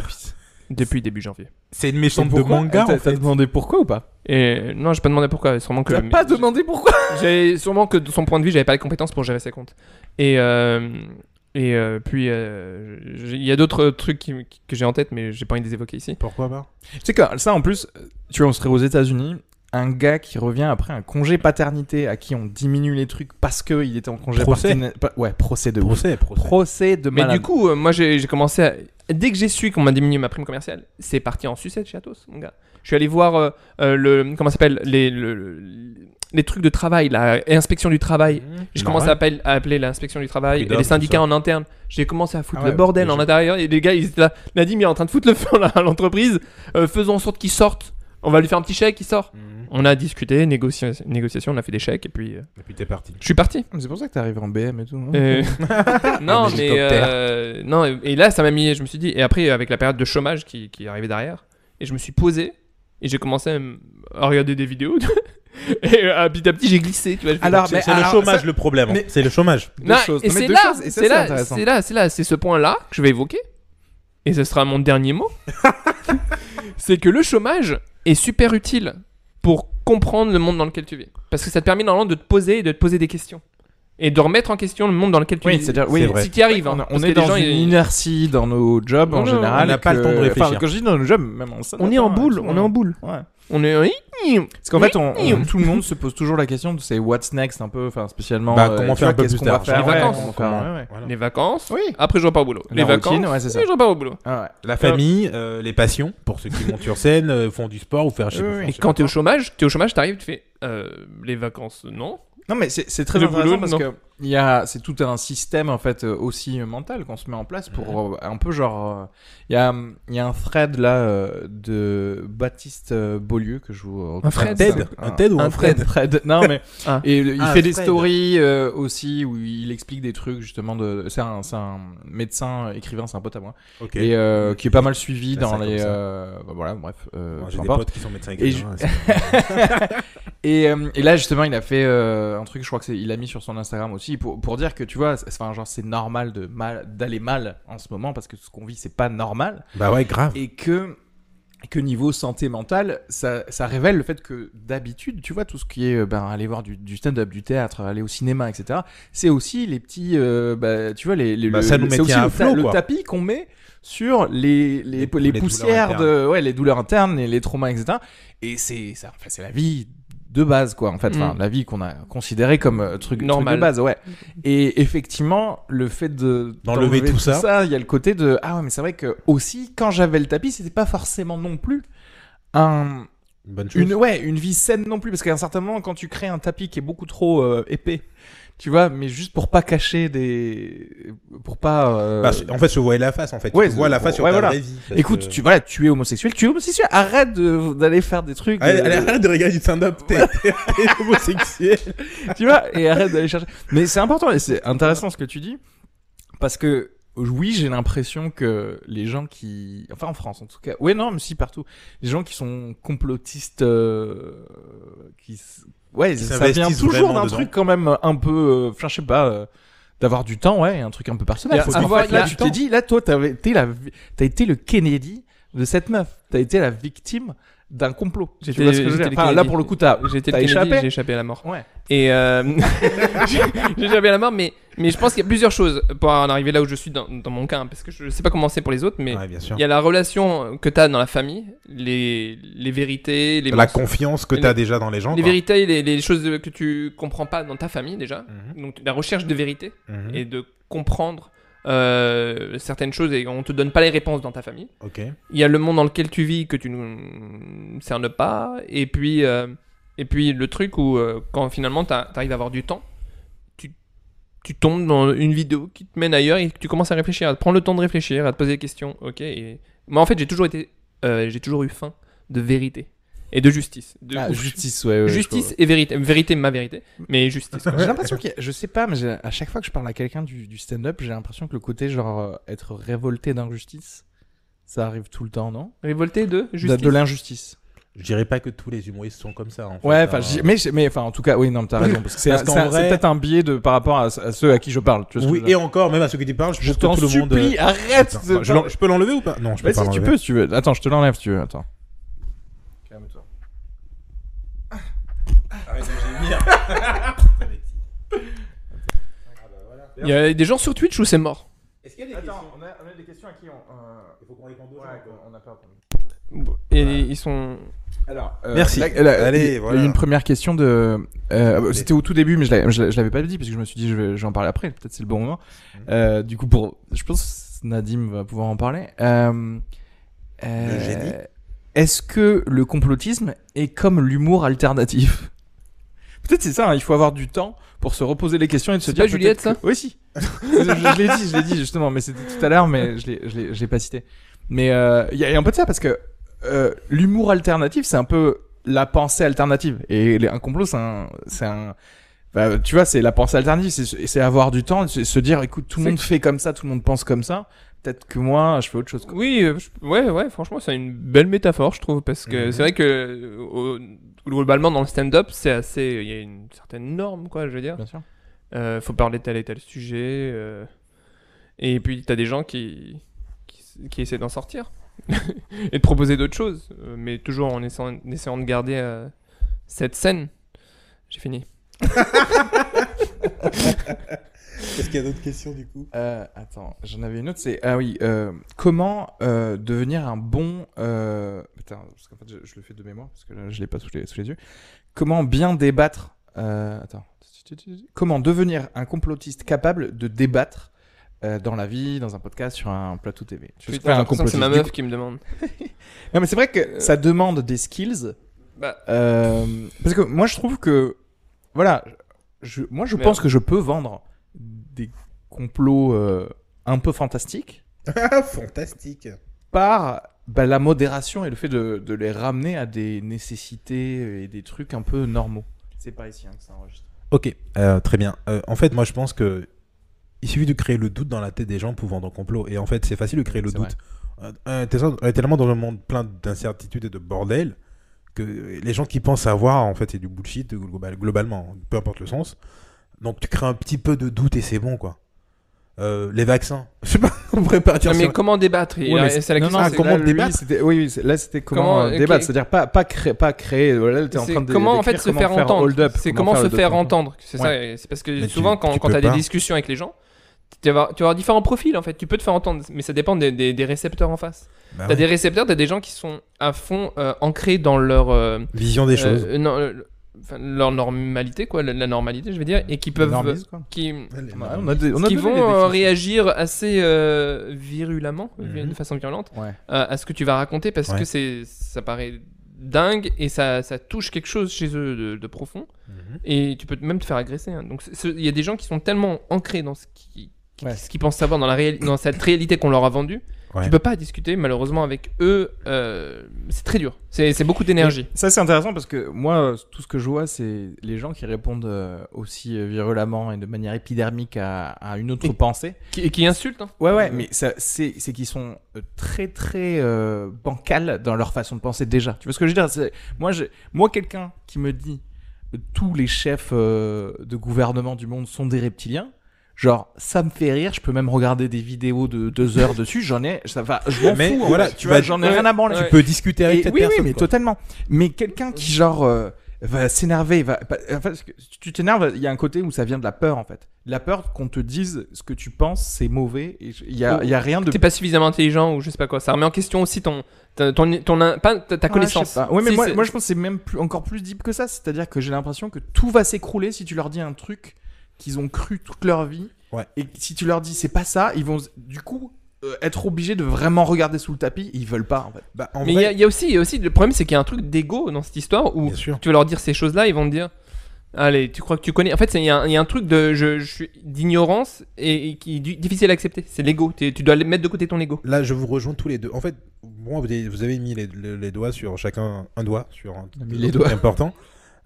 depuis début janvier.
C'est une
Et
méchante de
pourquoi
manga,
T'as
en
t'as
fait.
demandé pourquoi ou pas
Et non, j'ai pas demandé pourquoi. Sûrement que
T'as pas demandé pourquoi
J'avais sûrement que de son point de vue, j'avais pas les compétences pour gérer ses comptes. Et euh, et euh, puis euh, j'ai- il y a d'autres trucs qui- qui- que j'ai en tête, mais j'ai pas envie de les évoquer ici.
Pourquoi pas
Tu sais que ça, en plus, tu vois, on serait aux États-Unis. Un gars qui revient après un congé paternité à qui on diminue les trucs parce qu'il était en congé
Procès.
paternité. Ouais, procès de ouf.
Procès, procès.
Procès de
Mais
malade.
du coup, euh, moi j'ai j'ai commencé à dès que j'ai su qu'on m'a diminué ma prime commerciale, c'est parti en sucette chez Atos, mon gars. Je suis allé voir euh, euh, le comment ça s'appelle les le- le- les trucs de travail, la inspection du travail.
Mmh,
J'ai commencé à appeler, à appeler l'inspection du travail
Freedom,
et les syndicats
tout
en interne. J'ai commencé à foutre
Ah ouais,
le bordel
bien
en
sûr.
intérieur et les gars ils étaient là. Nadim il est en train de foutre le feu à l'entreprise. Euh, faisons en sorte qu'il sorte. On va lui faire un petit chèque, il
Mmh.
sort. On a discuté, négocié, négociation, on a fait des chèques et puis euh,
Et puis t'es parti.
je suis parti.
C'est pour ça que t'es arrivé en BM et tout. hein.
Euh, non,
Un
mais
hélicoptère.
euh, non, et- et là, ça m'a mis. Je me suis dit, et après, avec la période de chômage qui, qui est arrivée derrière, et je me suis posé et j'ai commencé à, me- à regarder des vidéos. et euh, petit à petit, j'ai glissé. Tu vois, je fais-
Ah, Alors, mais
C'est le
alors,
chômage
ça-
le problème. hein.
mais-
C'est le chômage.
deux
Non,
choses.
et
Non, mais
c'est
deux
là,
choses, et ça,
c'est
c'est
là,
intéressant.
c'est là, c'est là, c'est ce point-là que je vais évoquer, et ce sera mon dernier mot. c'est que le chômage est super utile pour comprendre le monde dans lequel tu vis, parce que ça te permet normalement de te poser et de te poser des questions et de remettre en question le monde dans lequel tu
Oui,
vis.
c'est-à-dire,
C'est
oui,
vrai.
Si tu arrives,
on,
hein,
on
parce
est
que les
dans
gens,
une
ils-
inertie dans nos jobs
Non,
en
non,
général.
on n'a
et
pas le
que-
temps de réfléchir.
Enfin, quand je dis dans nos jobs, même en
On est en boule, on est en boule.
hein. Ouais.
On est.
Parce qu'en fait, on, on- tout le monde se pose toujours la question de c'est what's next un peu, enfin spécialement.
Bah,
euh,
comment
tu
faire
vois,
un peu
qu'est-ce
plus
qu'on va
d'argent
faire,
Les
ouais,
vacances.
comment faire,
Comment-
ouais, ouais.
voilà.
Les vacances.
Oui.
Après, je repars au boulot.
La
les
routine,
vacances.
ouais, c'est ça.
et je repars au boulot.
Ah ouais.
La famille, euh, les passions, pour ceux qui montent sur scène, euh, font du sport ou faire je sais
Oui, oui.
pas, font
Et
je sais
quand
pas.
t'es au chômage, t'es au chômage, t'arrives, tu fais euh, les vacances, non.
Non, mais c'est c'est très
Le
intéressant
boulot,
parce
non.
que il y a, c'est tout un système en fait euh, aussi mental qu'on se met en place pour euh, un peu genre, euh, il y a, hum, il y a un thread là euh, de Baptiste euh, Beaulieu que je vous recommande.
Fred
Ted Un Ted ou un
Fred,
Fred
Fred. Non mais
Ah.
et il
Ah,
fait des
Fred.
stories euh, aussi où il explique des trucs justement de c'est un, c'est un médecin euh, écrivain c'est un pote à moi
Ok.
et euh, qui est pas mal suivi
Classe,
dans
comme
les
ça.
euh, bah, voilà bref euh,
Moi,
peu
J'ai des
importe.
potes qui sont médecins
Et
écrivains, hein,
Et, euh, et là justement il a fait euh, un truc je crois que c'est il a mis sur son Instagram aussi pour, pour dire que tu vois c'est, enfin, genre c'est normal de mal d'aller mal en ce moment parce que ce qu'on vit c'est pas normal
c'est- Bah ouais, grave.
et que que niveau santé mentale ça, ça révèle le fait que d'habitude tu vois tout ce qui est euh, ben aller voir du, du stand-up du théâtre aller au cinéma etc c'est aussi les petits euh, bah, tu vois les, les-
Bah,
le-
ça nous
c'est
maintient
aussi
à
le,
flot,
le
quoi.
tapis qu'on met sur les les, les
Les- les douleurs
poussières de ouais les douleurs internes et les traumas etc et c'est ça enfin, c'est la vie de base quoi en fait enfin
Mm.
la vie qu'on a considérée comme euh, truc, truc
Normal.
de base ouais et effectivement le fait de
D'enlever tout ça.
il y a le côté de ah ouais mais c'est vrai que aussi quand j'avais le tapis c'était pas forcément non plus un
Une bonne chose.
une ouais une vie saine non plus parce qu'à un certain moment quand tu crées un tapis qui est beaucoup trop euh, épais tu vois mais juste pour pas cacher des pour pas euh,
Bah, en fait, se voyais la face, en fait.
ouais,
tu vois la
bon,
face sur
ouais,
ta
voilà.
vraie vie. parce
Écoute,
que-
tu, voilà, tu es homosexuel, tu es homosexuel, arrête de- d'aller faire des trucs.
Allez,
euh,
allez, arrête de regarder du stand-up, t'es t'es- t'es homosexuel.
tu vois, et arrête d'aller chercher. Mais c'est important et c'est intéressant ce que tu dis parce que oui, j'ai l'impression que les gens qui, enfin en France en tout cas, ouais non, mais si partout, les gens qui sont complotistes, euh, qui, s- ouais, ça
s'investissent
vient toujours
vraiment
d'un
dedans.
truc quand même un peu, euh, enfin je sais pas. euh, d'avoir du temps ouais un truc un peu personnel
Il y a-
Faut
ah,
qu'il
voilà,
fasse-
il y a
là
du
tu t'es
temps.
dit là toi t'avais- t'es la vi- t'as été le Kennedy de cette meuf t'as été la victime d'un complot tu
J'étais-
vois ce que je veux dire
j'étais le
Enfin, là
Kennedy.
pour le coup t'as
J'étais
t'as
le Kennedy,
échappé
j'ai échappé à la mort.
ouais
Et euh, j'ai- j'ai échappé à la mort, mais, mais je pense qu'il y a plusieurs choses pour en arriver là où je suis dans, dans mon cas, hein, parce que je sais pas comment c'est pour les autres, mais
Ouais, bien sûr.
il y a la relation que t'as dans la famille, les, les vérités, les
La
mensonges.
confiance que
Les-
t'as déjà dans les gens.
les
quoi.
vérités, les, les choses que tu comprends pas dans ta famille déjà.
Mhm,
Donc la recherche de vérité
mhm,
et de comprendre euh, certaines choses et on te donne pas les réponses dans ta famille.
Ok.
Il y a le monde dans lequel tu vis que tu ne cernes pas et puis euh, et puis le truc où euh, quand finalement tu arrives à avoir du temps, tu tu tombes dans une vidéo qui te mène ailleurs et que tu commences à réfléchir, à te prendre le temps de réfléchir, à te poser des questions. Ok. Et... Moi en fait j'ai toujours été euh, j'ai toujours eu faim de vérité et de justice. De
Ah,
ouf.
justice ouais, ouais,
Justice et vérité, vérité ma vérité, mais justice.
je- j'ai l'impression qu'il y a- je sais pas mais j'ai- à chaque fois que je parle à quelqu'un du, du stand-up j'ai l'impression que le côté genre euh, être révolté d'injustice ça arrive tout le temps non
Révolté de
de,
justice.
de l'injustice
Je dirais pas que tous les humoristes sont comme ça. En fait,
ouais
hein.
enfin j'ai- mais j'ai- mais enfin en tout cas oui non mais t'as raison parce que c'est
Parce
un-
qu'en
c'est un-
vrai-
c'est peut-être un biais de par rapport à, à ceux à qui je parle tu vois ce que
Oui,
je veux
et
dire.
encore, même à ceux qui te parlent, je,
je
pense que
t'en
tout le monde. euh,
supplie arrête
Attends, je l'en- je peux l'enlever ou pas Non, je peux
Bah
pas
si, tu
l'enlever.
peux, si tu veux. Attends, je te l'enlève si tu veux. Attends. Calme-toi.
Ah
Il y a des gens sur Twitch où c'est mort.
Est-ce qu'il y a des
on a, des questions à qui on. euh,
Il faut qu'on
Et ils sont.
Alors, euh,
Merci.
la- la-
Allez,
il y a
voilà.
Une première question de. euh, euh, C'était au tout début, mais Mm-hmm. je l'ai- je l'ai- je l'avais pas dit parce que je me suis dit je vais, je vais en parler après. Peut-être c'est le bon moment. Euh, du coup, pour, je pense que Nadim va pouvoir en parler. Euh, euh,
Le génie.
Est-ce que le complotisme est comme l'humour alternatif Peut-être c'est ça, hein, il faut avoir du temps pour se reposer les questions et de se
C'est
dire.
pas Juliette,
peut-être que- Oui, si. je je l'ai dit, je l'ai dit justement, mais c'était tout à l'heure, mais je l'ai- je l'ai je l'ai pas cité. Mais euh, il y, a- il y a un peu de ça parce que euh, l'humour alternatif, c'est un peu la pensée alternative. Et les- un complot, c'est un. c'est un- bah, tu vois, c'est la pensée alternative, c'est c'est avoir du temps, c'est se dire, écoute, tout le
C'est-
monde fait comme ça, tout le monde pense comme ça. Peut-être que moi, je fais autre chose. quoi.
Oui, euh, je- ouais, ouais, franchement, c'est une belle métaphore, je trouve, parce que c'est vrai que euh, au- globalement dans le stand-up, c'est assez, il y a une certaine norme, quoi, je veux dire.
Bien sûr.
Euh, faut parler de tel et tel sujet, euh, et puis t'as des gens qui qui, s- qui essaient d'en sortir et de proposer d'autres choses, euh, mais toujours en essayant, en essayant de garder euh, cette scène. J'ai fini.
Est-ce qu'il y a d'autres questions du coup
Euh, attends, j'en avais une autre, c'est ah oui, euh, comment euh, devenir un bon euh, putain, parce qu'en fait je, je le fais de mémoire parce que là, je l'ai pas sous les, sous les yeux. Comment bien débattre euh, Attends, comment devenir un complotiste capable de débattre euh, dans la vie, dans un podcast, sur un plateau TV Je suis
Putain, j'ai
pas un
l'impression que
complotiste.
c'est ma
du
meuf
coup-
qui me demande.
Non mais c'est vrai que ça demande des skills.
Bah,
euh, parce que moi je trouve que voilà, je, moi je
Mais-
pense que je peux vendre des complots euh, un peu fantastiques
Fantastique.
par bah, la modération et le fait de, de les ramener à des nécessités et des trucs un peu normaux. C'est pas ici hein, que ça enregistre.
Ok, euh, très bien. Euh, en fait, moi, je pense que il suffit de créer le doute dans la tête des gens pour vendre un complot. Et en fait, c'est facile de créer le
C'est
doute. Euh, euh, t'es- On est tellement dans un monde plein d'incertitudes et de bordel que les gens qui pensent savoir, en fait, c'est du bullshit euh, global- globalement, peu importe le sens. Donc, tu crées un petit peu de doute et c'est bon, quoi. Euh, les vaccins. Je sais pas, on pourrait partir
non, mais
sur...
comment débattre Il-
Ouais, mais
C'est la
non,
question.
non,
c'est-
comment
là, lui,
débattre
c'était- Oui, oui, c'est- là c'était comment,
Comment,
euh,
euh,
débattre,
qu'est-
c'est-à-dire pas, pas créer, pas créer. Voilà, là, t'es en
C'est
train de
comment en fait
décrire
se faire
faire hold
entendre
up,
C'est comment se
le
faire
hold up.
entendre C'est ça. et C'est parce que
Mais tu-
souvent quand
tu
quand
peux
t'as des
pas.
discussions avec les gens, tu vas avoir- tu vas avoir différents profils en fait. Tu peux te faire entendre, mais ça dépend des, des- des récepteurs en face.
Bah
T'as
ouais.
des récepteurs, t'as des gens qui sont à fond euh, ancrés dans leur euh,
Vision des choses.
euh, non, euh, enfin, leur normalité quoi, la, la normalité je veux dire, et qui peuvent
Normies, quoi.
qui
Ouais, on a des- on a
qui
donné des
vont euh,
définitions. Mhm.
réagir assez euh, virulemment, vi- de façon virulente,
Ouais.
euh, à ce que tu vas raconter parce que
Ouais.
c'est ça paraît dingue et ça, ça touche quelque chose chez eux de, de profond
Mhm.
et tu peux même te faire agresser. hein. Donc c'est- c'est- il y a des gens qui sont tellement ancrés dans ce qui qui-
Ouais.
ce qu'ils pensent savoir dans, la réali- dans cette réalité qu'on leur a vendue,
Ouais.
tu peux pas discuter malheureusement avec eux, euh, c'est très dur, c'est c'est beaucoup d'énergie.
Ça c'est intéressant parce que moi euh, tout ce que je vois c'est les gens qui répondent euh, aussi euh, virulemment et de manière épidermique à, à une autre
Et-
pensée.
Qui, et qui insulte. hein.
Ouais, ouais,
Euh,
mais ça, c'est, c'est qu'ils sont euh, très, très euh, bancals dans leur façon de penser déjà. Tu vois ce que je veux dire C'est- Moi, j'ai- moi quelqu'un qui me dit euh, tous les chefs euh, de gouvernement du monde sont des reptiliens, genre, ça me fait rire, je peux même regarder des vidéos de deux heures dessus, j'en ai, ça va, je m'en
Mais
fous. en
voilà,
fait,
tu
tu vois,
vas-
j'en ai
ouais,
rien à branler.
ouais.
Tu peux discuter avec
Et
cette
oui,
personne.
oui, mais
quoi.
totalement. Mais quelqu'un qui, genre, euh, va s'énerver, va. pa- en fait, tu- tu t'énerves, il y a un côté où ça vient de la peur, en fait. La peur qu'on te dise ce que tu penses, c'est mauvais. et je- Il y a, il y a rien de.
Oh. T'es pas suffisamment intelligent ou je sais pas quoi. Ça remet en question aussi ton, ton, ton, ton- pas ta, ta
Ouais, Ah, je
connaissance.
sais pas. Ouais, mais
Si,
moi,
c'est-
moi, je pense que c'est même plus, encore plus deep que ça. C'est-à-dire que j'ai l'impression que tout va s'écrouler si tu leur dis un truc qu'ils ont cru toute leur vie.
Ouais.
Et si tu leur dis c'est pas ça, ils vont du coup euh, être obligés de vraiment regarder sous le tapis. Ils veulent pas, en fait.
Bah, en
Mais il y,
vrai,
a- il y a aussi, il y a aussi le problème, c'est qu'il y a un truc d'ego dans cette histoire où
bien sûr.
tu vas leur dire ces choses-là, ils vont te dire. Allez, tu crois que tu connais. En fait, c'est- il y, a un- il y a un truc de je, je suis d'ignorance et, et qui est du- difficile à accepter. C'est l'ego. T'es- Tu dois aller mettre de côté ton ego.
Là, je vous rejoins tous les deux. En fait, moi, vous avez- vous avez mis les, les- les doigts sur chacun, un doigt sur un
mis les doigts.
important.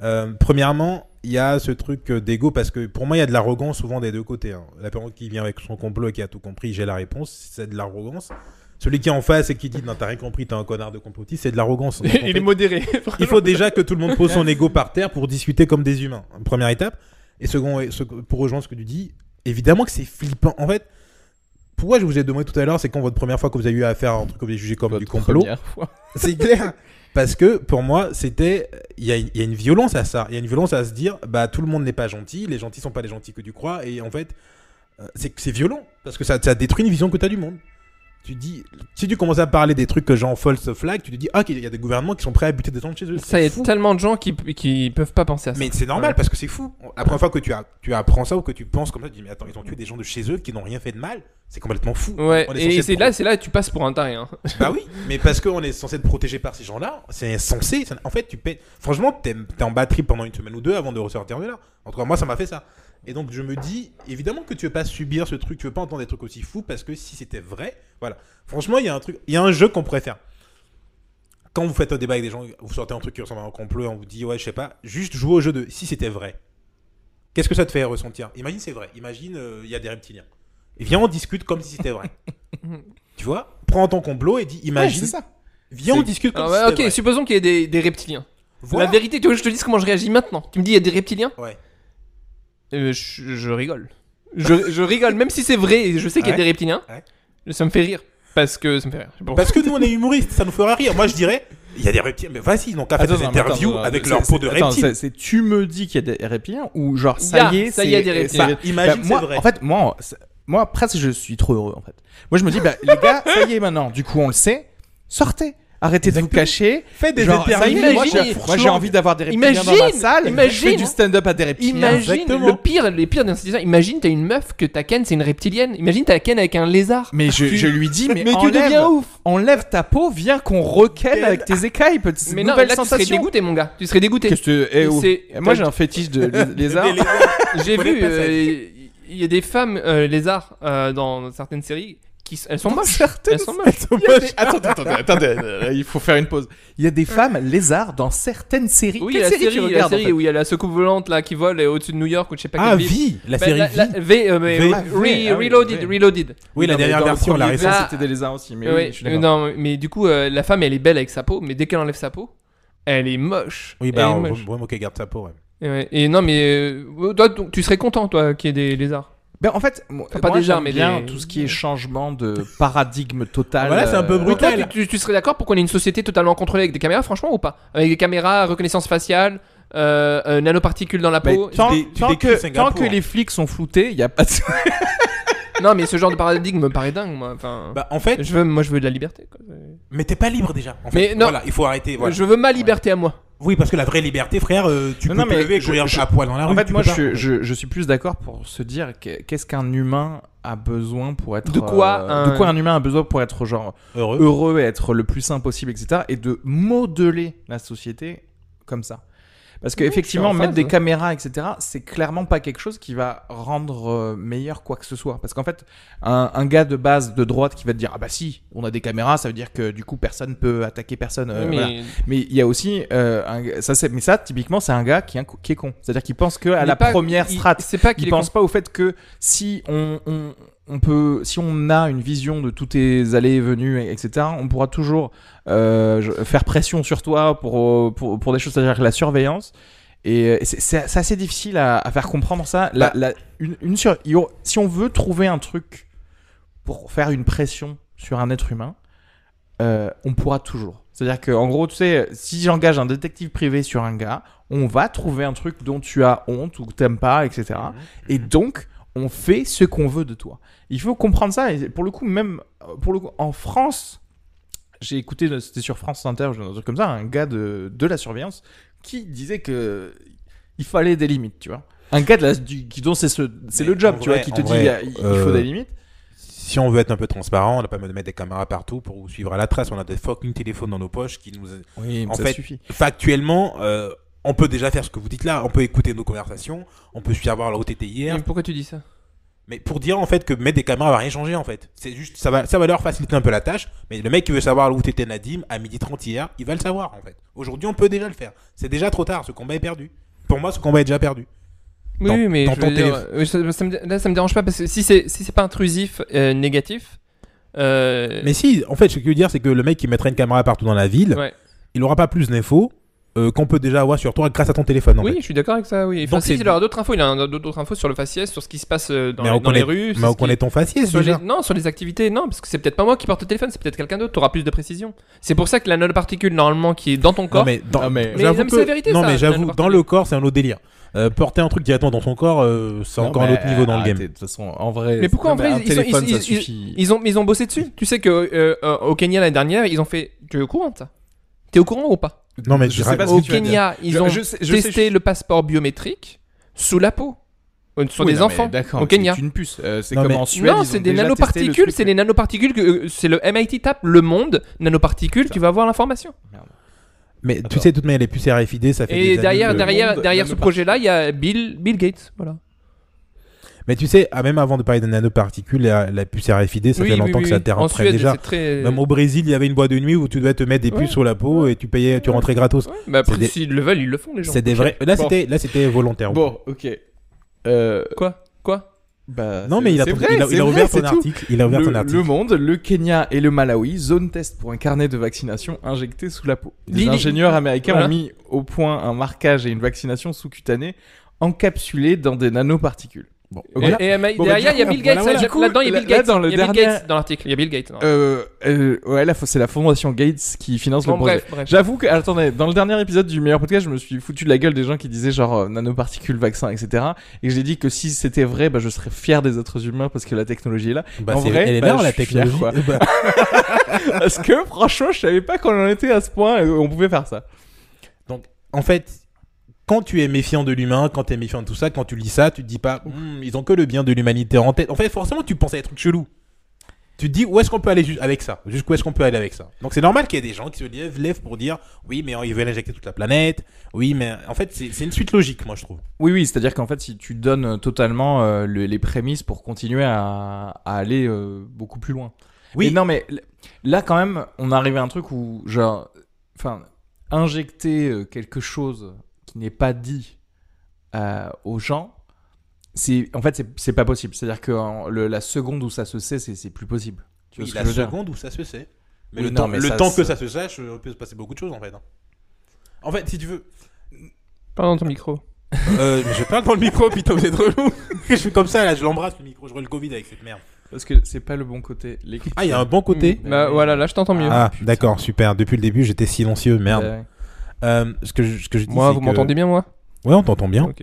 Euh, premièrement, il y a ce truc euh, d'ego parce que pour moi, il y a de l'arrogance souvent des deux côtés. hein. La personne qui vient avec son complot et qui a tout compris, j'ai la réponse, c'est de l'arrogance. Celui qui est en face et qui dit non, t'as rien compris, t'es un connard de complotiste, c'est de l'arrogance. Donc, en fait,
modéré.
il faut déjà que tout le monde pose son ego par terre pour discuter comme des humains. Première étape. Et second, et sec- pour rejoindre ce que tu dis, évidemment que c'est flippant. En fait, pourquoi je vous ai demandé tout à l'heure, c'est quand votre première fois que vous avez eu affaire à un truc que vous avez jugé comme du complot C'est clair. Parce que pour moi, c'était. Il y, a- il y a une violence à ça. Il y a une violence à se dire, bah tout le monde n'est pas gentil, les gentils sont pas les gentils que tu crois. Et en fait, euh, c'est c'est violent. Parce que ça, ça détruit une vision que tu as du monde. Tu dis, si tu commences à parler des trucs que genre false flag, tu te dis, ah, qu'il y a des gouvernements qui sont prêts à buter des gens de chez eux.
Ça y
C'est
a
fou.
tellement de gens qui, qui peuvent pas penser à ça.
Mais c'est normal
Ouais.
parce que c'est fou. La première fois que tu, as, tu apprends ça ou que tu penses comme ça, tu te dis mais attends, ils ont tué des gens de chez eux qui n'ont rien fait de mal. C'est complètement fou.
Ouais,
On est censé
et c'est
être
là, c'est là, tu passes pour un taré. Hein.
Bah oui, mais parce qu'on est censé être protégé par ces gens-là, c'est censé. ça- En fait, tu pètes. Franchement, t'es t'es en batterie pendant une semaine ou deux avant de ressortir de là. En tout cas, moi, ça m'a fait ça. Et donc, je me dis, évidemment que tu veux pas subir ce truc, tu veux pas entendre des trucs aussi fous parce que si c'était vrai, voilà. Franchement, il y a un truc, il y a un jeu qu'on pourrait faire. Quand vous faites un débat avec des gens, vous sortez un truc qui ressemble à un complot, on vous dit, ouais, je sais pas, juste jouer au jeu de si c'était vrai. Qu'est-ce que ça te fait ressentir Imagine c'est vrai, imagine euh, il y a des reptiliens. Et viens, on discute comme si c'était vrai. tu vois Prends ton complot et dis, imagine.
c'est bah, ça.
Viens, on discute comme
Ah
si
ouais,
c'était
ok,
vrai.
supposons qu'il y ait des, des reptiliens.
Voilà.
La vérité, tu veux que je te dise comment je réagis maintenant Tu me dis il y a des reptiliens
Ouais.
Euh, je, je rigole. Je, je rigole, même si c'est vrai et je sais qu'il y a
Ouais.
des reptiliens. Ça me fait rire. Parce que ça me fait rire. Je sais pas
Bah,
Parce que nous, on est humoristes, ça nous fera rire. Moi, je dirais, il y a des reptiles, mais vas-y, ils n'ont qu'à faire
Attends,
des
attends, attends,
interviews
attends,
avec
c'est-
leur peau
c'est-
de
attends,
reptile.
c'est- c'est tu me dis qu'il y a des reptiliens ou genre ça
Y a-
y est,
ça
c'est-
y a des reptiliens.
c'est-
Bah, imagine,
Bah, moi,
c'est vrai.
En fait, moi, c'est- moi, presque, je suis trop heureux, en fait. Moi, je me dis, bah, les gars, ça y est, maintenant, du coup, on le sait, sortez. Arrêtez de vous cacher.
Fais des
Genre, ça y
interviews.
est, moi,
imagine-
j'ai- moi, j'ai envie d'avoir des reptiliens dans ma
Imagine,
salle. je fais
imagine.
du stand-up à des reptiliens.
Imagine
Exactement.
le pire, les pires dans cette histoire. Imagine t'as une meuf que ta ken c'est une reptilienne. Imagine t'as ken avec un lézard.
Mais je, je lui dis, mais,
Mais tu
enlève,
deviens ouf.
enlève ta peau, viens qu'on recale avec tes écailles, petite
Mais non,
nouvelle
là tu serais
sensation.
dégoûté mon gars. Tu serais dégoûté.
Qu'est-ce que tu- eh,
Et
oh.
c'est-
Eh, Moi, j'ai un fétiche de lé- lézard.
Mais les-
J'ai
connais
vu,
pas ça.
euh, il y a des femmes euh, lézards euh, dans certaines séries qui s- elles sont moches. Elles sont moches.
Attends, attends, attends, attendez, euh, il faut faire une pause. Il y a des femmes lézards dans certaines séries.
Oui, il y
Quelle
a la
série,
série,
tu
la
regardes, en
série
fait
où il y a la secoupe volante là qui vole et au-dessus de New York ou je sais pas
Ah,
quelle ville.
vie La
Bah,
série
la-
vie
la- V, euh, mais
V.
re-
V, ah oui,
reloaded,
V.
reloaded.
Oui, la
Non, mais
dernière
dans le
version, la
premier
récente.
Ah.
V, C'était des lézards aussi, mais oui,
Ouais,
je suis
euh,
d'accord.
non, mais du coup, euh, la femme, elle est belle avec sa peau, mais dès qu'elle enlève sa peau, elle est moche.
eh,
Oui,
Elle
bah,
est
on-
moche.
ouais, ok, garde sa peau, ouais.
Et, ouais, et non, mais euh, toi, tu tu serais content, toi, qu'il y ait des lézards.
Ben, en fait, moi,
pas
moi,
déjà,
j'aime
mais
bien
des-
tout ce qui est changement de paradigme total.
Voilà, c'est un peu
euh,
brutal.
Toi,
Elle.
tu, tu- tu serais d'accord pour qu'on ait une société totalement contrôlée avec des caméras, franchement, ou pas Avec des caméras, reconnaissance faciale, euh, euh, nanoparticules dans la
Mais
peau.
Bah, tant,
tu dé- tu
tant
décris
que, tant
Singapour.
que les flics sont floutés, il y a pas de...
non, mais ce genre de paradigme me paraît dingue, moi. Enfin,
Bah, en fait,
je veux, moi, je veux de la liberté. quoi.
mais t'es pas libre déjà. En fait.
Mais non.
Voilà, il faut arrêter. Voilà.
Je veux ma liberté à moi.
Oui, parce que la vraie liberté, frère, euh, tu
Non,
peux
non,
te
mais
lever et
je-
courir
je-
à poil dans la rue.
En fait,
tu
moi,
peux pas.
je, je, je suis plus d'accord pour se dire que- qu'est-ce qu'un humain a besoin pour être...
De quoi
euh,
un-
De quoi un humain a besoin pour être, genre,
Heureux.
heureux et être le plus sain possible, etc. Et de modeler la société comme ça. Parce
Ouais, je
qu'effectivement,
suis en
mettre
phase.
des caméras, etc., c'est clairement pas quelque chose qui va rendre euh, meilleur quoi que ce soit. Parce qu'en fait, un, un gars de base de droite qui va te dire Ah bah si, on a des caméras, ça veut dire que du coup personne peut attaquer personne. euh,
mais
voilà. Mais il y a aussi. euh, un- ça, c'est- mais ça, typiquement, c'est un gars qui, est un co- qui est con. C'est-à-dire qu'il pense que à
il
la
est pas-
première
il-
strate.
C'est pas
Il
qu'il est
pense pas au fait que si on, on, on peut, si on a une vision de toutes tes allées et venues, et- etc., on pourra toujours euh, je- faire pression sur toi pour, euh, pour, pour des choses, c'est-à-dire la surveillance. Et euh, c'est- c'est c'est assez difficile à, à faire comprendre ça.
Bah
La- la- une, une sur- il y aura- si on veut trouver un truc pour faire une pression sur un être humain, euh, on pourra toujours. C'est-à-dire que, en gros, tu sais, si j'engage un détective privé sur un gars, on va trouver un truc dont tu as honte ou que t'aimes pas, etc.
Mhm.
Et donc, on fait ce qu'on veut de toi. Il faut comprendre ça. Et pour le coup, même euh, pour le coup, en France, j'ai écouté, euh, c'était sur France Inter, ou un truc comme ça, un gars de, de la surveillance qui disait que il fallait des limites, tu vois. Un gars de la, du, qui dont c'est ce- c'est
Mais
le job,
en
tu vois,
vrai-
qui te
en
dit
vrai,
il y a- il, il faut
euh,
des limites.
Si on veut être un peu transparent, on n'a pas besoin de mettre des caméras partout pour vous suivre à la trace. On a des fucking téléphones dans nos poches qui nous
Oui,
en
ça
fait,
suffit.
factuellement, euh, on peut déjà faire ce que vous dites là. On peut écouter nos conversations, on peut suivre la OTT hier.
Mais pourquoi tu dis ça
Mais pour dire en fait que mettre des caméras va rien changer en fait. C'est juste, ça va, ça va leur faciliter un peu la tâche. Mais le mec qui veut savoir où t'étais Nadim à midi 30 hier, il va le savoir en fait. Aujourd'hui, on peut déjà le faire. C'est déjà trop tard. Ce combat est perdu. Pour moi, ce combat est déjà perdu.
Euh. Oui,
Dans-
oui, mais
dans
je
ton
veux dire,
téléphone.
euh, ça, ça me, là, ça me dérange pas parce que si c'est si c'est pas intrusif, euh, négatif. euh,
Mais si, en fait, ce que je veux dire, c'est que le mec qui mettrait une caméra partout dans la ville,
Ouais.
il aura pas plus d'infos euh, qu'on peut déjà avoir sur toi grâce à ton téléphone. En
oui,
fait.
je suis d'accord avec ça. Oui. Enfin,
Donc
si,
c'est-
il aura d'autres infos. Il a un- d'autres infos sur le faciès, sur ce qui se passe euh, dans,
Mais
les,
on
dans les
connaît-
rues. sur
Mais on
ce qui-
connaît ton faciès
sur les-
déjà.
non, sur les activités, non, parce que c'est peut-être pas moi qui porte le téléphone, c'est peut-être quelqu'un d'autre. T'auras plus de précision. C'est pour ça que la nanoparticule normalement qui est dans ton corps.
Non mais, dans-
Ah, mais-
Mais non,
j'avoue
mais
que-
c'est la vérité,
non,
ça,
mais
la
j'avoue,
nanoparticule.
dans le corps, c'est un autre délire. Euh, porter un truc directement dans son corps, euh, c'est
Non,
encore un
mais
autre niveau dans le
arrêtez,
game.
De toute façon, en vrai.
Mais pourquoi, en vrai,
un
ils sont- ils-
téléphone, ça
ils- ils-
suffit.
Ils ont, mais ils ont bossé dessus. Tu sais que euh, euh, au Kenya l'année dernière, ils ont fait. Tu es au courant de ça T'es au courant ou pas
Non mais
Je
tu
sais
rac-
pas ce
Au
que tu vas dire.
Kenya, ils
Je-
ont
je sais- je sais
testé le passeport biométrique sous la peau. Euh, Sur
Oui, non,
des
mais
enfants
D'accord.
au
mais c'est
Kenya.
une puce. Euh, c'est
Non,
comme
mais-
en Suède. ils
Non,
ont
c'est des
déjà testé le
nanoparticules,
truc.
c'est des nanoparticules que euh, c'est le MIT tape le monde nanoparticules, tu vas avoir l'information.
Mais Oh, tu sais, de toute manière, les puces RFID, ça fait. des
Et
années
derrière
que-
derrière
monde
derrière ce
nanoparticules.
projet-là, il y a Bill Bill Gates, voilà.
Mais tu sais, ah, même avant de parler des nanoparticules, la, la puce RFID, ça
Oui,
fait
oui,
longtemps
oui,
que ça
oui.
te
En
rentrait
Suède,
déjà.
c'est très
Même au Brésil, il y avait une boîte de nuit où tu devais te mettre des
Ouais.
puces sur la peau et tu payais, tu rentrais gratos.
Ouais, mais après
des-
Bah, s'ils le veulent, ils le font les gens.
C'est des vrais. Là,
Bon.
c'était, là, c'était volontaire.
Ah Bon, ok. Euh,
Quoi Quoi
bah,
Non,
c'est-
mais il a,
c'est
il
vrai,
a- il a
c'est
ouvert
vrai, c'est
ton
tout.
article. Il a ouvert
le,
ton article.
le monde, le Kenya et le Malawi, zone test pour un carnet de vaccination injecté sous la peau. Les
Lili-
ingénieurs américains
Voilà.
ont mis au point un marquage et une vaccination sous-cutanée encapsulée dans des nanoparticules. Bon, ok.
Et- Et, MIT
Bon, bah,
derrière,
du
il y a
coup,
Bill Gates.
voilà,
là-
voilà.
Là-dedans, il y a
Là-
Bill Gates.
là, dans le
il y a Bill
dernier-
Gates dans l'article. Il y a Bill Gates. non.
Euh, euh, ouais, là, faut- c'est la fondation Gates qui finance
Bon,
le projet.
bref, bref.
J'avoue que, attendez, dans le dernier épisode du meilleur podcast, je me suis foutu de la gueule des gens qui disaient genre euh, nanoparticules, vaccins, etc. Et j'ai dit que si c'était vrai, bah, je serais fier des êtres humains parce que la technologie est là.
Bah,
en
c'est-
vrai,
elle est
bah,
là,
je
la
suis fier, quoi.
technologie. Bah,
Parce que franchement, je savais pas qu'on en était à ce point et on pouvait faire ça.
en fait, quand tu es méfiant de l'humain, quand tu es méfiant de tout ça, quand tu lis ça, tu te dis pas, Hmm, ils ont que le bien de l'humanité en tête. En fait, forcément, tu penses à des trucs chelous. Tu te dis, où est-ce qu'on peut aller ju- avec ça Jusqu'où est-ce qu'on peut aller avec ça Donc, c'est normal qu'il y ait des gens qui se lèvent, lèvent pour dire, oui, mais ils veulent injecter toute la planète. Oui, mais en fait, c'est c'est une suite logique, moi, je trouve.
Oui, oui, c'est-à-dire qu'en fait, si tu donnes euh, totalement euh, le- les prémices pour continuer à, à aller euh, beaucoup plus loin.
Oui.
Mais non, mais l- là, quand même, on arrive à un truc où, genre, enfin, injecter euh, quelque chose qui n'est pas dit euh, aux gens, c'est, en fait, c'est- c'est pas possible. C'est-à-dire que en- le- la seconde où ça se sait, c'est c'est plus possible. Tu vois
Oui,
ce que
la
je veux dire
seconde où ça se sait. Mais
Oui,
le,
non,
temps,
mais
le
ça
temps
se-
que ça se sache, euh, peut se passer beaucoup de choses en fait. hein. En fait, si tu veux.
Parle dans ton micro.
Euh, mais je parle dans le micro, putain, vous êtes relou. je suis comme ça, là, je l'embrasse le micro, je le Covid avec cette merde.
Parce que c'est pas le bon côté. L'écrit.
Ah, il y a un bon côté.
Bah voilà, là je t'entends mieux.
Ah, d'accord, super. Depuis le début, j'étais silencieux, merde.
Euh,
Euh, ce, que je, ce que je dis,
Moi,
c'est
vous
que-
m'entendez bien, moi
Ouais, on t'entend bien.
Ok.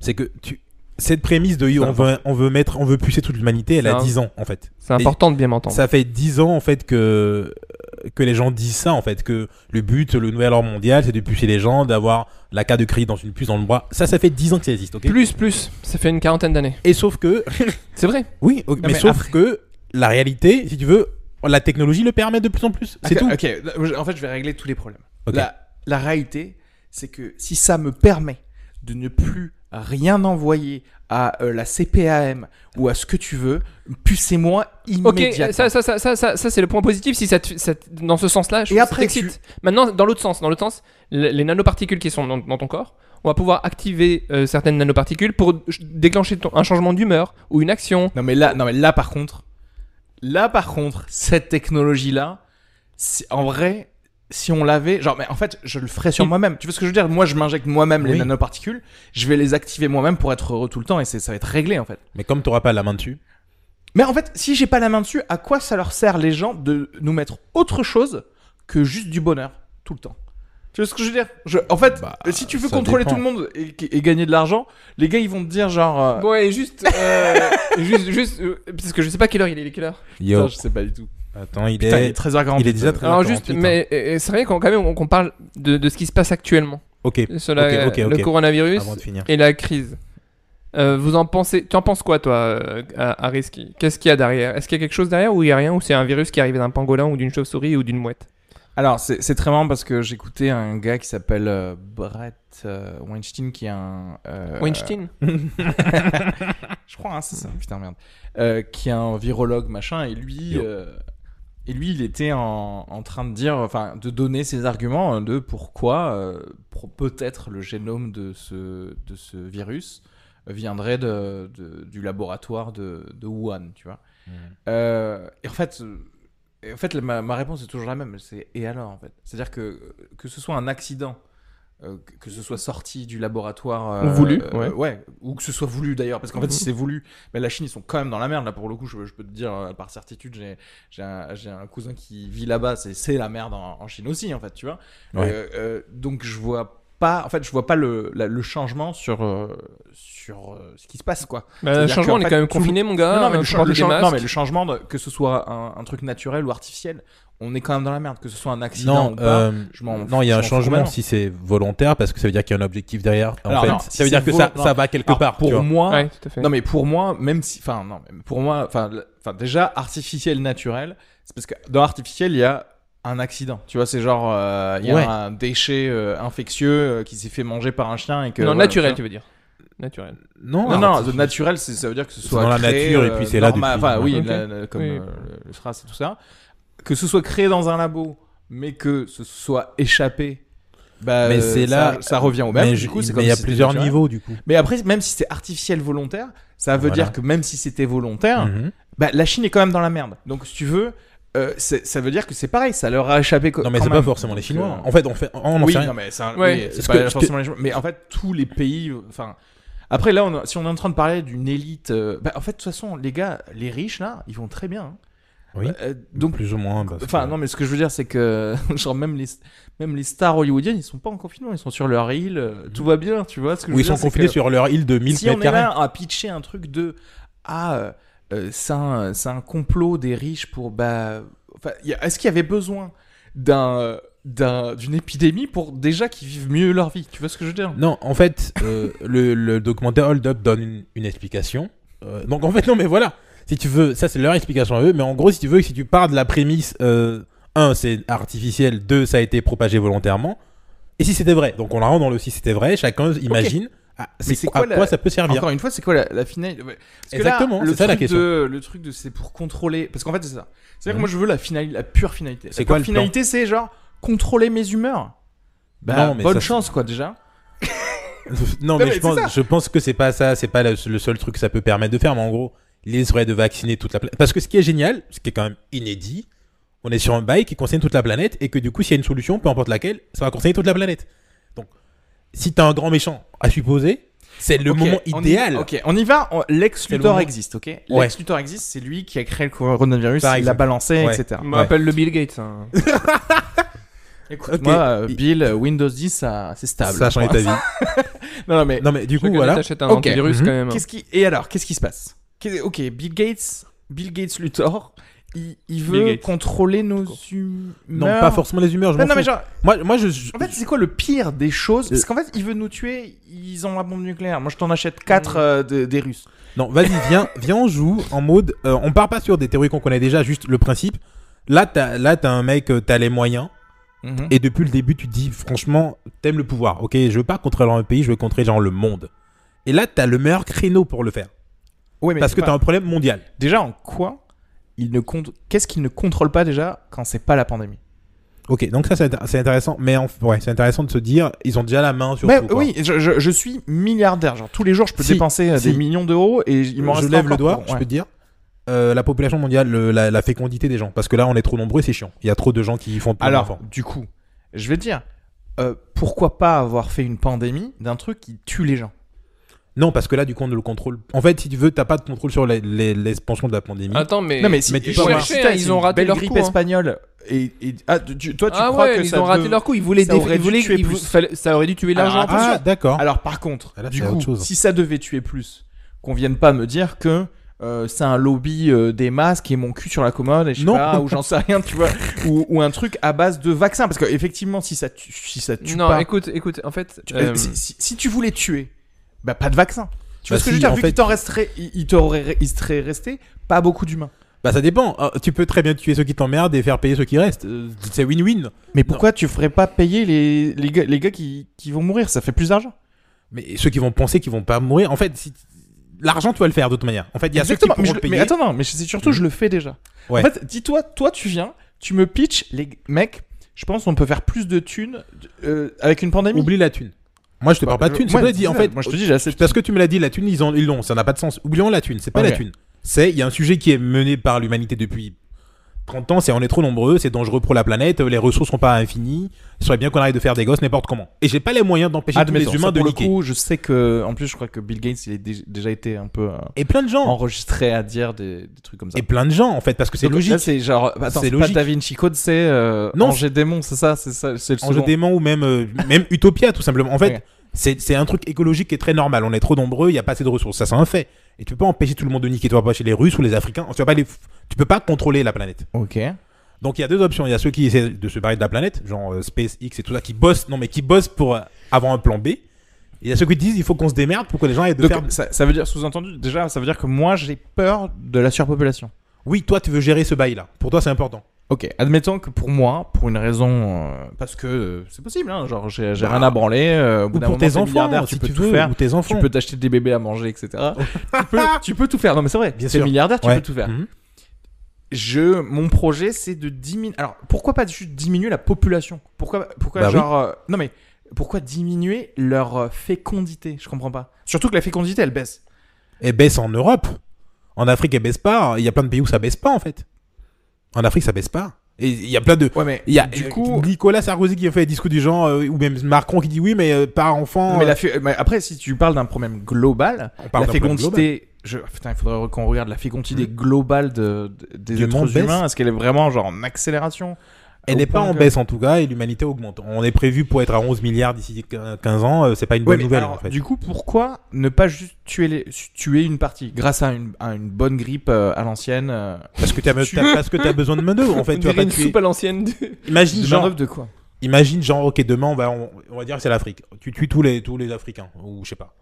C'est que tu. Cette prémisse de on veut, on veut mettre, on veut pucer toute l'humanité, elle a
Non.
10 ans en fait.
C'est important de bien m'entendre.
Ça fait 10 ans en fait que que les gens disent ça en fait que le but le nouvel ordre mondial c'est de pucer les gens d'avoir la carte de crédit dans une puce dans le bras. Ça ça fait 10 ans que ça existe, OK
Plus, plus. Ça fait une quarantaine d'années.
Et sauf que
C'est vrai.
oui, ok,
Non,
mais,
mais
sauf que la réalité, si tu veux, la technologie le permet de plus en plus. C'est
Ok,
tout.
Ok, là, en fait, je vais régler tous les problèmes.
Ok.
La, la réalité, c'est que si ça me permet de ne plus rien envoyer à euh, la CPAM ou à ce que tu veux, pucez-moi
Ok,
immédiatement.
ça, ça, ça, ça, ça, ça, c'est le point positif. Si ça, te- ça te- dans ce sens-là, je
Et
trouve
après,
que ça t'excite. Maintenant, dans l'autre sens, dans l'autre sens, le- les nanoparticules qui sont dans, dans ton corps, on va pouvoir activer euh, certaines nanoparticules pour ch- déclencher ton- un changement d'humeur ou une action.
Non mais là, non mais là par contre, là par contre, cette technologie-là, c'est- en vrai, si on l'avait, genre, mais en fait, je le ferais sur
Oui.
moi-même. Tu vois ce que je veux dire Moi, je m'injecte moi-même les
Oui.
nanoparticules, je vais les activer moi-même pour être heureux tout le temps et c'est- ça va être réglé en fait.
Mais comme tu n'auras pas la main dessus.
Mais en fait, si j'ai pas la main dessus, à quoi ça leur sert les gens de nous mettre autre chose que juste du bonheur tout le temps Tu vois ce que je veux dire Je- En fait,
Bah,
si tu veux
ça
contrôler
dépend.
tout le monde et, et gagner de l'argent, les gars ils vont te dire genre. euh,
Bon, et juste, euh, juste, juste, euh, parce que je sais pas quelle heure il est, il est quelle heure.
Putain,
Yo.
je sais pas du tout.
Attends, il
Putain, il
est
est 13h40.
il est déjà très hein.
Alors
longtemps,
juste,
putain.
mais euh, c'est vrai qu'on quand même on, qu'on parle de, de ce qui se passe actuellement
OK,
sur la-
Ok, ok,
le
ok.
coronavirus
avant de finir.
et la crise. Euh, vous en pensez Tu en penses quoi, toi, euh, à- Harris qui- Qu'est-ce qu'il y a derrière Est-ce qu'il y a quelque chose derrière ou il y a rien Ou c'est un virus qui arrive d'un pangolin ou d'une chauve-souris ou d'une mouette
Alors, c'est c'est très marrant parce que j'écoutais un gars qui s'appelle euh, Brett euh, Weinstein, qui est un. euh,
Weinstein
Je crois, hein, c'est ça. Putain, merde. Euh, qui est un virologue, machin, et lui.
Yo.
euh, et lui, il était en, en train de dire, enfin, de donner ses arguments euh, de pourquoi euh, pro- peut-être le génome de ce, de ce virus viendrait de, de- du laboratoire de, de Wuhan, tu vois. Euh, et en fait, euh, et en fait la- ma, ma réponse est toujours la même, c'est et alors en fait C'est-à-dire que que ce soit un accident, euh, que- que ce soit sorti du laboratoire...
Ou voulu,
euh,
ouais. Mhm.
ou que ce soit voulu d'ailleurs, parce qu'en fait si c'est voulu, mais la Chine ils sont quand même dans la merde, là pour le coup je, je peux te dire euh, par certitude, j'ai- j'ai un, j'ai un cousin qui vit là-bas, c'est c'est la merde en, en Chine aussi en fait, tu vois.
Ouais.
Euh, euh, donc je vois pas, en fait, je vois pas le, la- le changement sur, euh, sur euh, ce qui se passe, quoi.
Bah, le
C'est-à-dire
changement,
qu'en
on est
fait,
quand même
tout-
confiné, mon gars.
non, non, mais
euh,
le,
faut
chan-
porter
le
des
chan- non,
masques.
mais le changement, de- que ce soit un, un truc naturel ou artificiel, on est quand même dans la merde. Que ce soit un accident
Non,
ou pas,
euh,
je m'en-
non, il y
je
a un
m'en fous
changement
vraiment.
si c'est volontaire parce que ça veut dire qu'il y a un objectif derrière. En
Alors,
fait,
non,
ça
si
veut
c'est
dire que
vol-
ça,
non.
ça va quelque
Alors,
part. tu
Pour
vois.
moi,
Ouais, tout à fait.
Non mais pour moi, même si, enfin non, mais pour moi, enfin, le- enfin déjà artificiel naturel, c'est parce que dans artificiel il y a un accident. Tu vois, c'est genre euh, il y a
Ouais.
un déchet euh, infectieux euh, qui s'est fait manger par un chien et que.
non,
voilà,
naturel,
tu
tu veux dire. Naturel.
Non,
vois. Non,
alors,
non, le naturel, c'est- ça veut dire que ce
C'est
soit
dans la
créé,
nature et
euh,
puis c'est là
normal-
depuis.
Enfin, oui,
Ok.
la- la- comme
Oui.
euh, le- le SRAS et tout ça, que ce soit créé dans un labo, mais que ce soit échappé. Bah,
Mais
euh,
c'est
ça-
là-
ça revient au même.
mais
du
je-
coup, c'est
mais
comme
il y a
si c'était
plusieurs
naturel.
niveaux du coup.
Mais après, même si c'est artificiel volontaire, ça veut
Voilà.
dire que même si c'était volontaire,
Mhm.
bah, la Chine est quand même dans la merde. Donc, si tu veux, euh, c'est- ça veut dire que c'est pareil, ça leur a échappé. co-
Non, mais
quand
c'est pas
même.
forcément les
Donc,
Chinois. hein.
euh,
En fait, on fait, on n'en
oui,
sait rien.
non, mais c'est un-
Ouais.
oui, c'est
Ce
pas
que- ce
forcément les Chinois. Mais en fait, tous les pays. Enfin, après, là, on a- si on est en train de parler d'une élite. euh, bah, en fait, de toute façon, les gars, les riches, là, ils vont très bien. hein.
Oui.
Euh, donc,
plus ou moins. parce que-
Enfin, non, mais ce que je veux dire, c'est que genre, même, les, même les stars hollywoodiennes, ils sont pas en confinement, ils sont sur leur île, euh, tout va bien, tu vois. Ce que je veux
Où Mhm. ils sont
dire, c'est
confinés
que-
sur leur île de 1000
si on
mètres
est
carrés.
là à pitcher un truc de ah euh, euh, c'est un, c'est un complot des riches pour bah enfin, y a- est-ce qu'il y avait besoin d'un euh, d'un- d'une épidémie pour déjà qu'ils vivent mieux leur vie tu vois ce que je veux dire
Non, en fait, euh, le, le documentaire Hold Up donne une, une explication. Euh, donc en fait, non, mais voilà. Si tu veux, ça c'est leur explication à eux. Mais en gros, si tu veux, si tu pars de la prémisse, euh, un, c'est artificiel, deux, ça a été propagé volontairement. Et si c'était vrai, donc on la rend dans le si c'était vrai, chacun imagine à,
Mais
c'est
c'est
quoi,
quoi
à
la-
quoi ça peut servir.
encore une fois c'est quoi la, la finale Ouais. Parce que
Exactement,
là, le
c'est ça la
truc
question.
de- le truc de c'est pour contrôler parce qu'en fait c'est ça c'est à dire
Mhm.
que moi je veux la finalité la pure finalité
C'est
la
quoi
pure
le plan
finalité c'est genre contrôler mes humeurs bah,
Non, mais
bonne
ça, c'est-
chance quoi déjà
non,
Non,
mais,
mais
je,
c'est ça.
pense, je pense que c'est pas ça, c'est pas le, le seul truc que ça peut permettre de faire, mais en gros, il essaierait de vacciner toute la planète. Parce que ce qui est génial, ce qui est quand même inédit, on est sur un bail qui concerne toute la planète et que du coup, s'il y a une solution, peu importe laquelle, ça va concerner toute la planète. Donc, si t'as un grand méchant à supposer, c'est le
Ok,
moment
on y-
idéal.
ok, on y va. on- Lex
C'est le
Luthor
moment.
existe, ok Lex Luthor existe, c'est lui qui a créé le coronavirus,
Par
il l'a
exemple.
balancé,
Ouais.
etc.
On
Ouais.
me rappelle le Bill Gates. hein.
Écoute,
Ok.
moi, euh,
Il-
Bill, euh, Windows 10, ça- c'est stable.
Ça a changé ta vie.
Non, non, mais
Non, mais du
Je
coup,
connais,
voilà.
T'achètes un
Ok.
antivirus
Mhm.
quand même.
qu'est-ce qui et alors, qu'est-ce qui se passe Qu'est- Ok, Bill Gates, Bill Gates Luthor, il, il
Bill
veut
Gates.
contrôler nos humeurs.
Non, pas forcément les humeurs. Je
Non,
m'en
non, mais
fous.
genre,
Moi, moi, je. je-
en fait, c'est quoi le pire des choses
Euh.
Parce qu'en fait, ils veulent nous tuer, ils ont la bombe nucléaire. Moi, je t'en achète
Mm.
4 des Russes.
Non, vas-y, viens, viens, on joue en mode. euh, on part pas sur des théories qu'on connaît déjà, juste le principe. Là, t'as là, t'as un mec, euh, t'as les moyens. Et depuis le début, tu dis, franchement, t'aimes le pouvoir. Ok, je veux pas contrôler un pays, je veux contrôler genre le monde. Et là, t'as le meilleur créneau pour le faire.
Ouais, mais
parce que
enfin,
t'as un problème mondial.
Déjà, en quoi il ne compte Qu'est-ce qu'il ne contrôle pas déjà quand c'est pas la pandémie
Ok, donc ça, c'est intér- c'est intéressant. Mais en- ouais, c'est intéressant de se dire, ils ont déjà la main sur
Mais
tout. quoi.
oui, je, je- je suis milliardaire. Genre tous les jours, je peux
Si,
dépenser euh,
si.
des millions d'euros et il m'en
je
reste
lève le
encore
doigt,
pour-
je
ouais.
peux te dire. euh, la population mondiale, le- la, la fécondité des gens. Parce que là, on est trop nombreux, c'est chiant. Il y a trop de gens qui font plein
Alors,
d'enfants.
du coup, je vais te dire, euh, pourquoi pas avoir fait une pandémie d'un truc qui tue les gens
Non, parce que là, du coup, on ne le contrôle. En fait, si tu veux, t'as pas de contrôle sur la- les- l'expansion de la pandémie.
Ah,
Attends, mais.
Non mais si,
mais tu
je-
peux
je-
marcher,
putain,
hein,
c'est
ils ont
une
raté
belle
leur
grippe
coup, hein.
espagnole. Et, et- ah, tu- toi, tu
ah
crois
ouais,
que
ils
ça
ont raté
dev-
leur coup. Ils voulaient,
ça
dé-
aurait
ils
dû
voulaient-
tuer
ils vou-
plus.
fallait- ça aurait dû tuer
Alors,
l'argent.
ah, d'accord.
Alors par contre,
Ah, là,
du
c'est autre
coup,
chose.
si ça devait tuer plus, qu'on vienne pas me dire que euh, c'est un lobby euh, des masques et mon cul sur la commode et je sais
Non.
pas ou j'en sais rien, tu vois, ou, ou un truc à base de vaccin parce que effectivement si ça tue, si ça tue
non,
pas,
écoute, écoute, en fait.
tu-
euh,
euh, si, si- si tu voulais tuer, bah pas de vaccin. Tu
Bah
vois ce que je
si,
veux dire
en
Vu
fait-
qu'il t'en resterait, il, il t'aurait, il serait resté pas beaucoup d'humains.
Bah, ça dépend. Euh, tu peux très bien tuer ceux qui t'emmerdent et faire payer ceux qui restent. Euh, c'est win-win.
Mais pourquoi tu ferais pas payer les, les gars, les gars qui, qui vont mourir Ça fait plus d'argent.
Mais ceux qui vont penser qu'ils vont pas mourir, en fait, si... l'argent, tu vas le faire de toute manière. En fait, il y a
Exactement.
ceux qui
mais,
pourront
je-
le payer. Mm.
mais attends, non, mais c'est surtout, je le fais déjà.
Ouais.
En fait, dis-toi, toi, tu viens, tu me pitches, les mecs, je pense qu'on peut faire plus de thunes euh, avec une pandémie.
oublie la thune. Moi, je te parle pas de thune.
Je-
C'est
moi,
pas dit, en
ça,
fait,
euh, Moi, je te dis, j'ai assez de
parce que tu me l'as dit, la thune, ils ont, ils l'ont. Ça n'a pas de sens. Oublions la thune. C'est pas
Ok.
la thune. C'est, il y a un sujet qui est mené par l'humanité depuis content, c'est on est trop nombreux, c'est dangereux pour la planète, les ressources sont pas infinies, il serait bien qu'on arrête de faire des gosses n'importe comment. Et j'ai pas les moyens d'empêcher tous les
Admettons,
humains
ça,
de
pour le
niquer.
coup, je sais que, en plus, je crois que Bill Gates, il a dé- déjà été un peu euh,
Et plein de gens.
enregistré à dire des, des trucs comme ça.
Et plein de gens, en fait, parce que c'est
Donc,
logique.
Là, c'est genre, attends,
C'est
c'est pas
logique.
Da Vinci Code, c'est euh,
Non,
Angers Démon, c'est ça, c'est ça, c'est le
Enjeu
second.
dément ou même, euh, même Utopia, tout simplement. En fait,
Ok.
c'est c'est un truc écologique qui est très normal. On est trop nombreux, il n'y a pas assez de ressources. Ça, c'est un fait. Et tu peux pas empêcher tout le monde de niquer. Tu vas pas chez les Russes ou les Africains. Tu, vas pas les... tu peux pas contrôler la planète.
Ok.
Donc il y a deux options. Il y a ceux qui essaient de se barrer de la planète, genre euh, SpaceX et tout ça, qui bossent, non mais qui bossent pour euh, avoir un plan B. Et il y a ceux qui disent il faut qu'on se démerde pour que les gens aient de
Donc,
faire.
ça, ça veut dire, sous-entendu, déjà, ça veut dire que moi, j'ai peur de la surpopulation.
Oui, toi tu veux gérer ce bail là. Pour toi c'est important.
Ok, admettons que pour moi, pour une raison, euh, parce que euh, c'est possible, hein, genre j'ai j'ai rien à branler. euh, au bout
Bah,
d'un
Ou pour
moment,
tes
t'es
enfants,
milliardaire,
si
tu peux
tu
tout
veux,
faire.
ou tes
Tu
enfants.
peux t'acheter des bébés à manger, etc. tu, peux, tu peux tout faire. Non, mais c'est vrai.
Bien
Bien sûr.
sûr.
milliardaire, tu
Ouais.
peux tout faire.
Mhm.
Je, mon projet, c'est de diminuer. Alors, pourquoi pas juste diminuer la population Pourquoi, pourquoi
Bah oui.
genre, euh, non mais pourquoi diminuer leur euh, fécondité Je comprends pas. Surtout que la fécondité, elle baisse.
Elle baisse en Europe. En Afrique elle baisse pas. Il y a plein de pays où ça baisse pas en fait. En Afrique ça baisse pas. Et il y a plein de
Ouais, mais
Il y a
du
euh,
coup.
Nicolas Sarkozy qui a fait des discours du genre, euh, ou même Macron qui dit oui, mais euh, par enfant.
Mais,
euh,
la fé- mais après, si tu parles d'un problème global,
on parle
la
d'un problème global. Mm.
fécondité. Je, putain, il faudrait qu'on regarde la fécondité globale de, de- des
Du monde
êtres
baisse.
humains. Est-ce qu'elle est vraiment genre en accélération
Elle
Au
n'est pas
point
en
que-
baisse en tout cas, et l'humanité augmente. On est prévu pour être à 11 milliards d'ici 15 ans, euh, c'est pas une
Ouais,
bonne
mais
nouvelle
alors,
en fait.
Du coup, pourquoi ne pas juste tuer, les, tuer une partie grâce à une, à une bonne grippe euh, à l'ancienne euh,
Parce que t'as
tu-
t'as- parce que t'as besoin de main d'œuvre en fait.
On
tu vas
dirait
pas
une
tuer-
soupe à l'ancienne. de-
Imagine
de
genre,
main-d'œuvre de quoi
imagine genre, ok demain on va on, on va dire que c'est l'Afrique. Tu tues tous les tous les Africains ou je sais pas.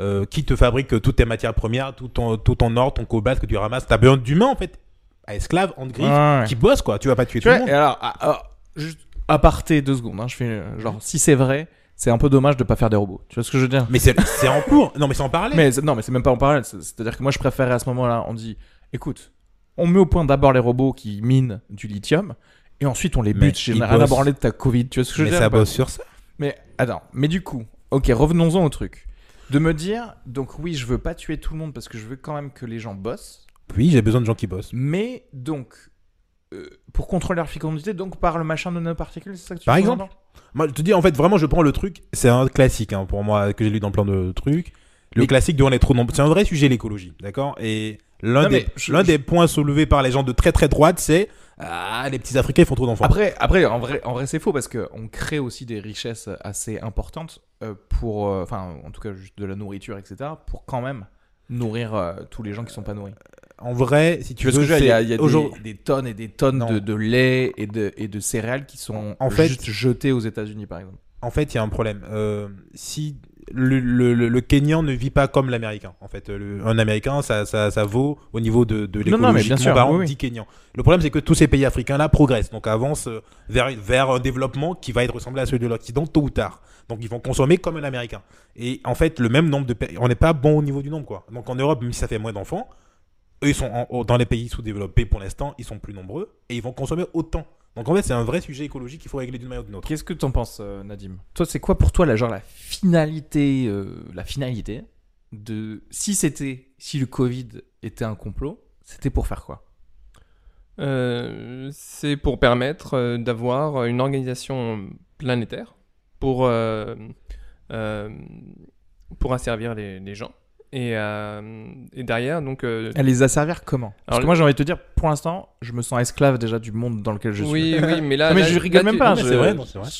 Euh, qui te fabrique euh, toutes tes matières premières, tout ton tout ton or, ton cobalt que tu ramasses. T'as besoin d'humains en fait, à esclaves, en griffes,
Ouais, ouais.
qui bossent quoi. Tu vas pas tuer
Tu
tout le
vois,
monde.
et alors, à, à- juste aparté deux secondes. hein, je fais euh, genre, si c'est vrai, c'est un peu dommage de pas faire des robots. Tu vois ce que je veux dire
Mais c'est c'est en cours. Non mais sans parler.
Mais c'est- non, mais c'est même pas en parallèle. C'est- C'est-à-dire que moi, je préférais à ce moment-là, on dit, écoute, on met au point d'abord les robots qui minent du lithium, et ensuite on les
Mais
bute. J'ai
ils
rien à
bossent.
branler de ta Covid. Tu vois ce que je veux
mais
dire bah,
ça
ou pas
bosse sur ça.
Mais attends, mais du coup, ok, revenons-en au truc. De me dire, donc oui, je veux pas tuer tout le monde parce que je veux quand même que les gens bossent,
Oui, j'ai besoin de gens qui bossent.
mais donc, euh, pour contrôler leur fécondité, donc par le machin de nanoparticules, c'est ça que tu
Par
veux
exemple.
entendre
Moi, je te dis, en fait, vraiment, je prends le truc. C'est un classique hein, pour moi que j'ai lu dans plein de trucs. Le
Et-
classique de on est trop nombreux. C'est un vrai sujet, l'écologie, d'accord Et l'un
Non,
des,
mais je-
l'un
je-
des points soulevés par les gens de très très droite, c'est Ah, les petits Africains, ils font trop d'enfants.
Après, après, en vrai, en vrai, c'est faux parce que on crée aussi des richesses assez importantes euh, pour, euh, enfin, en tout cas, juste de la nourriture, etc., pour quand même nourrir euh, tous les gens qui sont pas nourris.
En vrai, si
Tu
tu,
vois ce que
veux,
je veux dire Il y a, il y a
c'est- aujourd'hui-
des, des tonnes et des tonnes
Non.
de, de lait et de, et de céréales qui sont
En fait-
juste jetées aux États-Unis, par exemple.
En fait, il y a un problème. Euh, si le, le, le- le Kenyan ne vit pas comme l'Américain, en fait, le- un Américain, ça, ça, ça vaut au niveau de, de
Non, non, mais bien
l'écologiquement
sûr,
parlant
oui, oui.
10 Kenyans. Le problème, c'est que tous ces pays africains-là progressent, donc avancent euh, vers, vers un développement qui va être ressemblé à celui de l'Occident tôt ou tard. Donc, ils vont consommer comme un Américain. Et en fait, le même nombre de pays, on n'est pas bon au niveau du nombre, quoi. Donc, en Europe, même si ça fait moins d'enfants, eux, ils sont en- en- dans les pays sous-développés pour l'instant, ils sont plus nombreux et ils vont consommer autant. Donc, en fait, c'est un vrai sujet écologique qu'il faut régler d'une manière ou d'une autre.
Qu'est-ce que t'en penses, euh, Nadim Toi, c'est quoi pour toi la genre la finalité, euh, la finalité de si c'était si le Covid était un complot, c'était pour faire quoi
Euh, c'est pour permettre euh, d'avoir une organisation planétaire pour, euh, euh, pour asservir les, les gens. Et, euh, et derrière, donc. euh,
Elle les asservir comment Parce
Alors,
que moi, j'ai envie de te dire, pour l'instant, je me sens esclave déjà du monde dans lequel je suis.
oui, oui, mais là.
Non, mais
là-
je rigole
là,
même
tu-
pas,
non, mais
je-
c'est vrai.
non, c'est vrai.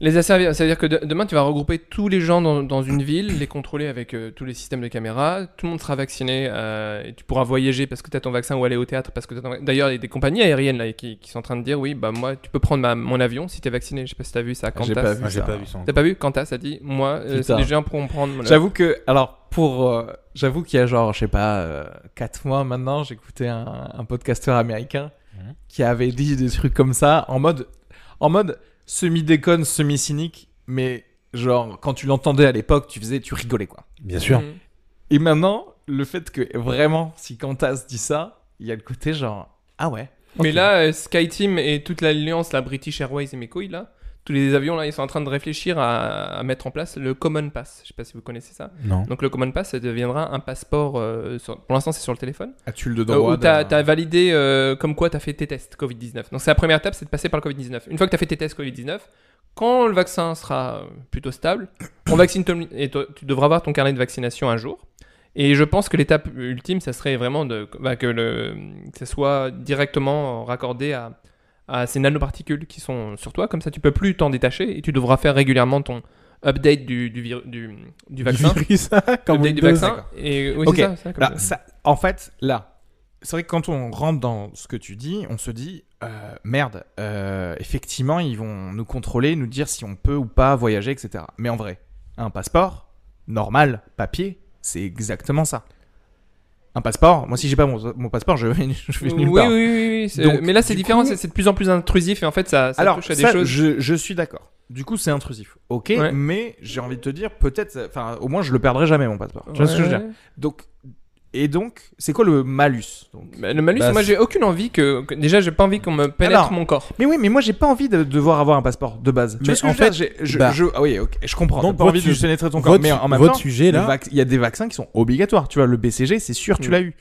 Les asservir, c'est-à-dire que de- demain, tu vas regrouper tous les gens dans, dans une ville, les contrôler avec euh, tous les systèmes de caméras, tout le monde sera vacciné euh, et tu pourras voyager parce que tu as ton vaccin ou aller au théâtre parce que t'as ton... D'ailleurs, il y a des compagnies aériennes là, qui, qui sont en train de dire oui, bah moi, tu peux prendre ma- mon avion si tu es vacciné. Je sais pas si tu as vu ça,
Ah, j'ai
Qantas.
pas vu.
Ah, j'ai
ça.
pas vu ça.
T'as pas vu Quanta, ça dit Moi, euh,
Putain.
les gens pourront prendre. mon-
J'avoue que, alors, pour, euh, j'avoue qu'il y a genre, je sais pas, euh, quatre mois maintenant, j'écoutais un, un podcasteur américain
Mhm.
qui avait dit des trucs comme ça, en mode, en mode semi-déconne, semi-cynique, mais genre, quand tu l'entendais à l'époque, tu faisais, tu rigolais, quoi.
Bien
Mm.
sûr.
Et maintenant, le fait que vraiment, si Quantas dit ça, il y a le côté genre, ah ouais.
Mm. Mais
Ok.
là, euh, SkyTeam et toute l'alliance, la British Airways et mes couilles, là, tous les avions là, ils sont en train de réfléchir à, à mettre en place le Common Pass. Je sais pas si vous connaissez ça.
Non.
Donc le Common Pass, ça deviendra un passeport. euh, sur- pour l'instant, c'est sur le téléphone.
Ah,
As-tu le
euh,
droit
où t'as as validé euh, comme quoi t'as fait tes tests Covid-19. Donc c'est la première étape, c'est de passer par le Covid-19. Une fois que t'as fait tes tests Covid-19, quand le vaccin sera euh, plutôt stable, on vaccine ton- et toi, tu devras avoir ton carnet de vaccination un jour. Et je pense que l'étape ultime, ça serait vraiment de, bah, que, le, que ça soit directement raccordé à, à ces nanoparticules qui sont sur toi. Comme ça, tu peux plus t'en détacher et tu devras faire régulièrement ton update du, du, viru- du, du vaccin.
comme
update du vaccin. Et, oui, c'est
Ok.
ça, ça, comme
Là,
ça.
Bah, ça- en fait, là, c'est vrai que quand on rentre dans ce que tu dis, on se dit euh, merde, euh, effectivement, ils vont nous contrôler, nous dire si on peut ou pas voyager, etc. Mais en vrai, un passeport normal, papier, c'est exactement ça. Un passeport, moi si j'ai pas mon, mon passeport, je vais, je vais
Oui,
nulle
oui,
part.
oui, oui, c'est-
Donc,
mais là, c'est
du
différent,
coup-
c'est c'est de plus en plus intrusif et en fait, ça, ça
Alors,
touche à des
ça,
choses.
Je, je suis d'accord. Du coup, c'est intrusif. Ok,
Ouais.
mais j'ai envie de te dire, peut-être, enfin, au moins, je le perdrai jamais, mon passeport. Tu vois ce que je veux dire Donc, et donc, c'est quoi le malus donc
Bah, le malus,
Bah,
moi,
c'est-
j'ai aucune envie que. que- déjà, j'ai pas envie qu'on me pénètre
Alors,
mon corps.
Mais oui, mais moi j'ai pas envie de devoir avoir un passeport de base. Tu
Mais
vois ce que
en
je veux dire J'ai- je,
bah,
je- ah oui, ok, je comprends.
donc
T'as pas
votre
envie de
su-
pénétrer ton corps,
Votre,
mais en même
votre
temps,
sujet
le
là,
vac- il y a des vaccins qui sont obligatoires. Tu vois, le BCG, c'est sûr, tu
Mm.
l'as eu.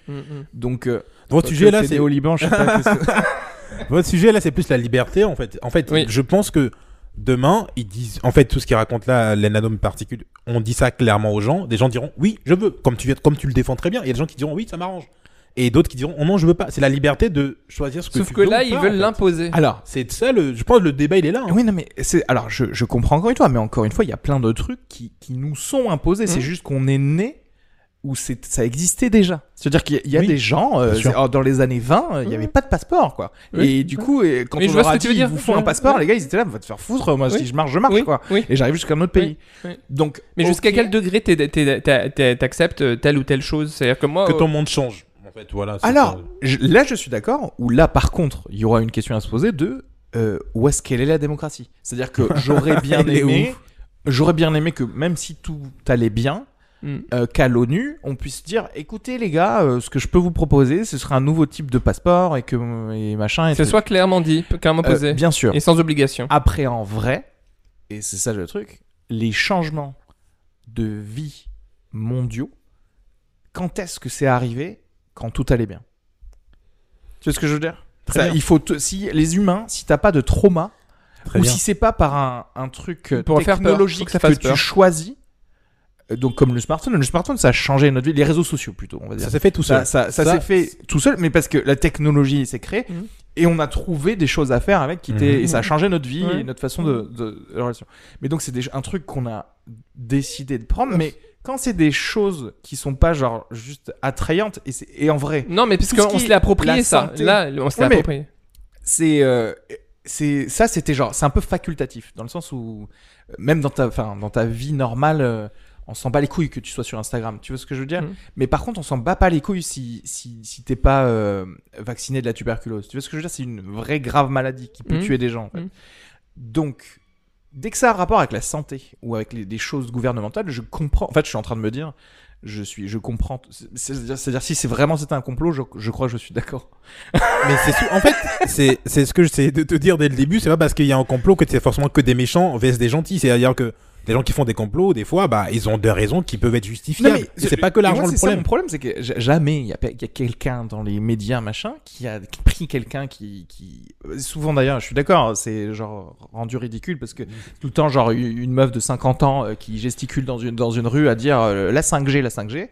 Donc, euh,
votre sujet là,
c'est
c'est
au Liban. Je sais pas qu'est-ce que-
Votre sujet là, c'est plus la liberté en fait. En fait,
Oui.
je pense que demain, ils disent. En fait, tout ce qu'ils racontent là, les nanoparticules, on dit ça clairement aux gens. Des gens diront oui, je veux, comme tu, viens- comme tu le défends très bien. Il y a des gens qui diront oui, ça m'arrange. Et d'autres qui diront oh non, je veux pas. C'est la liberté de choisir ce que
Sauf
tu
que
veux.
là,
ou
ils
pas,
veulent
en fait.
l'imposer.
Alors,
C'est ça le. Je pense que le débat il est là. hein.
oui, non, mais c'est. Alors, je, je comprends encore une fois, mais encore une fois, il y a plein de trucs qui, qui nous sont imposés. C'est
Mm.
juste qu'on est né où c'est- ça existait déjà. C'est-à-dire qu'il y a, il y a
Oui,
des gens, euh,
bien sûr.
c'est- oh, dans les années 20, euh, il n'y avait pas de passeport, quoi.
Mmh. Oui.
Et du coup, et quand
Mais
on
je vois
leur
ce
a
que tu
dit,
veux
ils
dire.
vous font un passeport,
Ouais.
les gars, ils étaient là, va te faire foutre, moi,
Oui.
si je marche, je marche,
Oui,
quoi.
oui.
et j'arrive jusqu'à un autre pays.
Oui, oui.
Donc,
Mais jusqu'à
ok.
quel degré t'es- t'es- t'es- t'es- t'acceptes euh, telle ou telle chose C'est-à-dire que moi.
Que
euh,
ton monde change. En fait, voilà. c'est
Alors,
ça.
je- là, je suis d'accord, où là, par contre, il y aura une question à se poser de euh, où est-ce qu'elle est la démocratie C'est-à-dire que j'aurais bien
Elle est
aimé, j'aurais bien aimé que même si tout allait bien,
hmm.
euh, qu'à l'ONU, on puisse dire, écoutez les gars, euh, ce que je peux vous proposer, ce sera un nouveau type de passeport et que et machin. Et
Que ce
tout.
soit clairement dit, clairement
Euh,
posé.
bien sûr. Ah,
et sans obligation.
Après, en vrai, et c'est ça le truc, les changements de vie mondiaux, quand est-ce que c'est arrivé Quand tout allait bien. Tu vois ce que je veux dire
Très
Ça,
bien.
Il faut te- si les humains, si t'as pas de trauma,
Très
ou
bien.
si c'est pas par un, un truc euh,
Pour faire peur, faut
technologique
que ça
que,
fasse
tu
peur.
choisis, euh, donc comme le smartphone, le smartphone ça a changé notre vie, les réseaux sociaux plutôt, on va dire.
Ça s'est fait tout
Ça,
seul.
ça, ça
Ça,
s'est fait tout seul, mais parce que la technologie s'est créée
Mhm.
et on a trouvé des choses à faire avec qui étaient.
Mhm.
Et ça a changé notre vie
Ouais.
et notre façon de, de, de relation. Mais donc, c'est des- un truc qu'on a décidé de prendre. Mais quand c'est des choses qui sont pas genre juste attrayantes et, c'est- et en vrai,
Non, mais parce
Tout ce
qu'on
qui
se l'est
est
approprié
la
ça.
santé.
Là, on se l'est
Ouais, mais-
approprié.
c'est euh, c'est ça c'était genre c'est un peu facultatif dans le sens où euh, même dans ta enfin dans ta vie normale euh, on s'en bat les couilles que tu sois sur Instagram tu vois ce que je veux dire
Mhm.
mais par contre on s'en bat pas les couilles si si, si t'es pas euh, vacciné de la tuberculose tu vois ce que je veux dire c'est une vraie grave maladie qui peut
Mhm.
tuer des gens en fait.
Mhm.
donc dès que ça a un rapport avec la santé ou avec les, des choses gouvernementales je comprends en fait je suis en train de me dire je suis je comprends c'est- c'est-à-dire c'est-à-dire si c'est vraiment c'était un complot je, je crois que je suis d'accord
Mais c'est sou- en fait, c'est c'est ce que j'essayais de te dire dès le début. C'est pas parce qu'il y a un complot que c'est forcément que des méchants vs des gentils. C'est-à-dire que les gens qui font des complots, des fois, bah, ils ont des raisons qui peuvent être justifiables.
Non,
Et c'est pas que
et
l'argent
moi,
le
c'est ça,
problème.
mon problème, c'est que ja- jamais il y a, pe- il y a quelqu'un dans les médias, machin, qui a pris quelqu'un qui, qui- euh, Souvent d'ailleurs, je suis d'accord, c'est genre rendu ridicule parce que tout le temps, genre une une meuf de 50 ans euh, qui gesticule dans une, dans une rue à dire euh, la 5G, la 5G.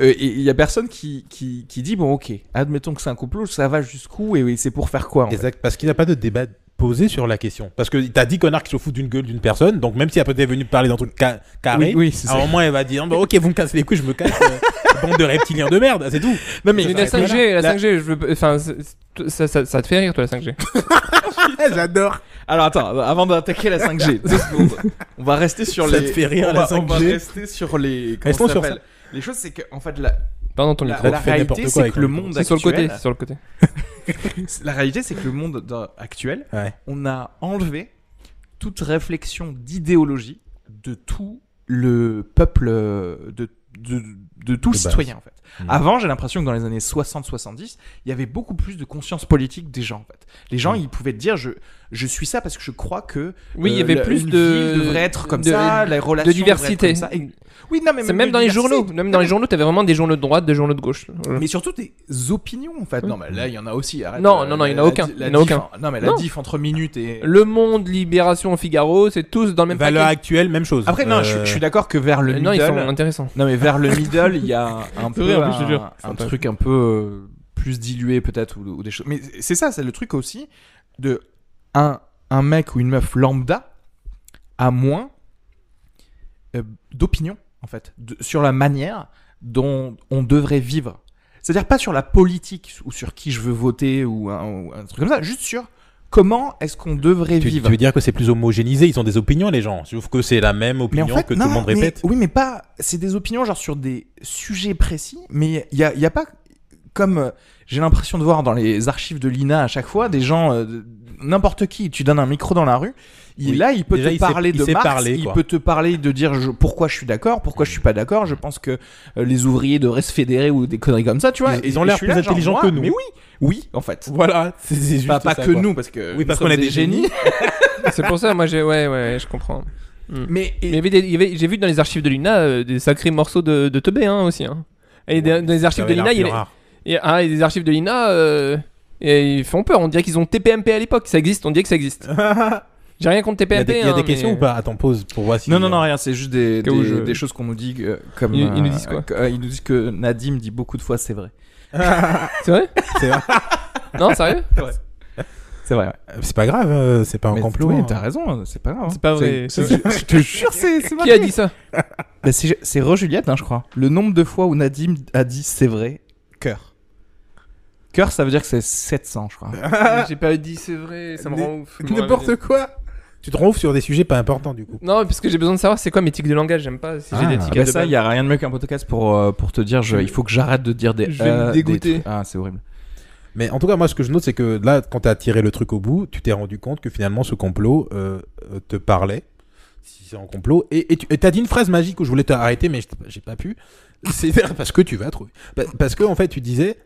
euh, et il y a personne qui, qui, qui dit, bon, ok, admettons que c'est un complot, ça va jusqu'où et, et c'est pour faire quoi en fait
Exact, parce qu'il n'y a pas de débat posé sur la question. Parce que t'as dit connard qui se fout d'une gueule d'une personne, donc même si après t'es venu parler d'un truc ca- carré,
Oui, oui, c'est
à
ça.
un moment elle va dire, bah, ok, vous me cassez les couilles, je me casse, euh, bande de reptiliens de merde, c'est tout.
Non, mais
Mais la 5G, la 5G, je veux. Enfin, c'est- c'est- ça, ça, ça te fait rire, toi, la 5G.
Eh, J'adore.
Alors attends, avant d'attaquer la 5G, deux secondes. on va rester sur
Ça
les.
te fait rire,
on
la
va- On va
5G.
rester sur les. comment
Restons
ça
sur
s'appelle Les choses, c'est que en fait la,
Pardon ton
la-
micro.
la
Tu fais n'importe
réalité,
quoi
c'est
avec
que le
ton micro.
monde
C'est sur le côté,
actuel.
c'est sur le côté.
La réalité, c'est que le monde dans- actuel,
Ouais.
on a enlevé toute réflexion d'idéologie de tout le peuple euh, de de, de tout
De base.
citoyen en fait.
Mm.
Avant, j'ai l'impression que dans les années 60-70, il y avait beaucoup plus de conscience politique des gens en fait. Les
Mm.
gens, ils pouvaient dire je je suis ça parce que je crois que
Oui, il y
euh,
avait
la-
plus
une
de-
ville devrait être comme
de-
ça, la relation
de
devrait être
diversité.
comme ça. Et- Oui, non mais
C'est même
de
dans les
diversité.
journaux. Même dans les journaux, t'avais vraiment des journaux de droite, des journaux de gauche.
Mais surtout des opinions en fait. Non mais là il y en a aussi. arrête.
Non,
Euh,
non, non, il y en a
la-
aucun.
la
Il y en a
diff-
aucun.
Non mais la
Non.
diff entre minutes et
Le Monde, Libération, Figaro, c'est tous dans le même
Valeur
paquet.
actuelle, même chose.
Après non, je, je suis d'accord que vers le
Euh, Non, ils
middle-
sont intéressants.
Non mais vers le middle, il y a un- un peu
vrai, en plus,
un,
je te jure.
un truc un peu euh, plus dilué peut-être ou, ou des choses. Mais c'est ça, c'est le truc aussi de un un mec ou une meuf lambda a moins euh, d'opinion en fait de- sur la manière dont on devrait vivre. C'est-à-dire pas sur la politique ou sur qui je veux voter ou un, ou un truc comme ça, juste sur comment est-ce qu'on devrait
Tu,
vivre.
tu veux dire que c'est plus homogénisé, ils ont des opinions les gens, sauf que c'est la même
Mais
opinion
en fait,
que
non,
tout le monde
mais-
répète.
oui, mais pas. C'est des opinions genre sur des sujets précis, mais il y a, y a pas comme euh, j'ai l'impression de voir dans les archives de l'INA à chaque fois des gens euh, de- n'importe qui. Tu donnes un micro dans la rue, il
Oui.
là il peut
Déjà,
te
il sait-
parler
il
de
sait
Marx,
parler,
il
quoi.
peut te parler de dire je- pourquoi je suis d'accord, pourquoi je suis pas d'accord. Je pense que euh, les ouvriers devraient se fédérer ou des conneries comme ça, tu vois.
Ils-
Et-
ils ont
et
l'air
je suis
plus
là, genre,
intelligents
moi,
que nous.
Mais oui, oui, en fait.
Voilà, c'est c'est juste
Pas, pas
ça,
que
quoi.
nous, parce que
Oui,
nous
parce
sommes
qu'on a des génies.
C'est pour ça, moi, j'ai. Ouais, ouais, ouais, je comprends.
mais et-
Il y avait des- il y avait- J'ai vu dans les archives de l'INA euh, des sacrés morceaux de, de teubé hein, aussi. hein. Et des- dans les archives de
Ça avait
l'INA, il y
l'air plus
a-
rare.
Et, ah, et les archives de l'INA, euh, et ils font peur. On dirait qu'ils ont TPMP à l'époque. Ça existe, on dirait que ça existe. J'ai rien contre
Il y a
TPMP.
des, il y a
hein,
des questions
mais-
ou pas Attends, pause pour voir si.
Non, non, non, rien, c'est juste des,
Cas où
des-
je-
des choses qu'on nous dit euh, comme.
Ils- ils nous
euh,
disent quoi
que- euh, Ils nous disent que Nadim dit beaucoup de fois c'est vrai.
C'est vrai
C'est vrai.
Non, sérieux
C'est vrai, ouais.
C'est pas grave, euh, c'est pas un
Mais
complot.
oui,
hein.
t'as raison, c'est pas grave.
C'est pas vrai.
Je te jure, c'est c'est ma
Qui a
faute.
dit ça
Bah, C'est c'est Re-Juliette, hein, je crois. Le nombre de fois où Nadim a dit c'est vrai, cœur. Cœur, ça veut dire que c'est 700, je crois.
Euh, J'ai pas dit c'est vrai, ça me rend ouf.
N'importe quoi. Tu te trouves sur des sujets pas importants du coup.
Non, parce que j'ai besoin de savoir c'est quoi mes tics de langage. J'aime pas si j'ai
Ah.
des
Ah
tics
bah
à
ça,
ça,
il y a rien de mieux qu'un podcast pour, euh, pour te dire je, il faut que j'arrête de dire des.
Je vais me
euh, des
dégoûter.
trucs. Ah, c'est horrible.
Mais en tout cas, moi, ce que je note, c'est que là, quand t'as tiré le truc au bout, tu t'es rendu compte que finalement, ce complot euh, euh, te parlait, si c'est un complot, et et tu- et t'as dit une phrase magique où je voulais t'arrêter, mais je t'ai pas- j'ai pas pu. C'est parce que tu vas trouver. Pa- Parce que en fait, tu disais,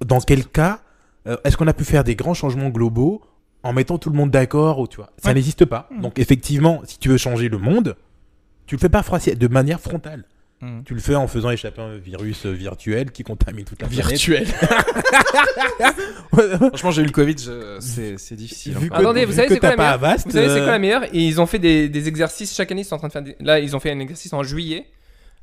dans, dans quel cas euh, est-ce qu'on a pu faire des grands changements globaux en mettant tout le monde d'accord ou tu vois Ça n'existe pas. Donc effectivement, si tu veux changer le monde, tu le fais pas froid- de manière frontale.
Mm.
Tu le fais en faisant échapper un virus euh, virtuel qui contamine toute la planète.
Franchement, j'ai eu le Covid, je- c'est c'est difficile.
Vu que,
Attendez,
vu
vous savez
que
c'est quoi
t'as
la
pas
meilleure
Avast,
Vous savez c'est quoi
euh,
la meilleure Et ils ont fait des, des exercices chaque année. Ils sont en train de faire. des- Là, ils ont fait un exercice en juillet.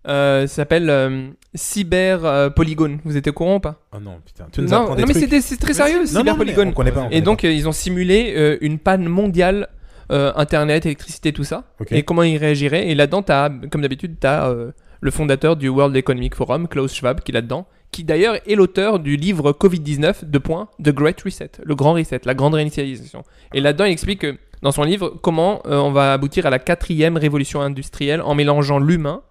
Euh, ça s'appelle euh, cyber euh, polygone. Vous étiez au courant ou pas
Oh non, putain, tu nous
non,
apprends des
non, mais
trucs.
c'était- c'est très sérieux,
Non, non,
cyber
mais
polygone.
on connaît pas, on
Et
connaît
donc, euh, ils ont simulé euh, une panne mondiale, euh, internet, électricité, tout ça.
Ok.
Et comment ils réagiraient. Et là-dedans, t'as, comme d'habitude, t'as euh, le fondateur du World Economic Forum, Klaus Schwab, qui est là-dedans, qui d'ailleurs est l'auteur du livre Covid-19, de point, The Great Reset, le grand reset, la grande réinitialisation. Et là-dedans, il explique que, dans son livre comment euh, on va aboutir à la quatrième révolution industrielle en mélangeant l'humain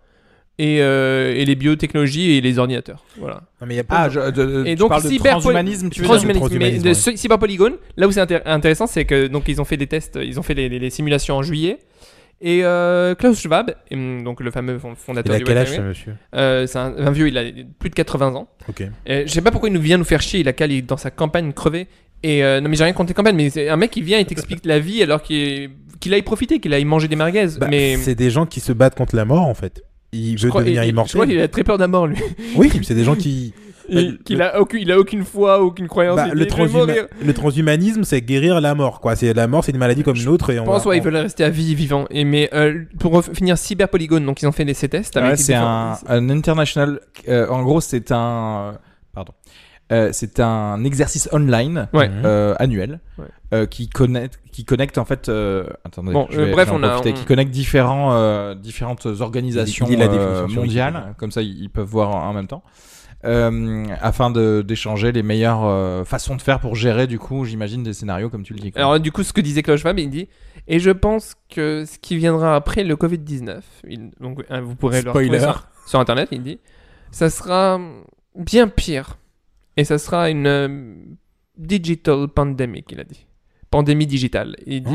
et, euh, et les biotechnologies et les ordinateurs. Voilà.
Non, mais y a pas
Ah,
de-
je, de- de-
Et
tu
donc,
parles de
cyberpo-
transhumanisme, tu veux dire
transhumanisme.
transhumanisme,
Mais de
ouais.
ce- cyberpolygone, là où c'est intér- intéressant, c'est que donc ils ont fait des tests, ils ont fait les, les- les simulations en juillet. Et euh, Klaus Schwab, hum, donc le fameux fond-
Il
fondateur
a
du
quel
World
âge ce
Economic,
monsieur
euh, C'est un, un vieux, il a plus de 80 ans.
Ok.
Euh, je sais pas pourquoi il nous vient nous faire chier, il a qu'à aller dans sa campagne crever. Et euh, non, mais j'ai rien contre les campagnes, mais c'est un mec qui vient et t'explique la vie alors qu'il est- qu'il aille profiter, qu'il aille manger des merguez.
Bah,
mais
C'est des gens qui se battent contre la mort en fait. Il veut
crois-
devenir
il- je crois
immortel.
qu'il a très peur de la mort, lui.
Oui, c'est des gens qui.
Il,
le-
qu'il a aucune, il a aucune foi, aucune croyance.
Bah,
il
le,
dit, Je vais
transhuma-
mourir.
le transhumanisme, c'est guérir la mort quoi. C'est la mort, c'est une maladie comme une autre et on.
Je pense,
va-
ouais, ils
on-
veulent rester à vie vivant. Et mais euh, pour ref- finir, Cyberpolygone, donc ils ont fait des- ces tests.
Ah
avec
ouais,
les
c'est un,
différents-
un international. euh, en gros, c'est un. euh, Pardon. Euh, c'est un exercice online
Ouais.
euh, annuel
Ouais.
euh, qui connecte qui connecte en fait euh, attendez
Bon,
je
euh,
vais-
bref,
je vais en
on a-
profiter,
on-
qui connecte différents euh, différentes organisations
Il- il a la
euh,
définition sur
mondiales
Wikipédia.
comme ça ils ils peuvent voir en en même temps euh, afin de- d'échanger les meilleures euh, façons de faire pour gérer du coup j'imagine des scénarios comme tu le dis quoi.
Alors, du coup, ce que disait Klaus Schwab, il dit Et je pense que ce qui viendra après le Covid-19, il- donc hein, vous pourrez le
Spoiler.
retrouver sur, sur internet, il dit Ça sera bien pire. Et ça sera une euh, digital pandemic, il a dit. pandémie digitale. Et il dit-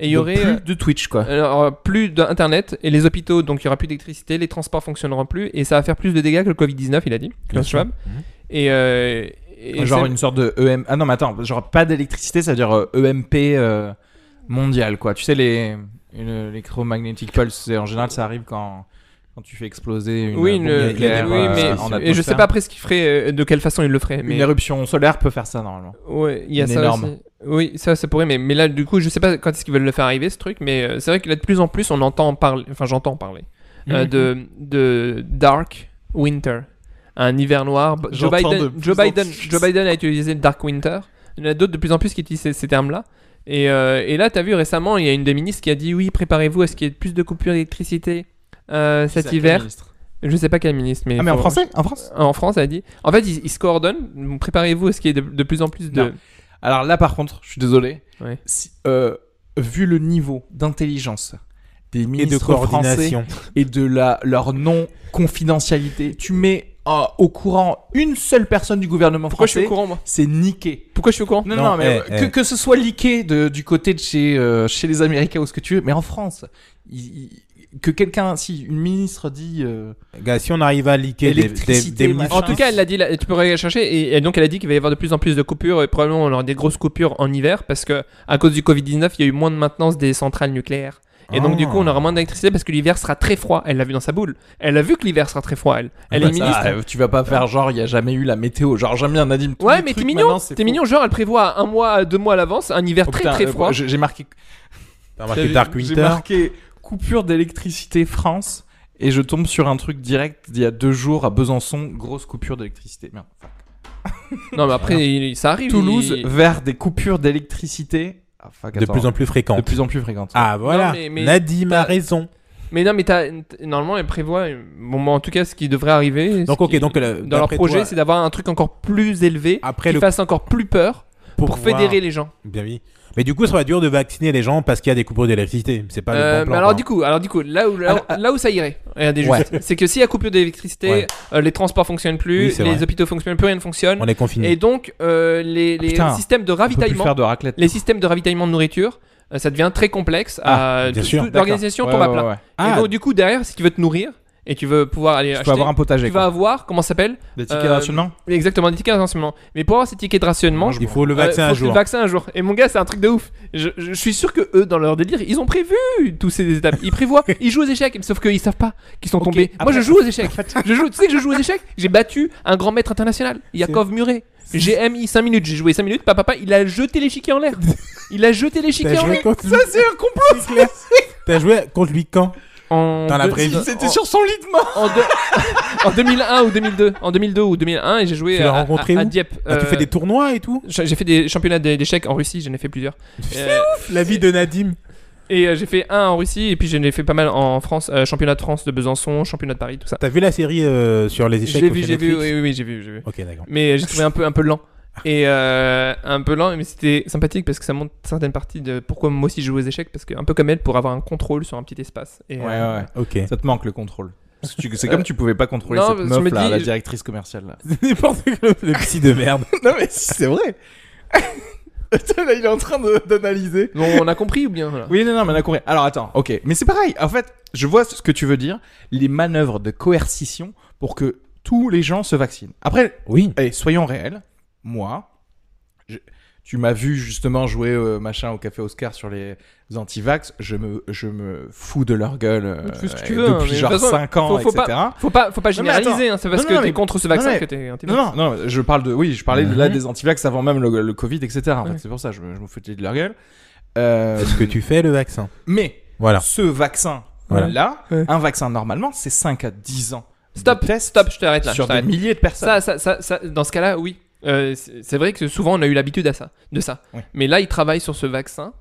et il y
Donc
aurait euh,
plus Ah, de Twitch, quoi.
alors, euh, plus d'internet et les hôpitaux, donc il y aura plus d'électricité, les transports fonctionneront plus et ça va faire plus de dégâts que le Covid 19, il a dit. Klaus
sûr.
Schwab.
Mhm.
Et, euh, et
genre
c'est-
une sorte de EM. Ah non, mais attends, genre pas d'électricité, ça veut dire euh, EMP euh, mondial, quoi. Tu sais, les une electromagnetic pulse, c'est- en général, ça arrive quand, quand tu fais exploser une
oui,
bombe
une-
euh,
nucléaire,
oui,
euh,
mais
en
et je sais
atmosphère.
pas après ce qu'il ferait, euh, de quelle façon il le ferait.
Une
Mais
éruption solaire peut faire ça normalement.
Ouais, il y a
Une
ça
énorme.
aussi. Oui, ça, ça pourrait, mais, mais là, du coup, je sais pas quand est-ce qu'ils veulent le faire arriver, ce truc, mais euh, c'est vrai que là, de plus en plus, on entend parler, enfin, j'entends parler, euh,
Mm-hmm.
Mm-hmm.
de, de Dark Winter, un hiver noir. B- Joe
J'entends
Biden,
de
Joe,
plus en
Biden,
plus.
Joe Biden a utilisé le Dark Winter. Il y en a d'autres de plus en plus qui utilisent ces, ces termes-là. Et, euh, et là, t'as vu récemment, il y a une des ministres qui a dit Oui, préparez-vous à ce qu'il y ait plus de coupures d'électricité euh, cet hiver. Je sais pas quel ministre, mais.
Ah, mais en
faut-
français En France
En France, elle a dit. En fait, ils, ils se coordonnent. Préparez-vous à ce qu'il y ait de, de plus en plus de.
Non. Alors là, par contre, je suis désolé.
Ouais.
Si- euh, vu le niveau d'intelligence des
Et de
ministres français
coordination.
et de la, leur non-confidentialité, tu mets euh, au courant une seule personne du gouvernement
Pourquoi je suis
français,
au courant, moi
c'est niqué.
Pourquoi je suis au courant
Non, non,
Non,
mais euh,
eh,
que,
eh.
que ce soit leaké de- du côté de chez, euh, chez les Américains ou ce que tu veux, mais en France, il- il- que quelqu'un, si une ministre dit... euh,
Gars, si on arrive à liquer des, des,
Électricité,
des
machin.
En tout cas, elle l'a dit, là, tu peux rechercher, et, et donc elle a dit qu'il va y avoir de plus en plus de coupures, et probablement on aura des grosses coupures en hiver, parce que à cause du Covid-19, il y a eu moins de maintenance des centrales nucléaires. Et donc,
Ah.
du coup, on aura moins d'électricité parce que l'hiver sera très froid. Elle l'a vu dans sa boule. Elle a vu que l'hiver sera très froid, elle. Elle
bah,
est
ça
ministre.
va, tu vas pas faire genre, il y a jamais eu la météo. Genre, j'aime bien Nadim. tous
ouais,
les
mais t'es
trucs,
mignon.
maintenant, c'est
T'es
faux.
mignon, genre, elle prévoit un mois, deux mois à l'avance, un hiver
Oh,
très
putain,
très
euh,
froid.
J'ai j'ai marqué
T'as remarqué Dark
J'ai
Winter
marqué coupure d'électricité France et je tombe sur un truc direct d'il y a deux jours à Besançon, grosse coupure d'électricité. Merde.
Non, mais après, il- ça arrive.
Toulouse
il-
vers des coupures d'électricité ah, fuck,
De
attends.
plus en plus
de
fréquentes.
plus en plus fréquentes.
Ah voilà,
Non, mais- mais
Nadim
t'as-
a raison.
Mais non, mais t'as- t- normalement, elle prévoit. Bon, moi, en tout cas, ce qui devrait arriver.
Donc
ce
ok,
qui-
donc euh,
dans leur
d'après
projet,
toi,
c'est d'avoir un truc encore plus élevé
Après
qui
le-
fasse encore plus peur pour,
pouvoir-
fédérer les gens.
Bien oui. Mais du coup, ça va être dur de vacciner les gens parce qu'il y a des coupures d'électricité. C'est
Euh,
pas le bon plan.
mais alors
quoi.
du coup, alors du coup, là où là, où- là où ça irait, regardez
Ouais.
juste, c'est que s'il y a coupure d'électricité,
Ouais.
euh, les transports fonctionnent plus,
Oui, c'est
les
vrai.
hôpitaux fonctionnent plus, rien ne fonctionne,
on est confiné.
et donc euh, les, les
Putain,
systèmes de
On peut plus
ravitaillement,
faire de raclette.
les systèmes de ravitaillement de nourriture, euh, ça devient très complexe. à,
bien
tout-
sûr,
toute
d'accord.
l'organisation
Ouais,
tombe à
ouais,
plat.
ouais.
Ah.
Et donc du coup derrière, si tu veux te nourrir et tu veux pouvoir aller
Tu
acheter,
peux avoir un potager.
tu vas
quoi.
avoir comment ça s'appelle
Des tickets
euh,
de rationnement.
exactement des tickets de rationnement. Mais pour avoir ces tickets de rationnement,
Il faut le
Euh,
vaccin
faut
un
que le
jour.
vaccin un jour. Et mon gars, c'est un truc de ouf. Je, je suis sûr que eux, dans leur délire, ils ont prévu tous ces étapes. Ils prévoient, ils jouent aux échecs, sauf qu'ils savent pas qu'ils sont tombés. Moi, je joue aux échecs. Je joue, tu sais que je joue aux échecs J'ai battu un grand maître international, Yakov Murray. J'ai mis 5 minutes, j'ai joué 5 minutes, papa, papa, il a jeté l'échiquier en l'air. Il a jeté
T'as
l'échiquier en
joué
l'air.
contre lui.
c'est un complot.
C'est clair. T'as joué contre lui quand
En
Dans la
deux-
vraie vie.
en-
C'était sur son lit de mort.
En, deux- en 2001 ou 2002. En 2002 ou 2001, et j'ai joué
Tu l'as
à, à-
rencontré
à
où
Dieppe.
Ah, Tu
Euh,
fais des tournois et tout
j'ai fait des championnats d'échecs en Russie, j'en ai fait plusieurs. Euh,
La vie de Nadim.
Et euh, j'ai fait un en Russie et puis j'en ai fait pas mal en France, euh, championnat de France de Besançon, championnat de Paris, tout ça.
T'as vu la série euh, sur les échecs
J'ai
au
vu, j'ai vu,
Netflix
oui, oui, oui, j'ai vu, j'ai vu.
Ok, d'accord.
Mais euh, j'ai trouvé un peu, un peu lent. Et euh, un peu lent, mais c'était sympathique parce que ça montre certaines parties de pourquoi moi aussi je joue aux échecs, parce que un peu comme elle, pour avoir un contrôle sur un petit espace. Et,
Ouais,
euh,
ouais.
Ok.
Ça te manque le contrôle. Parce que tu- C'est comme tu pouvais pas contrôler
non,
cette
parce que je me
meuf là,
dis-
la directrice commerciale là.
N'importe quoi, le psy de merde.
non mais si, c'est vrai. Putain, là, il est en train de- d'analyser.
Bon, on a compris ou bien voilà.
Oui, non, non, mais on a compris. Alors attends, ok. Mais c'est pareil, en fait, je vois ce que tu veux dire, les manœuvres de coercition pour que tous les gens se vaccinent. Après,
Oui.
allez, soyons réels, moi, je- tu m'as vu justement jouer euh, machin au Café Oscar sur les anti-vax, je me, je me fous de leur gueule euh,
Tu fais ce que tu veux, hein,
depuis
mais de
genre
toute façon,
5 ans,
faut- faut pas-
etc.
Faut pas, faut pas
Non, mais
généraliser, hein, c'est parce
Non, non,
que
mais-
t'es contre ce vaccin
mais-
que t'es. t'es-
Non, non, non, je parle de. Oui, je parlais de là
Mhm.
des anti-vax avant même le, le Covid, etc. En fait,
Ouais.
c'est pour ça, je me, je me foutais de leur gueule. Euh,
Est-ce que tu fais le vaccin
mais
Voilà.
ce vaccin
Ah. Voilà.
là,
Ouais.
un vaccin normalement, c'est 5 à 10 ans. de
Stop,
test
stop, je t'arrête là.
sur
je t'arrête.
des milliers de personnes.
Ça, hein. ça, ça, ça- dans ce cas-là, oui. Euh, c'est c'est vrai que souvent on a eu l'habitude à ça, de ça.
Oui.
Mais là, ils travaillent sur ce vaccin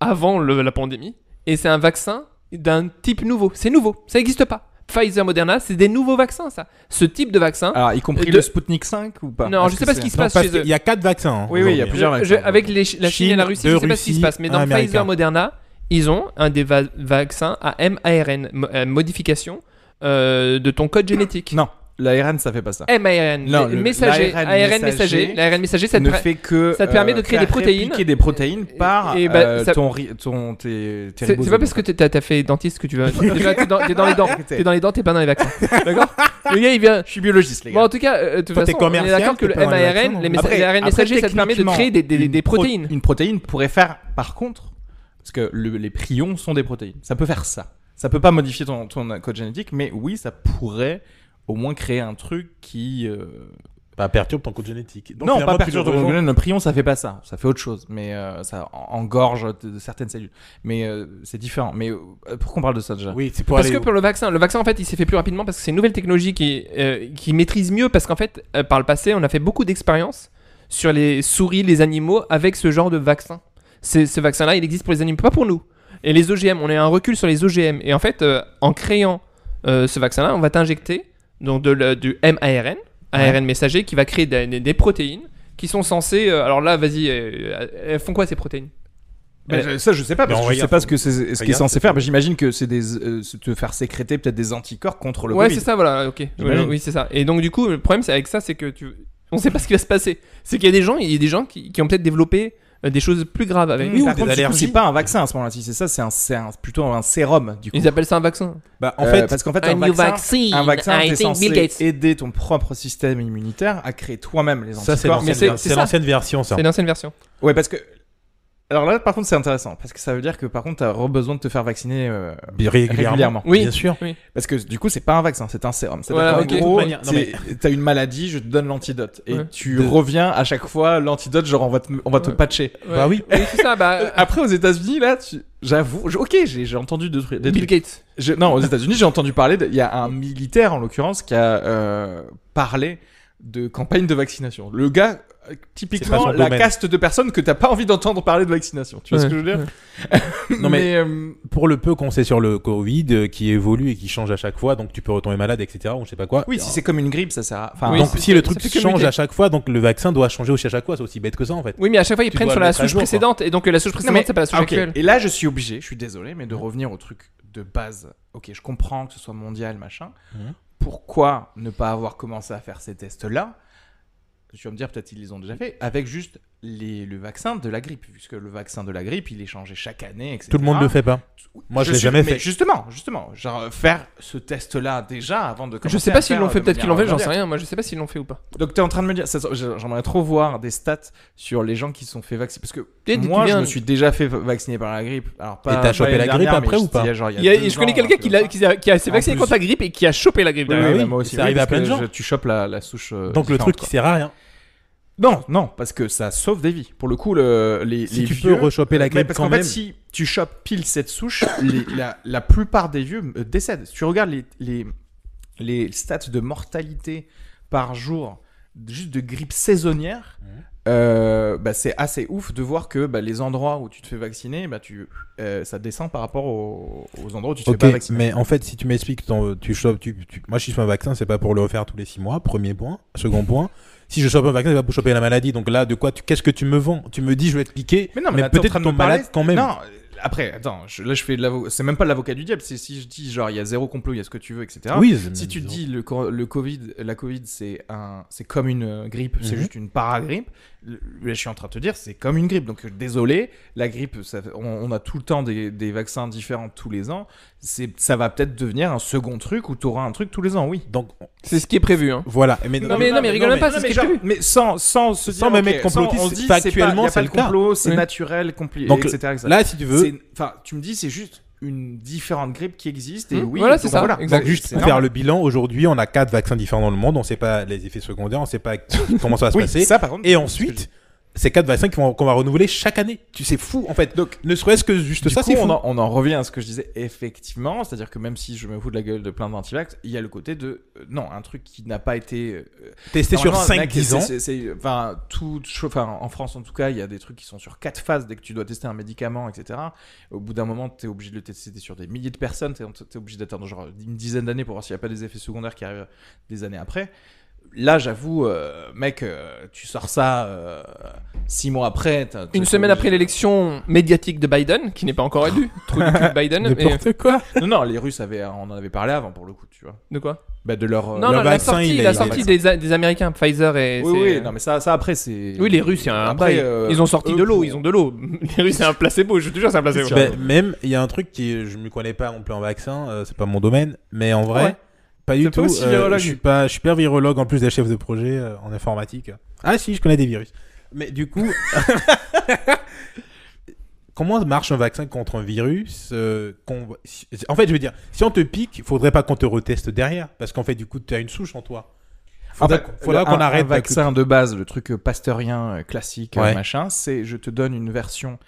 avant le- la pandémie, et c'est un vaccin d'un type nouveau. C'est nouveau, ça n'existe pas. Pfizer, Moderna, c'est des nouveaux vaccins, ça. Ce type de vaccin.
Alors, y compris
de-
le Sputnik 5 ou pas
non,
Parce
je
que
sais pas ce
c'est-
qui se
Non,
passe
parce
chez
qu'il
eux.
y a quatre vaccins. hein,
Oui, oui, il y a
aujourd'hui.
plusieurs
Je-
vaccins.
avec les chi- la Chine, et la
Chine,
Russie,
de
je sais pas ce qui se
Russie,
passe, mais dans
un américain.
Pfizer, Moderna, ils ont un des va- vaccins à mARN, mo- euh, modification euh, de ton code génétique.
Non. L'ARN, ça fait pas
Eh,
ça.
MARN,
Non,
le-
le-
messager,
l'ARN
ARN messager.
messager
L'ARN messager, ça te
ne
permet-
fait que
ça te permet de créer des
faire
protéines.
répliquer des protéines par
Et bah,
euh,
ça-
ton ri- ton tes tes
C'est c'est pas
ribosomes.
parce que t'es- t'as t'as fait dentiste que tu vas. Déjà, t'es dans, t'es dans les dents. T'es dans les dents, t'es pas dans les vaccins. D'accord Le gars, il vient.
je suis biologiste les
Bon,
gars.
en tout cas, euh, de toute
Toi,
façon,
t'es
on est
commercial,
d'accord que
t'es
le
pas dans les vaccins,
MARN,
non
les
Après-
messa- les ARN
après,
messager, ça te permet de
techniquement,
créer des, des- des-
une
des
pro-
protéines.
Une protéine pourrait faire par contre parce que le- les prions sont des protéines. Ça peut faire ça. Ça peut pas modifier ton ton code génétique mais oui, ça pourrait au moins créer un truc qui euh,
Bah, perturbe ton code génétique. Donc,
non,
finalement,
pas
tu
perturbe
le
ton
rejoins.
Le prion, ça fait pas ça. Ça fait autre chose, mais euh, ça en- engorge de, de certaines cellules. Mais euh, c'est différent. Mais euh, pourquoi on parle de ça déjà
Oui, c'est pour
Parce
aller.
que pour le vaccin, le vaccin en fait il s'est fait plus rapidement parce que c'est une nouvelle technologie qui, euh, qui maîtrise mieux parce qu'en fait euh, par le passé on a fait beaucoup d'expériences sur les souris, les animaux avec ce genre de vaccin. C'est- Ce vaccin là il existe pour les animaux, pas pour nous. Et les OGM, on a un recul sur les OGM et en fait euh, en créant euh, ce vaccin là on va t'injecter donc de, la- du MARN, ARN messager qui va créer des, des- des protéines qui sont censées... euh, alors là vas-y, euh, elles font quoi ces protéines
Ben, je- ça, je sais pas, parce
Ben,
que je sais
regarde.
pas ce que c'est, ce qui est
Regarde,
censé
c'est-
faire. Ben, J'imagine que c'est des, euh, se- te faire sécréter peut-être des anticorps contre le
ouais,
Covid.
c'est ça, voilà, ok.
J'imagine.
Ouais, oui, c'est ça. Et donc, du coup, le problème c'est avec ça, c'est que tu. On sait pas ce qui va se passer. C'est qu'il y a des gens, il y a des gens qui, qui ont peut-être développé euh, des choses plus graves avec.
Oui, ou
Des
par contre, du coup,
allergies.
c'est pas un vaccin à ce moment-là. Si c'est ça, c'est un, c'est un- plutôt un sérum du coup.
Ils appellent ça un vaccin.
Bah, en
Euh,
fait,
parce qu'en fait, un Ah, vaccin, un vaccin, t'es censé aider ton propre système immunitaire à créer toi-même les
ça, c'est
anticorps.
l'ancienne
c'est-
ver-
c'est
c'est
ça.
l'ancienne version, ça.
C'est l'ancienne version.
Ouais, parce que. Alors là, par contre, c'est intéressant. Parce que ça veut dire que, par contre, t'as re- besoin de te faire vacciner euh, régulièrement.
Oui.
Bien sûr.
Parce que, du coup, c'est pas un vaccin, c'est un sérum. C'est
Voilà,
en
ok.
gros,
De toute manière- non,
t'es- t'as une maladie, je te donne l'antidote. Et
Ouais.
tu
De-
reviens à chaque fois, l'antidote, genre, on va te, on va te
Ouais.
patcher.
Bah oui.
Oui, c'est ça, bah.
Euh, Après, aux États-Unis, là, tu- j'avoue, je- ok, j'ai j'ai entendu deux trucs. des
Bill
trucs.
Gates.
Je- non, aux États-Unis, j'ai entendu parler. de- Il y a un militaire, en l'occurrence, qui a euh, parlé de campagne de vaccination. Le gars, euh, typiquement,
son
la
domaine.
caste de personnes que t'as pas envie d'entendre parler de vaccination. Tu vois ce que je veux dire
Non, mais-
euh,
Pour le peu qu'on sait sur le Covid, euh, qui évolue et qui change à chaque fois, donc tu peux retomber malade, etc. Ou je sais pas quoi.
oui, si c'est comme une grippe, ça sert. à- Enfin,
Oui,
donc
c'est-
si le
ça
truc
fait que
change
muter.
à chaque fois, donc le vaccin doit changer aussi à chaque fois. C'est aussi bête que ça, en fait.
Oui, mais à chaque fois, ils
Tu
prennent
dois
sur la
mettre à
souche
jour, quoi.
précédente. Et donc, euh, la souche
Non,
précédente,
mais-
c'est pas la souche
ah, ok.
actuelle.
Et là, je suis obligé, je suis désolé, mais de revenir au truc de base. Ok, je comprends que ce soit mondial, machin.
Mhm.
Pourquoi ne pas avoir commencé à faire ces tests-là Tu vas me dire, peut-être ils les ont déjà fait, avec juste les- le vaccin de la grippe, puisque le vaccin de la grippe, il est changé chaque année, etc.
Tout le monde le fait pas.
Bah,
Moi, je l'ai
suis-
jamais
mais
fait.
Justement, justement, genre euh, faire ce test-là déjà avant de commencer
Je sais
à
pas s'ils
faire
l'ont fait,
de
peut-être qu'ils l'ont fait,
manière
j'en sais
mondiale.
rien. Moi, je sais pas s'ils l'ont fait ou pas.
Donc t'es en train de me dire, ça- j'a- j'aimerais trop voir des stats sur les gens qui se sont fait vacciner, parce que
Peut-être
moi
tu viens-
je me suis déjà fait va- vacciner par la grippe. Alors pas.
Et t'as
pas
chopé la
l'année
grippe
dernière,
après
mais
ou pas
c'était genre il y a
Il y a-
deux
je connais
ans,
quelqu'un
un
qui,
truc
l'a-
comme ça.
qui a- qui a- s'est
En
vacciné
plus.
contre la grippe et qui a chopé la grippe
Oui,
derrière.
oui,
Ah oui,
moi aussi.
c'est arrivé
oui,
à
parce
plein de
que
gens.
je- Tu chopes la, la souche. euh,
Donc le
différente,
truc qui
quoi.
sert à rien.
Non, non, parce que ça sauve des vies. Pour le coup, le, les,
Si
les
tu
vieux.
peux rechoper la
Mais
grippe
parce
quand
qu'en
même.
fait, si tu chopes pile cette souche, les- la, la plupart des vieux euh, décèdent. Si tu regardes les, les, les stats de mortalité par jour, juste de grippe saisonnière, euh, bah, c'est assez ouf de voir que bah, les endroits où tu te fais vacciner, bah, tu, euh, ça descend par rapport aux, aux endroits où tu te
Ok,
fais pas vacciner.
mais en fait, si tu m'expliques, ton- tu chopes, tu, tu- moi, si je fais un vaccin, c'est pas pour le refaire tous les six mois, premier point. Second point, si je chope un vaccin, c'est pas pour choper la maladie. Donc là, de quoi, tu- qu'est-ce que tu me vends Tu me dis, je vais te piquer, mais,
t'es en
peut-être
train de me
tombe malade
parler-
quand même.
Non, euh, après, attends, je- là je fais de l'avocat. C'est même pas l'avocat du diable. C'est si je dis genre il y a zéro complot, il y a ce que tu veux, etc.
oui, c'est-
Si tu te dis le, cor- le Covid, la Covid, c'est un, c'est comme une euh, grippe, c'est
Mhm.
juste une paragrippe. Le- Là, je suis en train de te dire, c'est comme une grippe. Donc euh, désolé, la grippe, ça- on, on a tout le temps des, des vaccins différents tous les ans. C'est, ça va peut-être devenir un second truc où tu auras un truc tous les ans, oui.
Donc
C'est ce qui est prévu. hein.
voilà. Mais
Non, mais, non, mais rigole même pas,
Non,
c'est ce
mais,
qui est
genre-
prévu.
mais sans, sans se
Sans
dire,
même
ok,
être complotiste,
sans- on se dit,
factuellement,
c'est pas, y a pas
c'est
le
le cas.
complot, c'est
Oui.
naturel, compli-
Donc,
etc. etc.
là, si tu veux,
C'est- enfin, tu me dis, c'est juste une différente grippe qui existe et
Hmm,
oui.
voilà,
donc
c'est ça,
Mm. Voilà.
exact.
Donc,
juste
c'est
pour faire
normal.
le bilan, aujourd'hui, on a quatre vaccins différents dans le monde. On sait pas les effets secondaires, on sait pas comment ça va se
Oui,
passer.
ça, par contre,
Et
c'est ce
ensuite, ces quatre vaccins qu'on qu'on va renouveler chaque année. Tu sais, fou en fait.
Donc,
ne serait-ce que juste
Du
ça,
coup,
c'est fou.
on, en, on en revient à ce que je disais effectivement, c'est-à-dire que même si je me fous de la gueule de plein d'antivax, il y a le côté de euh, non, un truc qui n'a pas été euh,
Testé sur
Normalement, mec,
5-10
c'est-
ans.
c'est- c'est- Enfin, tout, cho- enfin, en France en tout cas, il y a des trucs qui sont sur quatre phases dès que tu dois tester un médicament, etc. Au bout d'un moment, tu es obligé de le tester sur des milliers de personnes, tu es, obligé d'attendre genre une dizaine d'années pour voir s'il n'y a pas des effets secondaires qui arrivent des années après. là, j'avoue, euh, mec, euh, tu sors ça euh, six mois après. t'as-
Une
t'as-
semaine après l'élection médiatique de Biden, qui n'est pas encore élu, trou du cul de Biden. et-
Ah. quoi
Non, non, les Russes avaient, euh, on en avait parlé avant pour le coup, tu vois.
De quoi
Bah, de leur. euh,
Non,
le
non, la
vaccin,
sortie,
il est-
la
il est
sortie des, A- des Américains, Pfizer et.
Oui,
c'est-
oui, non, mais ça, ça après, c'est.
Oui, les Russes, il y a un
Après,
bail.
euh,
ils ont sorti
eux
de l'eau,
pour-
ils ont de l'eau. Les Russes, c'est un placebo, je te jure, c'est un placebo.
C'est vrai.
Ben, même, il y a un truc qui, je me connais pas en plein vaccin, euh, c'est pas mon domaine, mais en vrai,
Ouais.
pas du
T'es pas
tout.
aussi
euh,
virologue.
je suis pas, je suis pas virologue en plus des chefs de projet euh, en informatique. Ah si, je connais des virus. Mais du coup, comment marche un vaccin contre un virus euh, qu'on- si- En fait, je veux dire, si on te pique, faudrait pas qu'on te reteste derrière, parce qu'en fait, du coup, tu as une souche en toi. Faudrait,
Après,
faudrait
le-
qu'on
un-
arrête
Un
la
vaccin de base, le truc euh, pasteurien euh, classique, euh,
Ouais.
machin, c'est je te donne une version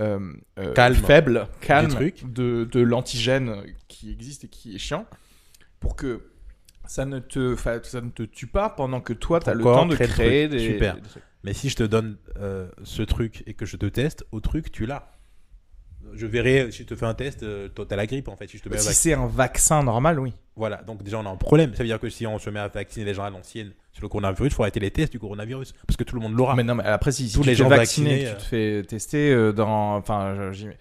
euh, euh,
Calme.
faible, calme
trucs.
de, de l'antigène qui existe et qui est chiant pour que ça ne te, fa- ça ne te tue pas pendant que toi, tu as
Ton
le
corps
temps de
crée le
créer
truc.
des.
Super.
des trucs.
Mais si je te donne euh, ce truc et que je te teste, au truc, tu l'as. Je verrai, si je te fais un test, euh, toi, t'as la grippe en fait. Si je te mets un
Bah, Si
vaccin.
c'est un vaccin normal, oui.
Voilà, donc déjà, on a un problème. Ça veut dire que si on se met à vacciner les gens à l'ancienne sur le coronavirus, il faut arrêter les tests du coronavirus. Parce que tout le monde l'aura.
Mais non, mais après, si, si
Tous
tu
les
te fais
gens
vacciner,
vaccinés,
que
euh.
tu te fais tester euh, dans. Enfin, je- j'im-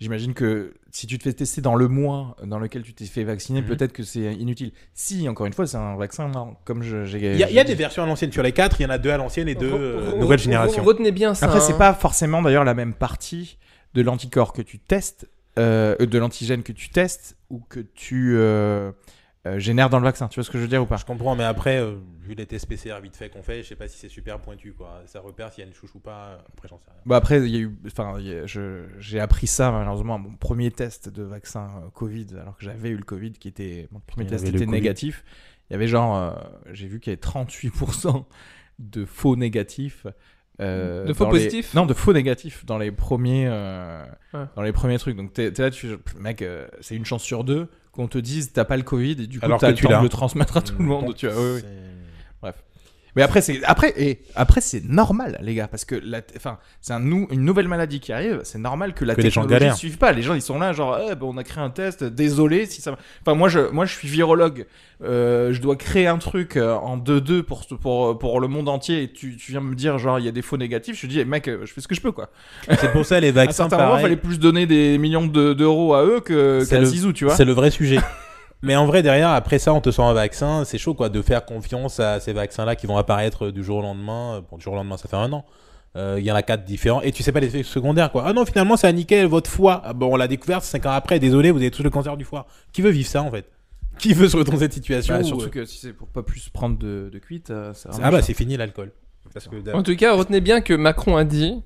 j'imagine que si tu te fais tester dans le mois dans lequel tu t'es fait vacciner,
Mhm.
peut-être que c'est inutile. Si, encore une fois, c'est un vaccin, non, comme je- j'ai.
Il y a, il y a des versions à l'ancienne. Sur les quatre, il y en a deux à l'ancienne et deux euh,
Re- re-
nouvelle
re-
génération.
Retenez bien ça.
Après, c'est
hein.
pas forcément d'ailleurs la même partie de l'anticorps que tu testes, euh, euh, de l'antigène que tu testes ou que tu euh, euh, génères dans le vaccin. Tu vois ce que je veux dire ou pas
Je comprends, mais après, euh, vu les tests PCR vite fait qu'on fait, je sais pas si c'est super pointu. quoi. Ça repère s'il y a une chouche ou pas. Après, j'en sais rien.
Bah après, il y a eu, enfin, il y a- je- j'ai appris ça malheureusement à mon premier test de vaccin euh, Covid, alors que j'avais eu le Covid, qui était mon premier
Il y
test
avait le
était
Covid.
négatif. Il y avait genre, euh, j'ai vu qu'il y avait 38% de faux négatifs. euh,
De faux
dans les-
positifs
Non, de faux négatifs dans les premiers, euh,
Ouais.
dans les premiers trucs. Donc t'es t'es là, tu fais, mec, euh, c'est une chance sur deux qu'on te dise t'as pas le Covid et du coup
Alors
t'as
que
le
tu
temps
l'as.
de le transmettre à tout le
Mm.
monde. Tu vois, ouais, ouais.
C'est-
Mais après c'est après et après c'est normal les gars parce que la enfin c'est un nou- une nouvelle maladie qui arrive, c'est normal que la
Que les gens
technologie ne
galèrent.
suive pas. Les gens ils sont là genre Eh, ben, on a créé un test, désolé si ça va- Enfin moi je moi je suis virologue, Euh, je dois créer un truc euh, en 2-2 pour ce- pour pour le monde entier et tu, tu viens me dire genre il y a des faux négatifs, je te dis eh, mec euh, je fais ce que je peux quoi.
C'est pour ça les
À un
vaccins.
certain moment, Ah,
pareil.
fallait plus donner des millions de- d'euros à eux que
C'est
qu'à
le-
Zizou, tu vois.
C'est le vrai sujet. Mais en vrai, derrière, après ça, on te sort un vaccin, c'est chaud quoi, de faire confiance à ces vaccins-là qui vont apparaître euh, du jour au lendemain. Bon, du jour au lendemain, ça fait un an. Euh, Il y en a quatre différents et tu sais pas les effets secondaires quoi. Ah non, finalement, ça a niqué votre foie. Ah bon, on l'a découvert cinq ans après, désolé, vous avez tous le cancer du foie. Qui veut vivre ça en fait Qui veut se retrouver dans cette situation
Bah,
où,
surtout
euh,
que si c'est pour pas plus prendre de, de cuite, euh, ça
Ah bah, c'est fini l'alcool. Parce que
En tout cas, retenez bien que Macron a dit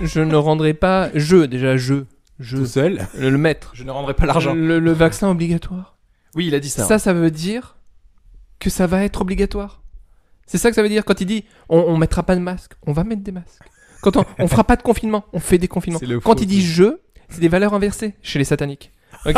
Je ne rendrai pas. Je, déjà, je. Je.
tout seul.
Le, le maître.
je ne rendrai pas l'argent.
Le, le vaccin obligatoire.
Oui, il a dit ça. hein.
hein.
Ça, ça veut dire que ça va être obligatoire. C'est ça que ça veut dire quand il dit on, on mettra pas de masque, on va mettre des masques. Quand on, on fera pas de confinement, on fait des confinements.
C'est le
Quand
faux
il dit je, c'est des valeurs inversées chez les sataniques. Ok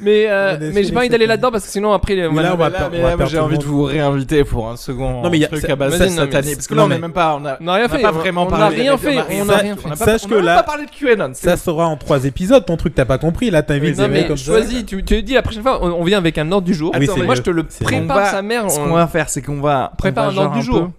mais euh,
Ah On est
mais
chez
j'ai pas envie d'aller
les sataniques.
là-dedans parce que sinon après
Mais là, on va
Là,
perdre-
mais
on va
là, moi,
perdre
j'ai
tout le
envie de
monde.
vous réinviter pour un second
Non, mais il y a-
truc
ça-
à base
vas-y, non, mais
satané.
c'est-
Parce que là,
non,
on n'a
mais-
même pas. On a,
on n'a rien
on n'a
fait.
pas vraiment
on n'a
parlé.
rien
les mecs, on
fait.
n'a
On n'a rien
fait.
fait.
On n'a pas-
Sache
on
que
n'a
là-
même pas parlé de QAnon. c'est
Ça sera en trois épisodes ton truc, t'as pas compris là, t'invites
Non
des mecs
mais
comme ça.
choisis, tu, tu dis la prochaine fois, on, on vient avec un ordre du jour.
Ah oui,
Attends,
c'est
moi
mieux.
je te le
C'est
prépare
mieux.
sa mère.
Ce
on-
qu'on va faire, c'est qu'on va
Prépare
on
un
va
ordre
genre
du jour.
peu-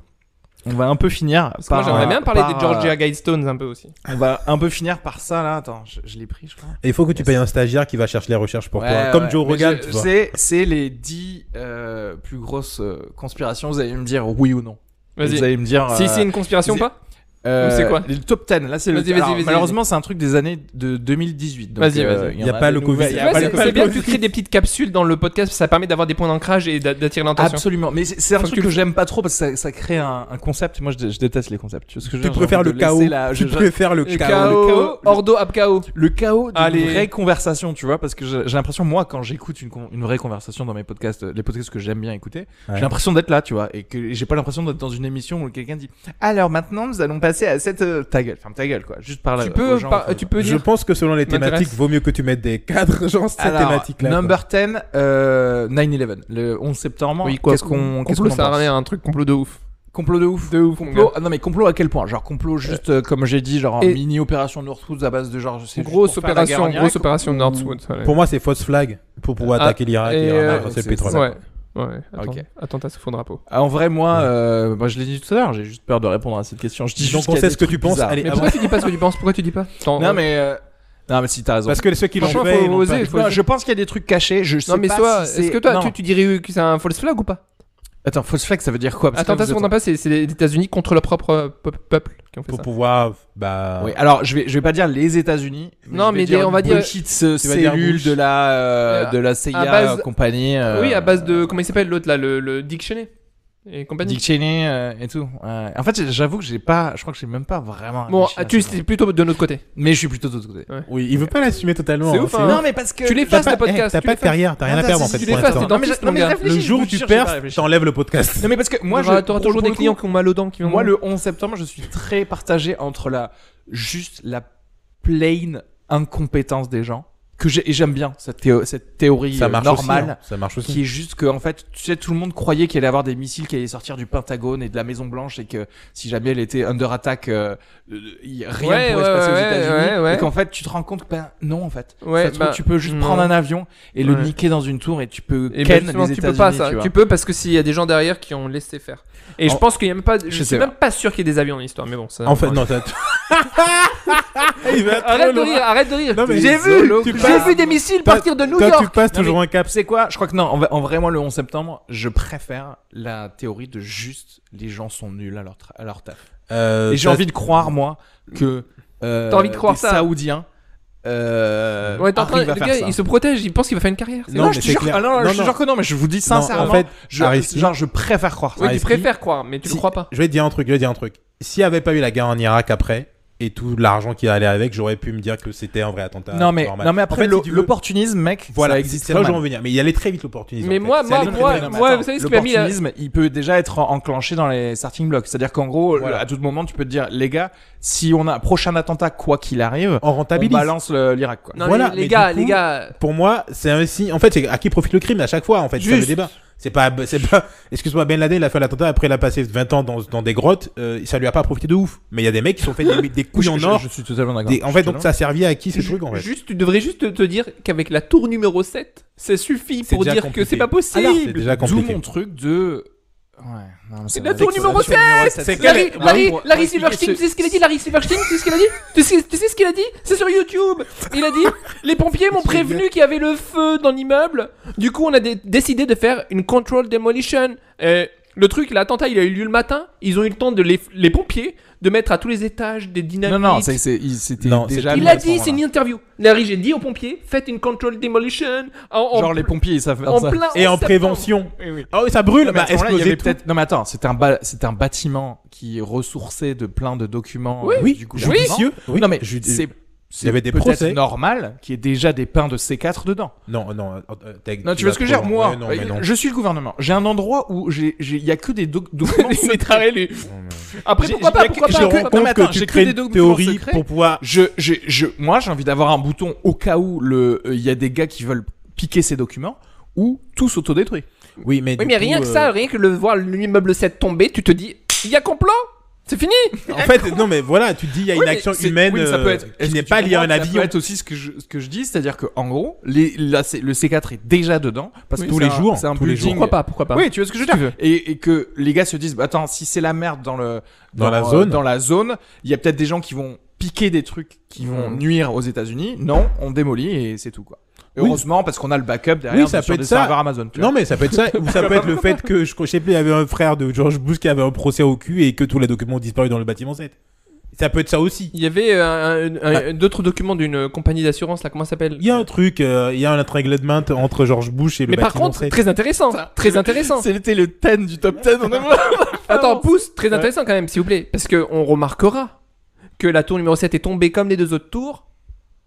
On va un peu finir.
Parce que moi
par-
j'aimerais bien parler
par,
des
euh,
Georgia Guidestones un peu aussi.
On va un peu finir par ça là. Attends, je, je l'ai pris, je crois.
Et il faut que tu payes un stagiaire qui va chercher les recherches pour
Ouais,
toi. Comme
ouais.
Joe
Mais
Rogan,
je-
tu vois.
C'est c'est les 10 euh, plus grosses euh, conspirations. Vous allez me dire oui ou non. Vous
Vas-y.
allez me dire.
Si
euh,
c'est une conspiration ou
c'est-
pas
Euh,
Ou c'est quoi
Les top 10, là c'est le
Vas-y, vas-y,
alors,
vas-y,
Malheureusement, c'est un truc des années de 2018. donc,
Vas-y,
euh,
vas-y.
il y
Y a
en
pas
des
le
nouvelles,
Covid,
il y
Tu
a
vois,
pas
C'est
le Covid.
c'est bien que tu crées des petites capsules dans le podcast, ça permet d'avoir des points d'ancrage et d'a- d'attirer l'attention.
Absolument, mais c'est c'est un
Faut que
truc
tu
que
le-
j'aime pas trop parce que ça, ça crée un, un concept. Moi, je, dé- je déteste les concepts. Tu, vois ce que je veux
Tu
dire J'ai
préfères
envie
le
de
chaos.
laisser la- je-
Tu
je-
préfères le
Le
chaos.
chaos,
chaos, le-
Ordo ab chaos.
le chaos d'une
Allez.
vraie conversation, tu vois, parce que j'ai j'ai l'impression moi quand j'écoute une, con- une vraie conversation dans mes podcasts, euh, les podcasts que j'aime bien écouter,
Ouais.
j'ai l'impression d'être là, tu vois, et que et j'ai pas l'impression d'être dans une émission où quelqu'un dit alors maintenant nous allons passer à cette euh, ta gueule, ferme ta gueule quoi, juste parler.
Tu peux,
aux gens,
par-
enfin,
tu peux
Je
dire
pense que selon les
M'intéresse.
thématiques, vaut mieux que tu mettes des cadres, genre cette
Alors,
thématique-là. quoi.
Number 10, euh, 9-11, le 11 septembre. Qu'est-ce qu'on qu'est-ce qu'on
complot
en
ça
pense
revient à un truc complot de ouf.
Complot de ouf.
De ouf. mon
Complot,
gars.
ah non mais complot à quel point Genre complot juste euh, comme j'ai dit, genre
Et-
mini opération Northwoods à base de genre. c'est juste
Grosse
pour faire la guerre en
opération,
Irak,
grosse opération Northwood.
Pour moi, c'est fausse flag pour pouvoir
Ah,
attaquer l'Irak et,
et,
en
euh,
avancer
c'est-
le pétrole.
Ouais. Ouais, attends,
Ok.
attentat sous fond de drapeau.
Ah, en vrai, moi, euh, moi, je l'ai dit tout à l'heure, j'ai juste peur de répondre à cette question. Je dis
Donc
juste
on
qu'il y a
sait
des
ce que
trucs
tu penses.
bizarres.
Allez,
Mais
avant-
pourquoi tu dis pas ce que tu penses Pourquoi tu dis pas T'en-
Non, mais. euh, Non, mais si, t'as raison.
Parce que ceux qui l'ont
Franchement,
fait,
faut
ils l'ont
oser,
fait.
faut-
Non, je pense qu'il y a des trucs cachés. Je sais
Non, mais
pas
toi,
si c'est-
est-ce que toi,
Non.
tu, tu dirais que c'est un false flag ou pas
Attends, false flag, ça veut dire quoi Parce que là,
Attentat
vous
sous fond
êtes-
de drapeau, c'est c'est les États-Unis contre leur propre euh, peu- peuple qui ont fait
Pour
ça.
pouvoir, bah,
Oui, alors je vais je vais pas dire les États-Unis. je
Non,
vais
mais des- on va dire-
bullshit, ce
Tu vas dire
cellule
Bush.
euh, de la euh, de la CIA
base-
compagnie. euh,
Oui, à base de. Comment il s'appelle l'autre là Le, le Dick Cheney et compagnie.
Dick Cheney euh, et tout. Ouais. En fait, j'avoue que j'ai pas, je crois que j'ai même pas vraiment.
Bon,
réfléchi à
ah, tu
ça.
c'est plutôt de notre côté.
Mais je suis plutôt de l'autre côté.
oui, il veut pas l'assumer totalement.
C'est
hein,
ouf, hein.
Non, mais parce que
Tu
T'as
l'effaces
pas-
le
eh,
podcast.
T'as
tu
pas de
l'effaces.
carrière, t'as rien à
Attends,
perdre en
si,
fait
si,
Tu
pour
l'effaces,
l'instant.
t'es
Non, mais
dentiste,
je- non,
mon
mais
gars.
je-
Le jour où tu
Je vais pas
perds,
réfléchir.
t'enlèves le podcast.
Non mais parce que moi,
Genre,
je,
t'auras
pour
toujours
le
des
coup,
clients qui ont mal aux dents qui vont.
Moi, le 11 septembre, je suis très partagé entre la juste la plain incompétence des gens que j'ai- et j'aime bien cette, théo- cette théorie
Ça
euh,
marche aussi.
normale.
hein. Ça marche aussi.
qui est juste que en fait tu sais tout le monde croyait qu'il allait avoir des missiles qui allaient sortir du Pentagone et de la Maison Blanche et que si jamais elle était under attack euh, euh, y- rien
Ouais,
ne pourrait
ouais,
se passer
ouais,
aux États-Unis
ouais, ouais.
et qu'en fait tu te rends compte que ben non en fait
Ouais,
Ça se trouve,
bah,
tu peux juste
non.
prendre un avion et le
Ouais.
niquer dans une tour et tu peux
Et
ken
justement,
les
tu peux pas
États-Unis
ça.
tu vois.
Tu peux parce que s'il y a des gens derrière qui ont laissé faire. Et je
En-
pense qu'il y a même pas. Je,
sais
suis
pas.
même pas sûr qu'il y ait des avions dans l'histoire, mais bon. Ça...
En fait, non, t'as. Il va trop
Arrête de
loin.
rire, Bah, arrête de rire.
Non, mais
J'ai vu,
Zolo,
j'ai
tu passes-
vu des missiles
Toi-
partir de New
Toi,
York.
tu passes
Non,
toujours un cap.
c'est quoi Je crois que non, en, va- en vraiment le 11 septembre, je préfère la théorie de juste les gens sont nuls à leur, tra- à leur taf.
Euh,
Et j'ai
t'as-
envie de croire, moi, que euh,
T'as envie de croire
des
ça
Saoudiens euh,
Ouais, t'es en train-
arrivent
le
à faire
gars,
ça.
il se protège, il pense qu'il va faire une carrière. c'est
Non,
Non,
vrai.
mais
je te
c'est
jure,
clair.
ah non,
Non,
je te
non.
jure que non, mais je vous dis
Non,
sincèrement,
en fait,
je,
Aristi-
genre, je préfère croire ça.
Oui, tu
Aristi-
préfères croire, mais tu le
Si-
crois pas.
Je vais te dire un truc, je vais te dire un truc. S'il n'y avait pas eu la guerre en Irak après et tout l'argent qui allait avec, j'aurais pu me dire que c'était un vrai attentat.
non, mais,
normal.
non, mais
En
après,
fait,
l'o-
si tu veux-
l'opportunisme, mec,
Voilà,
ça
c'est-
existe.
c'est là où
quand
je
même.
veux en venir. Mais il allait très vite l'opportunisme.
Mais
en fait.
moi,
C'est
moi,
allé très,
moi,
très vite.
moi, vous savez ce qui m'a mis là
L'opportunisme, il peut déjà être en- enclenché dans les starting blocks. C'est-à-dire qu'en gros,
Voilà.
à tout moment, tu peux te dire, les gars, si on a un prochain attentat, quoi qu'il arrive,
On
on
rentabilise.
balance le- l'Irak, quoi.
Non,
Voilà,
les, les
mais
gars,
du coup-
les gars.
Pour moi, c'est un signe. En fait, c'est à qui profite le crime à chaque fois. En fait, c'est ça le
Juste.
débat. C'est pas, c'est pas. Excuse-moi, Ben Laden, il a fait l'attentat après, il a passé 20 ans dans, dans des grottes. euh, ça lui a pas profité de ouf. Mais il y a des mecs qui sont fait des, des couilles
Je-
en
je-
or.
Je suis totalement d'accord.
Des- en fait, donc ça a servi à qui ce truc en fait
Juste, tu devrais juste te- te dire qu'avec la tour numéro 7, ça suffit
C'est
pour
déjà
dire
compliqué.
que c'est
Ah,
pas
Alors, c'est
possible.
déjà
D'où
compliqué.
mon truc de. Ouais, non, mais ça
C'est
va
la tour
être-
numéro
ça va être
7
C'est
Larry,
clair.
Larry,
Pour-
Larry
pour
Silverstein,
expliquer
tu sais ce qu'il a dit Larry Silverstein, tu sais ce qu'il a dit tu sais, tu sais ce qu'il a dit C'est sur YouTube Il a dit Les pompiers m'ont prévenu qu'il y avait le feu dans l'immeuble. Du coup, on a dé- décidé de faire une control demolition. Euh, le truc, l'attentat, il a eu lieu le matin. Ils ont eu le temps de les, les pompiers de mettre à tous les étages des
ce-
dynamites.
Non, non, c'est- c'est- il- c'était
Non,
déjà.
c'était-
il
mis à
a
ce
dit, c'est une
moment-là.
interview. Larry, j'ai dit aux pompiers, faites une control demolition en, en
Genre les
pl-
pompiers, ils savent faire
en
ça.
plein
Et en
septembre.
prévention.
Eh oui.
Ah oui, ça brûle.
Mais à
Bah,
ce moment-là, il y
explosez
avait
tout.
peut-être. Non, mais attends, c'est un, ba- c'est un bâtiment qui est ressourcé de plein de documents.
Oui,
euh,
Oui,
du coup,
judicieux. Oui.
Non, mais
Judi-
c'est. c'est
y avait des
peut-être
procès.
normal qu'il y ait déjà des pains de C4 dedans.
Non, non. euh, euh, t'as-
Non,
tu
tu vois ce
vas
que
trop
je veux dire
loin.
Moi, euh,
Ouais, non, mais non.
je suis le gouvernement. J'ai un endroit où j'ai- j'ai- il y a que des doc- documents.
Il est taré, lui. Après,
J'ai-
pourquoi
j'ai-
pas,
j'ai-
pourquoi
j'ai-
pas
Je
que-
rends
non,
compte
mais attends,
que tu
j'ai que
crées
des
une
documents
théorie
secrets.
pour pouvoir.
je, je, je, moi, j'ai envie d'avoir un bouton au cas où le, euh, il y a des gars qui veulent piquer ces documents ou tout s'autodétruit.
Oui, mais.
Oui,
du
mais
coup,
rien que
euh,
ça, rien que le voir l'immeuble 7 tomber, tu te dis, il y a complot C'est fini
En fait, non, mais voilà, tu te dis, il y a
Oui,
une
mais
action
c'est-
humaine
oui, mais ça
euh,
peut être-
qui
est-ce
n'est
que
pas
tu
liée à un
comprends que Ça
avion
peut être aussi ce que je, ce que je dis, c'est-à-dire que en gros, les, la C- le C4 est déjà dedans parce
Oui,
que
tous
c'est
les
un-
jours,
c'est un
tous les
building.
jours.
Pourquoi pas, pourquoi pas
Oui, tu vois ce que je veux
Tu
dire. Et, et que les gars se disent, bah, attends, si c'est la merde dans le
Dans la
euh,
zone.
dans la zone, il y a peut-être des gens qui vont piquer des trucs qui vont
Hmm.
Mm.
nuire aux États-Unis. Non, on démolit et c'est tout quoi.
Oui.
Heureusement parce qu'on a le backup derrière
ça
sur
peut
des
être ça.
serveurs Amazon. tu vois.
Non, mais ça peut être ça, ou ça peut être le fait que, je, je sais plus, il y avait un frère de George Bush qui avait un procès au cul et que tous les documents ont disparu dans le bâtiment 7. Ça peut être ça aussi.
Il y avait euh, un- un- d'autres documents d'une euh, compagnie d'assurance, là, comment ça s'appelle
Il y a un truc, euh, il y a un entanglement entre George Bush et le
Mais par
bâtiment
contre,
7.
très intéressant, très intéressant.
C'était le 10 du top 10. On est
Attends, pousse, très intéressant quand même, s'il vous plaît. Parce que on remarquera que la tour numéro 7 est tombée comme les deux autres tours,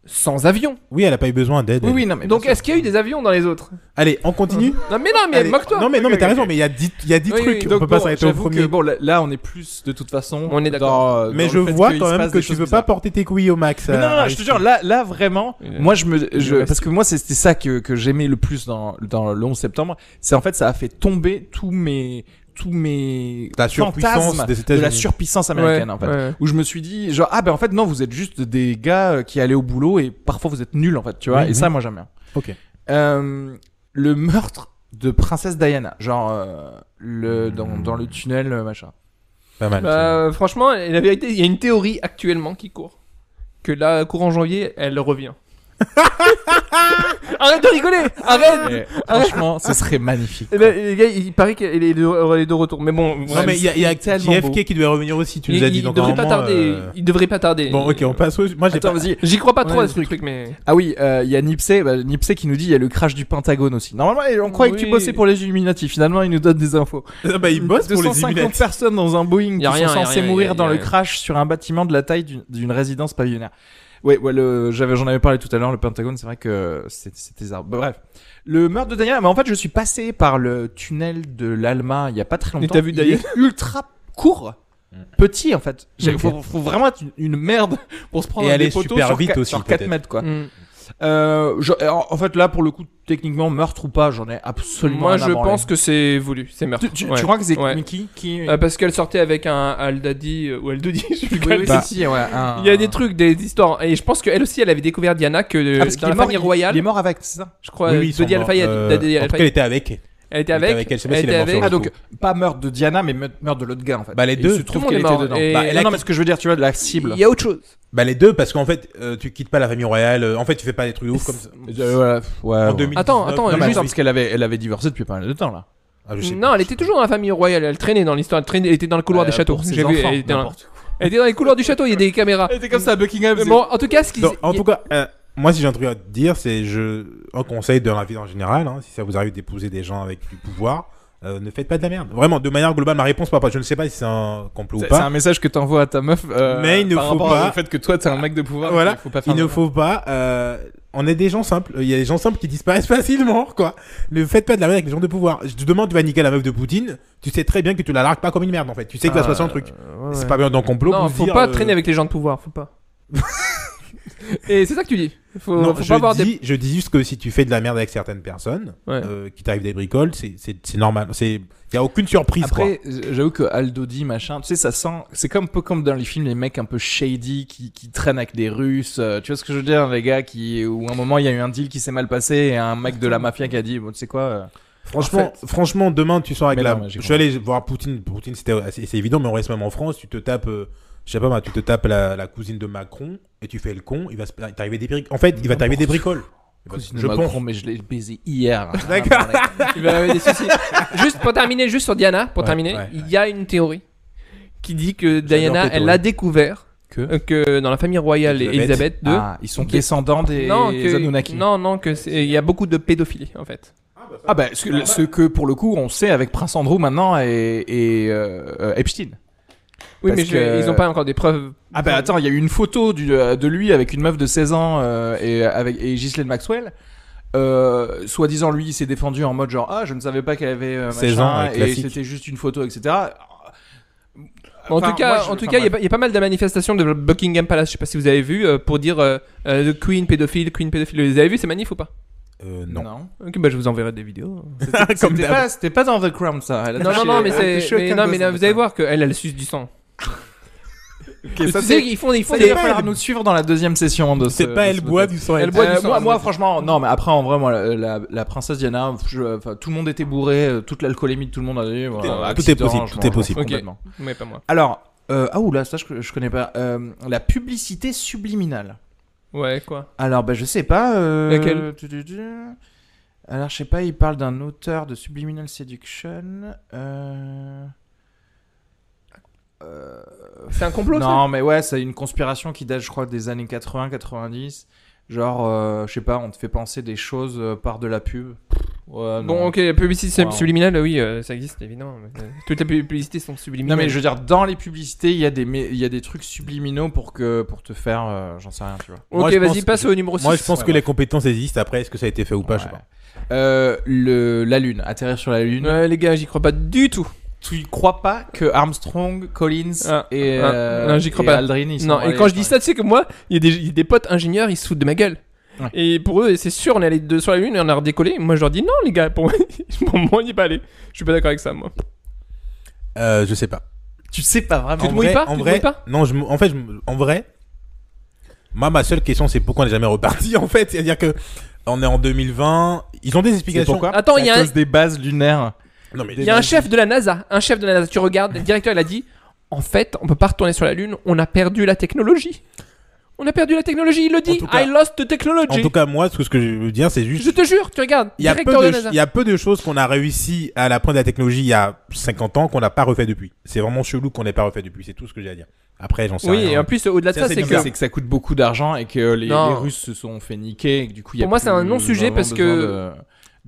sans avion.
Oui, elle a pas eu besoin d'aide.
Oui,
elle.
oui, non, mais.
Donc
bien
est-ce qu'il y a eu des avions dans les autres
Allez, on continue.
Non mais non, mais
Allez.
moque-toi
Non, mais, non, mais t'as
Ok, ok.
raison, mais il y a 10 il y a dix
Oui, oui,
trucs, on
Donc
peut
bon,
pas s'arrêter au
j'avoue
premier.
que bon, là, là, on est plus de toute façon.
On est d'accord.
dans, euh,
mais
dans
je
le fait
vois
qu'il
quand
se
même
passe
que
des
tu
choses
veux pas
bizarres.
porter tes couilles au max.
Mais
euh,
non, non, non, je te
Aristide.
jure, là, là vraiment,
Il est-
moi, je me,
il
je,
reste-
parce que moi, c'est- c'était ça que, que j'aimais le plus dans, dans le 11 septembre. C'est en fait, ça a fait tomber tous mes, tous mes
La surpuissance
fantasmes
des
de la
États-Unis.
surpuissance
Ouais,
américaine, en fait.
ouais.
Où je me suis dit, genre, ah ben en fait, non, vous êtes juste des gars euh, qui allaient au boulot et parfois vous êtes nuls, en fait, tu vois.
Oui,
et
oui.
ça, moi, j'aime bien.
Ok.
Euh, le meurtre de Princesse Diana, genre euh, le, dans, dans le tunnel, euh, machin.
Pas mal. ça.
Bah, franchement, la vérité, il y a une théorie actuellement qui court. Que là, courant janvier, elle revient. Arrête de rigoler Arrête
Et franchement, ce serait magnifique.
Eh ben, Les gars, il paraît qu'elle est de, elle est de retour. Mais bon,
non, mais il y a, il y a
tellement
JFK qui devait revenir aussi, tu nous as dit.
il,
donc,
devrait pas
normalement,
tarder.
euh,
Il devrait pas tarder.
Bon, ok, on passe. au- Moi, j'ai pas.
Attends, vas-y.
J'y crois pas trop
Ouais,
à ce truc, mais.
Ah oui, euh, il y a Nipsey, bah, Nipsey qui nous dit il y a le crash du Pentagone aussi. Normalement, on croyait que tu
Oui.
bossais pour les Illuminati. Finalement, il nous donne des infos.
Ah, bah, il bosse pour les
250
Illuminati.
personnes dans un Boeing
Y a
qui
rien,
sont
y a
censées
rien, y
mourir
a-
dans
y a
le
rien.
crash sur un bâtiment de la taille d'une- d'une résidence pavillonnaire. Ouais, ouais, le, j'avais, j'en avais parlé tout à l'heure, le Pentagone, c'est vrai que c'est- c'était ça. Bah, Bref. Le meurtre de Diana, mais en fait, je suis passé par le tunnel de l'Alma il y a pas très longtemps.
Et t'as vu
Il est ultra court.
Mm.
Petit, en fait. J'ai-
Ok.
Faut, faut vraiment être une- une merde pour se prendre
Et
à des
aller
poteaux
super
sur
vite
qua-
aussi,
sur 4
peut-être.
mètres, quoi.
Hmm.
Euh, je- en en fait, là, pour le coup, techniquement, meurtre ou pas, j'en ai absolument
Moi,
rien à
je
branler.
pense que c'est voulu. C'est meurtre.
Tu, tu- tu
Ouais.
crois que c'est
Ouais.
mais qui, qui...
Euh, Parce qu'elle sortait avec un Aldadi euh, ou Aldodi, je sais plus
Oui,
quel.
oui,
Bah,
si, si, ouais, un-
Il y a des trucs, des histoires. Et je pense qu'elle aussi, elle avait découvert Diana que euh,
Ah, parce
dans
qu'il
la
est mort,
famille
il- Il est
royale,
mort avec, c'est ça
je crois,
Oui,
euh,
oui, ils sont
Dodi
morts.
Al-Fayed.
Euh,
Dodi
en tout
Al-Fayed.
cas, il était avec.
Elle était
il était
avec.
avec elle, je sais pas si
elle
elle est
était
morte sur
avec.
le
Ah, donc, pas meurtre de Diana, mais meurtre meurtre de l'autre gars, en fait.
Bah, les
Et
deux.
Il se trouve
Tout le
qu'elle
monde est
était
mort.
dedans.
Et-
Bah,
elle a
non,
quitté-
mais ce que je veux dire, tu vois, de la
Il
cible.
y a autre chose.
Bah, les deux, parce qu'en fait, euh, tu quittes pas la famille royale. euh, En fait, tu fais pas des trucs de ouf comme ça.
Euh, voilà, ouais,
En
ouais.
2019,
Attends, attends,
non,
Non, mais
mais
attends,
oui.
parce qu'elle avait, elle avait divorcé depuis pas mal de temps, là.
Ah, je sais
Non, elle était toujours dans la famille royale. Elle traînait dans l'histoire. Elle, traînait- elle était dans le couloir
Euh,
des châteaux.
pour ses
J'ai vu,
enfants,
elle, était dans...
n'importe
elle était dans les couloirs du château. Il y a des caméras.
Elle était comme ça à Buckingham.
Mais bon, en tout cas, ce qu'ils.
Donc, en tout cas, euh, moi, si j'ai un truc à te dire, c'est je... un conseil de la vie en général. hein, si ça vous arrive d'épouser des gens avec du pouvoir, euh, ne faites pas de la merde. Vraiment, de manière globale, ma réponse, papa, je ne sais pas si c'est un complot ou
C'est c'est
pas.
un message que t'envoies à ta meuf. euh,
Mais il ne
par
faut
rapport au
pas-
fait que toi, t'es un mec de pouvoir.
Voilà.
Il faut pas faire
Il ne
de-
faut pas. euh, on est des gens simples. Il y a des gens simples qui disparaissent facilement, quoi. Ne faites pas de la merde avec les gens de pouvoir. Je te demande, tu vas niquer la meuf de Poutine. Tu sais très bien que tu la largues pas comme une merde, en fait. Tu sais que ça se passe un truc. C'est pas bien dans le complot.
Euh, Non,
pour se
faut
dire,
pas
euh,
traîner avec les gens de pouvoir. Faut pas. Et c'est ça que tu dis. Faut,
non,
faut
je,
pas avoir des.
dis, je dis juste que si tu fais de la merde avec certaines personnes,
Ouais.
euh, qui t'arrivent des bricoles, c'est- c'est c'est normal. Il n'y a aucune surprise. quoi.
Après, j'avoue que Aldo dit machin, tu sais, ça sent. C'est comme peu comme dans les films, les mecs un peu shady qui, qui traînent avec des Russes. euh, tu vois ce que je veux dire, les gars qui, où à un moment il y a eu un deal qui s'est mal passé et un mec de la mafia qui a dit, bon, tu sais quoi. euh,
Franchement, franchement, demain tu sors avec
Mais
la.
non, mais j'ai
je suis allé voir Poutine. Poutine, c'était assez- c'est évident, mais on reste même en France. Tu te tapes, euh, je sais pas, moi, tu te tapes la, la cousine de Macron et tu fais le con. Il va se- t'arriver des bricoles. En fait, il va t'arriver des bricoles. Il va-
cousine de
je
Macron,
pense.
mais je l'ai baisé hier.
D'accord.
Il va y avoir Bah des soucis. juste pour terminer, juste sur Diana, pour terminer,
ouais.
il y a une théorie qui dit que Diana,
tes
elle
théories.
a découvert
Que
euh, que dans la famille royale
Elisabeth.
Elisabeth II.
Ah, ils sont descendants des
non, que-
Anunnaki.
non, non, que c'est- il y a beaucoup de pédophilie en fait.
Ah, bah, ce que, ce que, pour le coup on sait avec Prince Andrew maintenant et, et euh, euh, Epstein.
Oui,
Parce
mais je-
que-
ils n'ont pas encore des preuves.
Ah bah attends, il y a eu une photo du- euh, de lui avec une meuf de 16 ans euh, et avec et Ghislaine Maxwell. Euh, soi-disant lui il s'est défendu en mode genre ah je ne savais pas qu'elle avait euh,
16
machin,
ans, ouais,
et
classique.
c'était juste une photo etc.
En
Enfin,
tout cas,
moi, je-
en tout
enfin,
cas, il y a
bref.
pas- il y, a pas mal de manifestations de Buckingham Palace. Je sais pas si vous avez vu euh, pour dire euh, euh, Queen pédophile, Queen pédophile. Vous avez vu ces manifs ou pas
Euh, non.
Ok, bah je vous enverrai des vidéos.
C'était,
Comme
c'était
d'hab.
pas, c'était pas dans The Crown ça. Elle a
Non, non,
touché-
non, mais
elle a
c'est.
touché
mais
aucun
non,
gosse,
mais
ça.
vous allez voir qu'elle, elle suce du sang.
Ok, ça,
tu
c'est-
sais qu'ils font, ils font
ça,
des.
il va falloir nous suivre dans la deuxième session de
C'est
ce-
pas
de
elle
ce
boit du sang.
Elle
Elle
boit
Euh,
du sang.
moi, moi, franchement, non, mais après, en vrai, moi, la, la- la princesse Diana, je- enfin, tout le monde était bourré, euh, toute l'alcoolémie de tout le monde avait. voilà,
tout est
accident,
possible,
je
tout
m'en-
est
je m'en
possible.
fous
Ok.
complètement.
Mais pas moi.
Alors, euh, ah oula, ça je, je connais pas. Euh, la publicité subliminale.
Ouais, quoi.
Alors, bah, je sais pas. euh,
Laquelle
tu- tu- tu. Alors, je sais pas, il parle d'un auteur de Subliminal Seduction. Euh...
C'est un complot, ça
Non, mais ouais, c'est une conspiration qui date, je crois, des années 80-90. Genre, euh, je sais pas, on te fait penser des choses euh, par de la pub. Ouais, non.
Bon, ok, la publicité
Wow.
subliminale, oui, euh, ça existe, évidemment. mais, euh, Toutes les publicités sont
Non
subliminales.
mais je veux dire dans les publicités il y a des mé- il y a des trucs subliminaux pour que pour te faire euh, j'en sais rien tu vois.
Ok,
Moi, je
vas-y,
pense-
passe au numéro 6.
Moi, je pense
ouais,
que
bref.
les compétences existent. Après, est-ce que ça a été fait ou pas, je sais
Ouais.
pas.
Euh, le la lune atterrir sur la lune.
Ouais, les gars, j'y crois pas du tout.
tu crois pas que Armstrong, Collins
Ah,
et,
ah,
euh,
non, j'y crois
et
pas.
Aldrin, ils sont
Non, et
allés
quand je
dans
dis ça, tu sais que moi, il y, a des- il y a des potes ingénieurs, ils se foutent de ma gueule.
Ouais.
Et pour eux, c'est sûr, on est allé de- sur la Lune et on a redécollé. Moi, je leur dis non, les gars, pour moi, pour moi, on n'y est pas allé. Je suis pas d'accord avec ça, moi.
Euh, je sais pas.
les- Tu sais pas vraiment.
Tu te
En
mouilles
vrai-
pas
En
Tu te
vrai,
mouilles pas
non, je, me- en fait, je me- en vrai, moi, ma seule question, c'est pourquoi on n'est jamais reparti, en fait. C'est-à-dire que On est en 2020. Ils ont des
C'est
explications.
pourquoi
Attends,
Ah, C'est
il y a
à
un-
cause des bases lunaires.
non, mais
Il y a un chef de la NASA, un chef de la NASA, tu regardes, le directeur il a dit en fait, on peut pas retourner sur la lune, on a perdu la technologie. On a perdu la technologie, il le dit,
tout cas-
I lost the
en
technology.
tout cas, moi, ce que je veux dire, c'est juste.
je te jure, tu regardes,
Il y, a peu
directeur de,
de,
NASA.
il y a peu de choses qu'on a réussi à la pointe de la technologie il y a 50 ans qu'on n'a pas refait depuis. C'est vraiment chelou qu'on n'ait pas refait depuis. C'est tout ce que j'ai à dire. Après, j'en sais
Oui,
rien. hein.
et en plus au-delà de
C'est
ça,
assez
c'est que
bizarre.
C'est que ça coûte beaucoup d'argent et que les,
Non.
les Russes se sont fait niquer. Et que du coup, il y a
Pour moi, c'est un
plus
non-sujet
vraiment
parce
besoin
que-
de-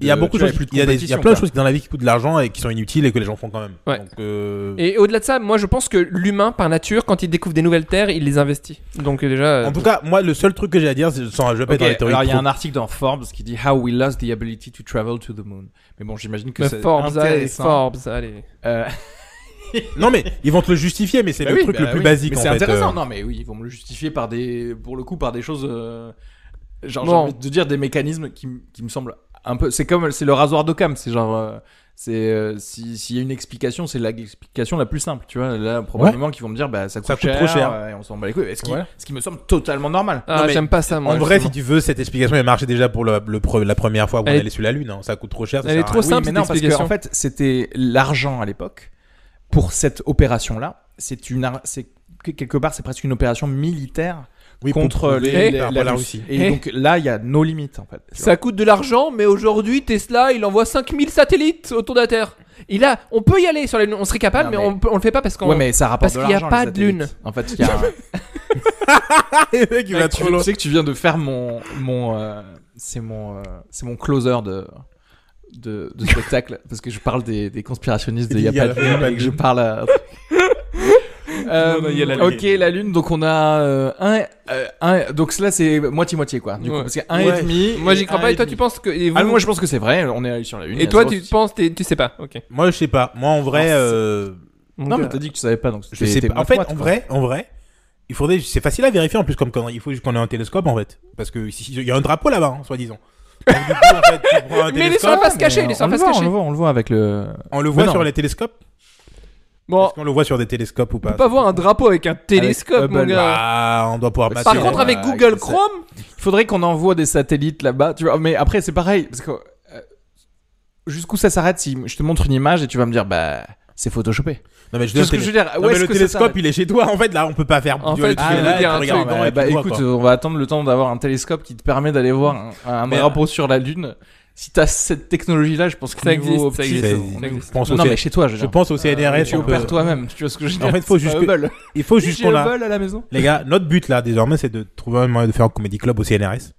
Il y a
de- tu
beaucoup de
vois,
choses,
plus
il y a, des- il y a
compétition,
plein de
quoi.
choses dans la vie qui coûtent de l'argent et qui sont inutiles et que les gens font quand même.
Ouais.
Donc, euh,
et au-delà de ça, moi je pense que l'humain par nature, quand il découvre des nouvelles terres, il les investit. Donc euh, déjà, euh,
En tout cas, moi, le seul truc que j'ai à dire, c'est- sans je vais pas
Ok,
être dans les théories
alors il y a
trop-
un article dans Forbes qui dit How we lost the ability to travel to the moon. Mais bon, j'imagine que
mais
c'est
Forbes, allez,
intéressant.
Forbes, allez.
Euh,
Non, mais ils vont te le justifier, mais c'est
bah
le
oui,
truc
bah
le plus
oui.
basique
Mais
en
c'est
fait.
intéressant.
euh.
Non, mais oui, ils vont me le justifier par des, pour le coup, par des choses. euh, genre,
Bon.
j'ai envie de dire des mécanismes qui, m- qui me semblent un peu. C'est comme c'est le rasoir d'Occam. C'est genre. euh, c'est euh, si- s'il y a une explication, c'est la- l'explication la plus simple, tu vois. Là, probablement qu'ils vont me dire, bah ça coûte,
Ça coûte trop cher.
euh, et on s'en bat les couilles. Ce qui,
Ouais.
ce qui me semble totalement normal.
Ah,
mais
j'aime pas ça moi.
en vrai, si
justement.
tu veux, cette explication, elle marchait déjà pour le, le pre- la première fois où
Elle
on
est-
allait sur la Lune. hein. Ça coûte trop cher. ça
Elle
sert
est
à
trop
rien.
Ah Oui,
simple,
mais
cette
non, parce que
explication.
en fait, c'était l'argent à l'époque pour cette opération-là. C'est une, ar- c'est que- quelque part, c'est presque une opération militaire
Oui, pour
contre les,
prouver
les-
par rapport à
la
la
Russie.
Russie.
Et
Eh.
donc là, il y a nos limites en fait. tu vois.
Ça coûte de l'argent, mais aujourd'hui, Tesla, il envoie 5000 satellites autour de la Terre. Et là, on peut y aller sur la Lune, on serait
Non,
capable, mais,
mais-
on, peut- on le fait pas parce qu'on.
Ouais, mais ça rapporte
parce
de
qu'il y a
l'argent,
pas
les
de lune.
satellites. En fait, il y a.
Le mec, il va
Eh, tu,
trop loin.
tu sais que tu viens de faire mon mon euh, c'est mon euh, c'est mon closer de de, de spectacle parce que je parle des, des conspirationnistes de
Il y a
y a pas de
la- il y a
lune
pas
et
de
que je
lune.
parle à... Euh,
Non, non, il y a la lune.
ok la lune donc on a euh, un, euh, un donc là c'est moitié moitié quoi du coup
Ouais.
parce qu'il y a un
Ouais.
et demi
Moi,
et
j'y crois
un
pas, et toi, tu
demi.
penses que. Et, vous-
ah, moi je pense que c'est vrai on est allé sur la lune il y
et
a
toi,
zéro-
tu penses, t'es- tu sais pas, ok.
Moi, je sais pas. Moi, en vrai,
Ah, c'est-
euh,
non mais t'as dit que tu savais pas donc
je
t'es-
sais
t'es
pas. En fait,
moite,
en
quoi.
vrai, en vrai, il faudrait. C'est facile à vérifier en plus comme quand il faut juste qu'on ait un télescope en fait, parce que si- il y a un drapeau là-bas, hein, soi-disant. Donc, du coup, en fait, tu prends un
Mais il est sur
télescope,
la face
Mais
cachée, il est sur
on
la
le
face
voit, on
cachée.
le voit on le voit avec le
on le voit
non.
sur les télescopes.
Bon,
Est-ce qu'on le voit sur des télescopes ou
on
pas
peut pas voir un drapeau avec un télescope, mon
Hubble.
gars.
Ah, on doit pouvoir
Bah,
Par
c'est-
contre,
ouais,
avec
ouais,
Google
c'est ça.
Chrome,
Il faudrait qu'on envoie des satellites là-bas, tu vois. Mais après, c'est pareil, parce que euh, jusqu'où ça s'arrête si je te montre une image et tu vas me dire, bah, c'est photoshopé.
Non mais je
Tu vois ce que je veux dire
Non,
Où
mais
est-ce
le
que ça
télescope,
s'arrête Ah,
il est chez toi. En fait, là, on peut pas faire.
En
tu vois,
fait,
tu
je
es
vais
là,
vous dire
tu
un
regardes
truc.
dedans
Ouais,
et tu
bah,
vois,
écoute,
quoi.
on va attendre le temps d'avoir un télescope qui te permet d'aller voir un, un
Mais-
drapeau sur la Lune. Si t'as cette technologie-là, je pense que
ça existe, ça
petit,
existe.
c'est-
ça
je
existe.
pense
Non,
au
non,
C-
mais chez toi, je, veux
Je
dire.
pense au CNRS.
tu
on peut-
opères toi-même, tu vois ce que je veux dire
En fait, faut
C'est
juste
pas
que-
Hubble.
Il faut juste
J'ai
qu'on a.
Hubble à la maison.
Les gars, notre but là désormais, c'est de trouver un moyen de faire un comédie club au CNRS.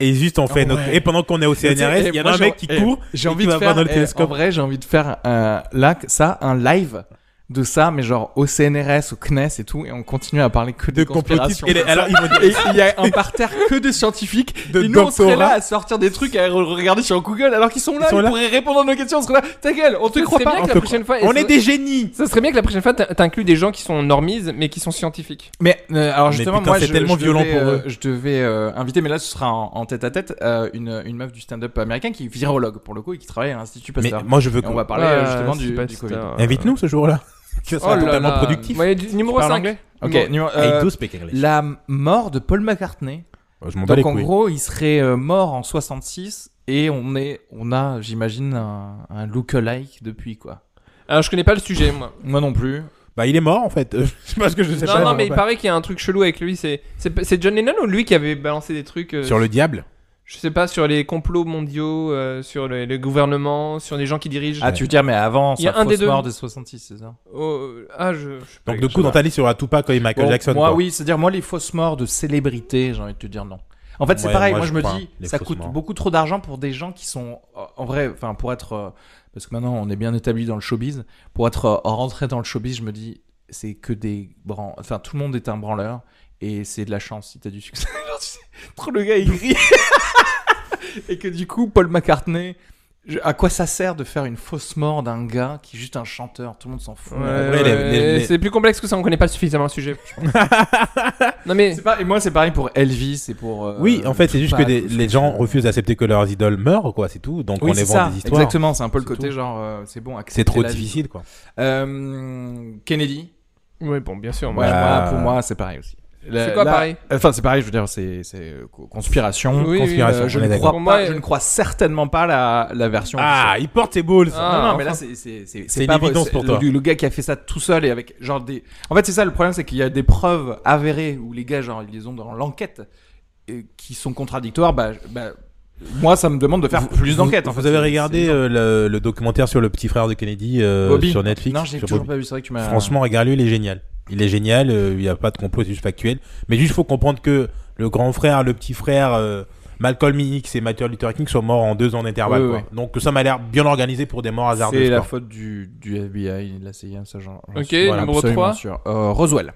Et juste on fait
ouais.
notre. Et pendant qu'on est au
Et tu sais,
CNRS, il y
eh,
en
moi,
a un
j'ai-
mec qui
eh,
court.
J'ai
et
envie
qui
de
va
faire
voir dans le
eh,
télescope.
En vrai, j'ai envie de faire euh, là ça un live de ça, mais genre au CNRS, au CNES et tout, et on continue à parler que de,
de complotistes.
conspiration.
Et les- alors ils vont dire-
Et il y a un parterre que de scientifiques.
De
et nous, on serait
doctorat.
là à sortir des trucs, à re- regarder sur Google, alors qu'ils sont là,
Ils
ils,
sont là.
pourraient répondre à nos questions. On serait là, ta gueule, on te
Ce
croit
serait
pas.
bien que
on
la
te
prochaine fois.
On est
ce-
des génies.
Ce serait bien que la prochaine fois, t'in- t'inclus des gens qui sont normises, mais qui sont scientifiques.
Mais euh, alors
Mais
justement,
putain,
moi,
c'est
je,
tellement
je
violent
devais,
pour
euh,
eux.
je devais euh, inviter, mais là, ce sera en, en tête à tête euh, une, une meuf du stand-up américain qui est virologue pour le coup et qui travaille à l'Institut
Mais
Pasteur.
moi je veux
Et on va
qu'on.
parler
Ouais,
euh, justement
c'est
du,
pas-
du
c'est
Covid.
un-
Invite-nous ce jour-là. Ce
Oh
sera
là là.
totalement productif.
Ouais, du- numéro
parles
5.
Ok,
Bon.
numéro-
I
euh,
do speak English.
la mort de Paul McCartney.
Je m'en bats les
Donc en
couilles.
gros, il serait euh, mort en 66 et on est, on a, j'imagine, un, un look-alike depuis quoi.
Alors, je connais pas le sujet, moi.
Moi non plus.
Bah il est mort en fait. Je sais pas ce que je sais
Non,
pas.
non, mais il
vraiment
paraît qu'il y a un truc chelou avec lui. C'est c'est- c'est John Lennon ou lui qui avait balancé des trucs euh,
pas. Sur le diable.
Je sais pas, sur les complots mondiaux, euh, sur le, le gouvernement, sur les gens qui dirigent.
Ah, tu veux dire, mais avant,
Il y a
sa
un des
fausse
deux.
mort de 66, c'est ça
Oh, euh, ah, je. je sais pas,
Donc du
je
coup
sais
dans ta liste il y aura Tupac et Michael
Bon,
Jackson.
Moi,
quoi.
oui, c'est-à-dire, moi, les fausses morts de célébrités, j'ai envie de te dire non. En fait, c'est
Ouais,
pareil,
moi,
moi,
je
je me
crois,
dis,
les
ça
fausses
coûte
morts.
beaucoup trop d'argent pour des gens qui sont, euh, en vrai, enfin, pour être, euh, parce que maintenant, on est bien établi dans le showbiz, pour être euh, rentré dans le showbiz, je me dis, c'est que des bran... enfin, tout le monde est un branleur, et c'est de la chance si t'as du succès. Genre, tu sais, trop le gars aigri. et que du coup, Paul McCartney, je- à quoi ça sert de faire une fausse mort d'un gars qui est juste un chanteur Tout le monde s'en fout.
pas. Ouais,
En vrai, les-
ouais,
les- les-
C'est plus complexe que ça, on connaît pas suffisamment le sujet. je pense. non, mais.
C'est pas- et moi, c'est pareil pour Elvis et pour. euh,
Oui, en fait, c'est juste que
Tupac,
des-
tout ce
les
que
gens
tu veux.
refusent d'accepter que leurs idoles meurent, quoi, c'est tout. Donc
Oui,
on les
c'est
vend
ça.
des histoires.
Exactement, c'est un peu le
C'est
côté
tout.
genre, euh, c'est bon, accepter
C'est trop
la vie.
difficile, quoi.
Euh, Kennedy.
Ouais, bon, bien sûr.
Ouais,
moi,
Bah.
moi, pour moi, c'est pareil aussi. La-
C'est quoi
la-
pareil
Enfin, c'est pareil, je veux dire, c'est c'est, euh, co- conspiration.
Oui, oui,
conspiration.
Euh, je,
on
ne crois
est
d'accord.
pas,
Pour moi,
je
euh,
ne crois certainement pas la, la version.
Ah, il porte ses balls.
Ah.
Non, non, mais
enfin.
là, c'est- c'est- c'est
C'est une
pas vrai,
évidence
c'est
pour
le,
toi.
Le gars qui a fait ça tout seul et avec genre des. En fait, c'est ça le problème, c'est qu'il y a des preuves avérées où les gars, genre, ils les ont dans l'enquête et qui sont contradictoires. Bah, bah, moi, ça me demande de faire plus d'enquêtes.
Vous,
en fait.
vous avez
C'est-
regardé
c'est-
euh, le, le documentaire sur le petit frère de Kennedy euh,
Bobby.
sur Netflix
Non, j'ai
sur
toujours
Bobby.
pas euh, vu. C'est vrai que tu m'as.
Franchement, regarde-le, il est génial. Il est génial, euh, il n'y a pas de complot, c'est juste factuel. Mais juste, faut comprendre que le grand frère, le petit frère, euh, Malcolm X et Martin Luther King sont morts en deux ans d'intervalle.
Oui,
quoi.
oui.
Donc ça m'a l'air bien organisé pour des morts hasardeuses.
C'est la
quoi.
faute du, du FBI et de la CIA, ça j'en j'en
Ok,
suis
numéro
absolument
trois.
sûr. Euh, Roswell.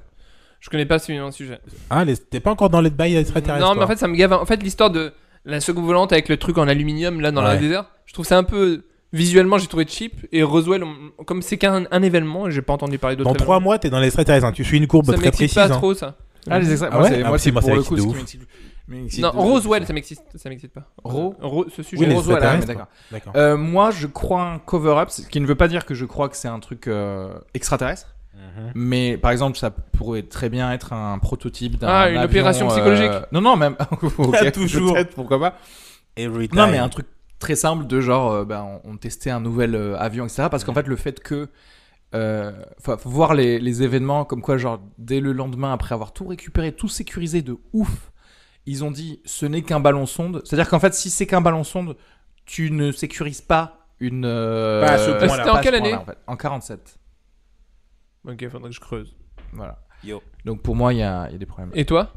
Je connais pas celui-là, le sujet.
Ah, les- t'es pas encore dans les bails extraterrestres.
Non, mais en
toi.
fait, ça me gave. En fait, l'histoire de la seconde volante avec le truc en aluminium là dans
Ouais.
le désert, je trouve ça un peu. Visuellement, j'ai trouvé cheap. Et Roswell, on- comme c'est qu'un un événement, j'ai pas entendu parler d'autres.
dans trois
événements.
mois, t'es dans les extraterrestres. hein. Tu suis une courbe
ça
très
m'excite
précise.
pas
hein.
trop ça.
Ah, les extraits.
Ah
moi,
ouais
c'est-
Ah
moi,
si,
c'est
moi,
pour
ça
le
m'excite
coup,
de
ce qui
ouf.
m'excite- m'excite
Non,
de-
Roswell, ça m'excite, ça m'excite pas.
Ro-
Ro- ce sujet.
Oui, les
Roswell, ah,
extraterrestres.
mais d'accord.
D'accord.
Euh, moi, je crois un cover-up, ce qui ne veut pas dire que je crois que c'est un truc euh, extraterrestre.
Euh, Mm.
Mais par exemple, ça pourrait très bien être un prototype d'un.
Ah, une
avion,
opération
euh,
psychologique.
Non, non, même. Ok,
Ah, toujours.
peut-être, pourquoi pas.
Every
Non,
time.
mais un truc très simple de genre, euh, ben, on, on testait un nouvel euh, avion, etc. Parce qu'en fait, le fait que. euh, faut, faut voir les, les événements comme quoi, genre, dès le lendemain, après avoir tout récupéré, tout sécurisé de ouf, ils ont dit ce n'est qu'un ballon sonde. C'est-à-dire qu'en fait, si c'est qu'un ballon sonde, tu ne sécurises pas une. euh,
Pas à ce
euh,
point-là.
C'était en
pas à ce
quelle
point-là,
année
en, fait. En 47.
Ok, faudrait que je creuse.
Voilà.
Yo.
Donc pour moi, il y, a il y a des problèmes.
Et toi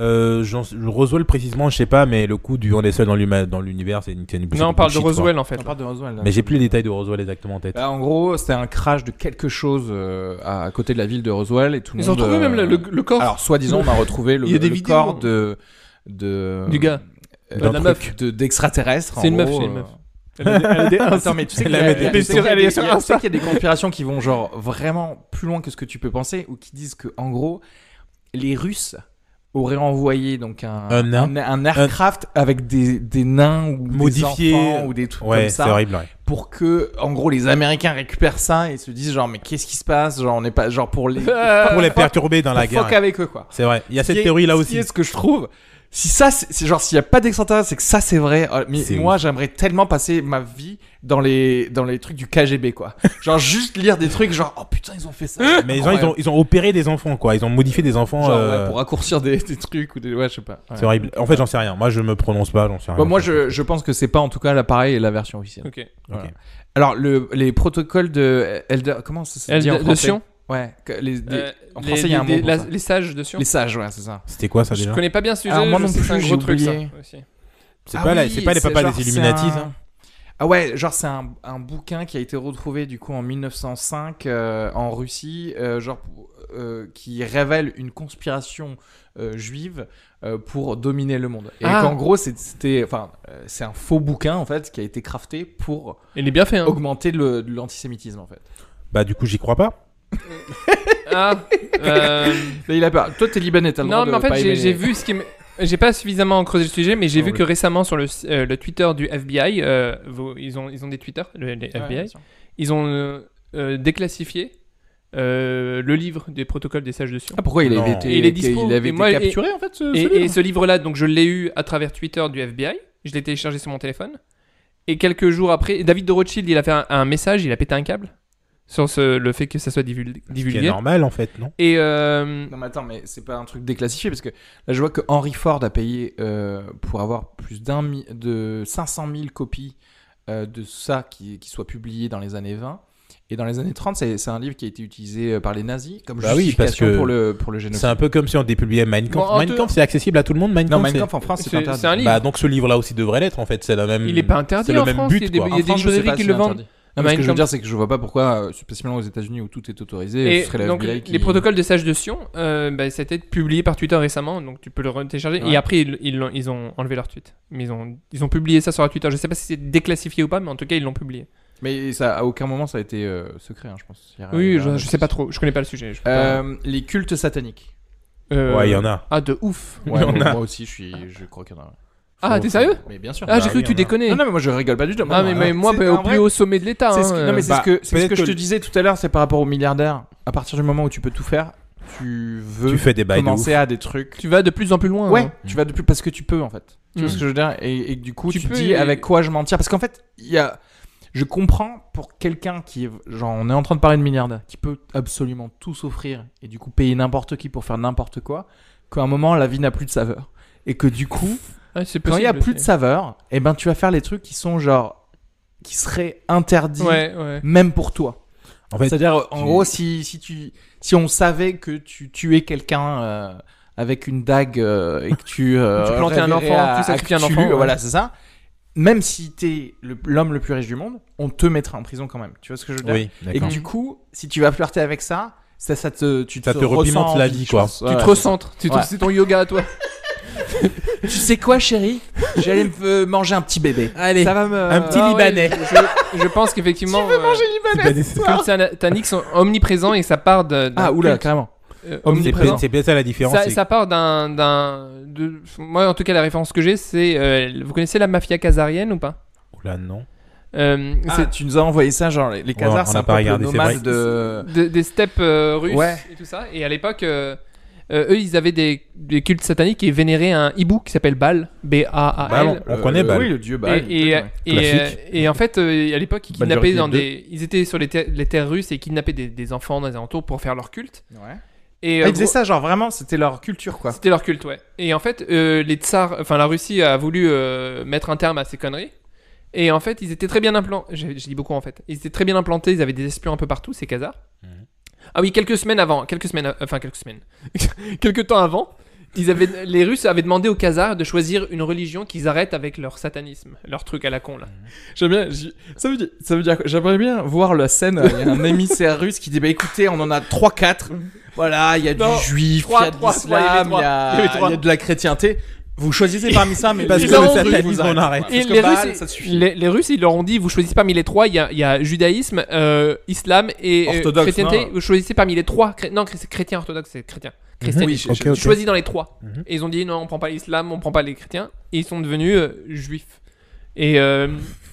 Euh, j'en- Roswell précisément, je sais pas, mais le coup du on est seul dans l'huma- dans l'univers, c'est une, c'est une
Non, on
une
parle de
bullshit, quoi.
Roswell Euh, en fait.
On parle de Roswell, là.
Mais j'ai plus les détails de Roswell exactement en tête.
Bah, en gros, c'était un crash de quelque chose euh, à, à côté de la ville de Roswell et tout le
Ils ont
monde.
trouvé même le,
euh,
le- le corps.
Alors, soi-disant, on a retrouvé le,
Oh. Il y a des
le
vidéos.
corps de, de.
Du gars.
euh,
Bah, de la
d'un
meuf.
truc de- D'extraterrestre.
C'est
en
une meuf,
gros,
c'est une meuf.
euh.
Elle a des- elle a des-
Attends, mais tu sais qu'il y a-
Elle a
des-
tu sais qu'il y a
elle
des-
est
tu sais
sur
qu'il y a
Insta.
des conspirations qui vont, genre, vraiment plus loin que ce que tu peux penser ou qui disent que, en gros, les Russes auraient envoyé donc un,
Un nain.
un aircraft avec des, des nains ou
Modifiés.
des enfants ou des trucs
Ouais,
comme
c'est
ça
horrible. ouais.
pour que en gros les Américains récupèrent ça et se disent genre mais qu'est-ce qui se passe genre on est pas genre pour les
Euh,
Pour les
fuck-
perturber dans la
pour fuck
guerre.
avec eux quoi.
C'est vrai. Il y a
Ce qui
cette
est-
théorie là
ce
aussi.
qui est ce que je trouve si ça c'est c'est genre s'il y a pas d'extraterrestre c'est que ça c'est vrai Oh, mais
C'est
moi j'aimerais tellement passer ma vie dans les dans les trucs du KGB quoi. genre juste lire des trucs genre oh putain ils ont fait ça.
Mais les gens, ils ont, ils ont opéré des enfants, quoi. Ils ont modifié des enfants.
genre ouais,
euh,
pour raccourcir des, des trucs ou des ouais je sais pas. Ouais.
C'est horrible. En fait, j'en sais rien. Moi, je me prononce pas, j'en sais
Bah,
rien.
Bon, moi je, je pense que c'est pas en tout cas l'appareil et la version officielle.
Ok.
Voilà. Alors le les protocoles de Elder comment ça se dit en
Elle de
français
Sion
Ouais, que les, des-
Euh,
en
les-
français il y a un
les-
mot pour
la-
ça.
Les sages de Sion
Les sages, ouais, c'est ça.
C'était quoi ça
Je
déjà
connais pas bien ce sujet.
Alors, moi
je
non
sais que c'est un
plus,
gros
j'ai
truc ça.
oublié.
aussi.
C'est
Ah
pas, la- c'est pas les papas des hein. Illuminati. ça
hein.
Ah ouais, genre c'est un, un bouquin qui a été retrouvé du coup en 1905 euh, en Russie, euh, genre euh, qui révèle une conspiration euh, juive euh, pour dominer le monde. Et
Ah.
qu'en gros c'est- c'était, enfin euh, c'est un faux bouquin en fait qui a été crafté pour
Il est bien fait. Hein.
augmenter le- l'antisémitisme en fait.
Bah, du coup, j'y crois pas.
Ah, euh,
Là, il a peur. Toi t'es libanais, t'as le droit
non, mais en
de pas
fait, j'ai-
aimer
j'ai
les- Ah
vu ce qui me- J'ai pas suffisamment creusé le sujet, mais j'ai
Non,
vu
mais-
que récemment sur le, euh, le Twitter du FBI, euh, vos- ils, ont, ils ont des Twitter, le- les
Ouais,
FBI,
bien sûr.
ils ont euh, euh, déclassifié euh, le livre des protocoles des sages de Sion.
Ah, pourquoi il avait
Non.
été,
Et il est dispo.
il avait été
Et moi, et-
capturé en fait ce, ce
Et,
livre
et ce livre-là, donc je l'ai eu à travers Twitter du FBI. Je l'ai téléchargé sur mon téléphone. Et quelques jours après, David de Rothschild, il a fait un, un message, il a pété un câble sur ce- le fait que ça soit divulgué.
Ce qui est normal, en fait, non
Et euh,
Non mais attends, mais c'est pas un truc déclassifié parce que là je vois que Henry Ford a payé euh, pour avoir plus d'un mi- de 500 000 copies euh, de ça qui, qui soit publié dans les années 20 et dans les années 30 c'est c'est un livre qui a été utilisé euh, par les nazis comme
Bah oui,
justification
parce que
pour le pour le
C'est
génocide.
un peu comme si on dépubliait Mein Kampf.
Bon, en
Mein
tout-
Kampf, c'est accessible à tout le monde. Mein
Non,
Kampf,
Mein
c'est-
Kampf en France c'est
c'est
interdit.
c'est un livre.
Bah, donc ce livre-là aussi devrait l'être, en fait. C'est la même.
il est pas interdit
le
en
même
France.
but,
il y a des,
quoi.
il y
En
a des
France, je sais
librairies
pas
qui
si
le
c'est
vendent.
interdit. Non, mais ce
Mein
que je veux
Kampf.
dire c'est que je vois pas pourquoi euh, spécialement aux États-Unis où tout est autorisé
Et
ce serait la
donc,
FBI qui-
les protocoles des sages de Sion, euh, bah, ça a été publié par Twitter récemment, donc tu peux le télécharger.
Ouais.
Et après, ils, ils l'ont- ils ont enlevé leur tweet. Mais ils ont, ils ont publié ça sur leur Twitter. Je sais pas si c'est déclassifié ou pas, mais en tout cas, ils l'ont publié.
Mais ça à aucun moment ça a été euh, secret hein, je pense. Il y a- il y
Oui,
a
je,
un-
je sais pas trop. Je connais pas le sujet. je peux pas-
Euh, les cultes sataniques.
Euh,
Ouais, il y en a.
Ah, de ouf.
Ouais,
Il y en
moi,
a.
moi aussi, je suis, je crois qu'il y en a.
Ah, t'es sérieux
Mais bien sûr.
Ah,
Bah
j'ai cru
oui,
que tu
on a.
déconnais.
hein. non, non, mais moi je rigole pas du tout.
ah, mais, mais moi,
C'est-
bah, au
en
plus
vrai,
haut sommet de l'État.
c'est ce que-
hein,
non, mais c'est
bah,
ce que, c'est ce
peut-être
que je
que
te
le-
disais tout à l'heure, c'est par rapport aux milliardaires. À partir du moment où tu peux tout faire, tu veux
Tu fais des bails de
commencer à des trucs.
Tu vas de plus en plus loin.
Ouais,
hein.
tu vas depuis parce que tu peux en fait. Tu vois
Mm.
ce que je veux dire et, et du coup,
Tu
tu,
peux
dis
et-
avec quoi je m'en tire. Parce qu'en fait, il y a. Je comprends pour quelqu'un qui est. Genre, on est en train de parler de milliardaire, qui peut absolument tout s'offrir et du coup payer n'importe qui pour faire n'importe quoi, qu'à un moment, la vie n'a plus de saveur. Et que du coup,
Ouais, Ah, c'est
quand il n'y a
possible,
plus de
c'est-
saveur, eh ben, tu vas faire les trucs qui sont genre. qui seraient interdits,
Ouais, ouais.
même pour toi.
En fait,
C'est-à-dire, en
tu-
gros, si, si, tu, si on savait que tu tuais quelqu'un euh, avec une dague euh, et que tu. euh,
Tu plantais un
révélerais
enfant,
à-
tu
à
sacrifiais un
Cthulhu,
enfant, ouais.
Voilà, c'est ça. Même si t'es le- l'homme le plus riche du monde, on te mettra en prison quand même. Tu vois ce que je veux dire
oui,
Et que
d'accord.
du coup, si tu vas flirter avec ça, ça, ça te, tu
Ça te repimente
ressens
la
en vie,
vie,
je
quoi.
pense.
Tu
Ah, Ouais,
te
ouais.
recentres. Tu te-
Ouais.
C'est ton yoga à toi.
Tu sais quoi, chérie J'allais me euh, manger un petit bébé.
Allez,
Ça va me.
un petit
Ah ouais,
Libanais.
je, je pense qu'effectivement. euh,
Libanais, c'est-
Comme ça, ta nick sont omniprésents et ça part de. d'un
Ah, oula,
culte,
carrément.
euh,
c'est
omniprésent.
bien- c'est bien ça la différence.
Ça,
c'est-
ça part d'un, d'un, de- moi en tout cas la référence que j'ai c'est, euh, vous connaissez la mafia casarienne ou pas
Oula, non.
Euh,
C'est- tu nous as envoyé ça, genre les, les
Ah. Ouais,
Khazars,
on
c'est
a
un
pas
peuple
regardé, c'est
nomade
vrai.
de.
c'est de- des steppes euh, russes
Ouais.
et tout ça. Et à l'époque, euh, euh, eux ils avaient des, des cultes sataniques et vénéraient un hibou qui s'appelle Baal, B A A
Baal,
L.
on connaît Baal.
Euh, Oui, le dieu Baal.
Et, et, et,
Classique.
euh, et en fait, euh, à l'époque, ils
Baal
kidnappaient
Jarret,
dans
les
des, ils étaient sur les, ter- les terres russes et kidnappaient des, des enfants dans les alentours pour faire leur culte.
Ouais.
Et
Ah,
euh,
ils faisaient
gros-
ça, genre vraiment, c'était leur culture, quoi.
C'était leur culte, ouais. Et en fait, euh, les tsars, enfin la Russie a voulu euh, mettre un terme à ces conneries. Et en fait, ils étaient très bien implantés. J'ai j'ai dit beaucoup en fait. Ils étaient très bien implantés. Ils avaient des espions un peu partout, ces Khazars.
Mhm.
Ah oui, quelques semaines avant, quelques semaines, euh, enfin quelques semaines, quelques temps avant, ils avaient, les Russes avaient demandé aux Khazars de choisir une religion qu'ils arrêtent avec leur satanisme, leur truc à la con là.
J'aime bien. j'y- Ça veut dire, ça veut dire quoi J'aimerais bien voir la scène. euh, Il y a un émissaire russe qui dit Bah écoutez, on en a 3-4. Voilà, il y a
Non,
du juif, il y
trois,
a de
trois, trois, il y avait
l'islam, il y,
trois. Il y avait
a-
trois.
il y a de la chrétienté. Vous choisissez parmi ça, mais
Parce
Ils
que
ont
le
envie,
satanisme, on arrête.
Ah,
Et les, Russes, les, les Russes, ils leur ont dit vous choisissez parmi les trois. Il y a, il y a judaïsme, euh, islam et euh,
Orthodoxe,
chrétienté.
non Mhm.
Vous choisissez parmi les trois. Chré- Non, chr- chrétien orthodoxe, c'est chrétien. Christianisme.
Oui, je-
Ok,
je-
ok.
Tu choisis dans les trois.
Mhm.
Et ils ont dit non, on prend pas l'islam, on prend pas les chrétiens. Et ils sont devenus euh, juifs. Et euh,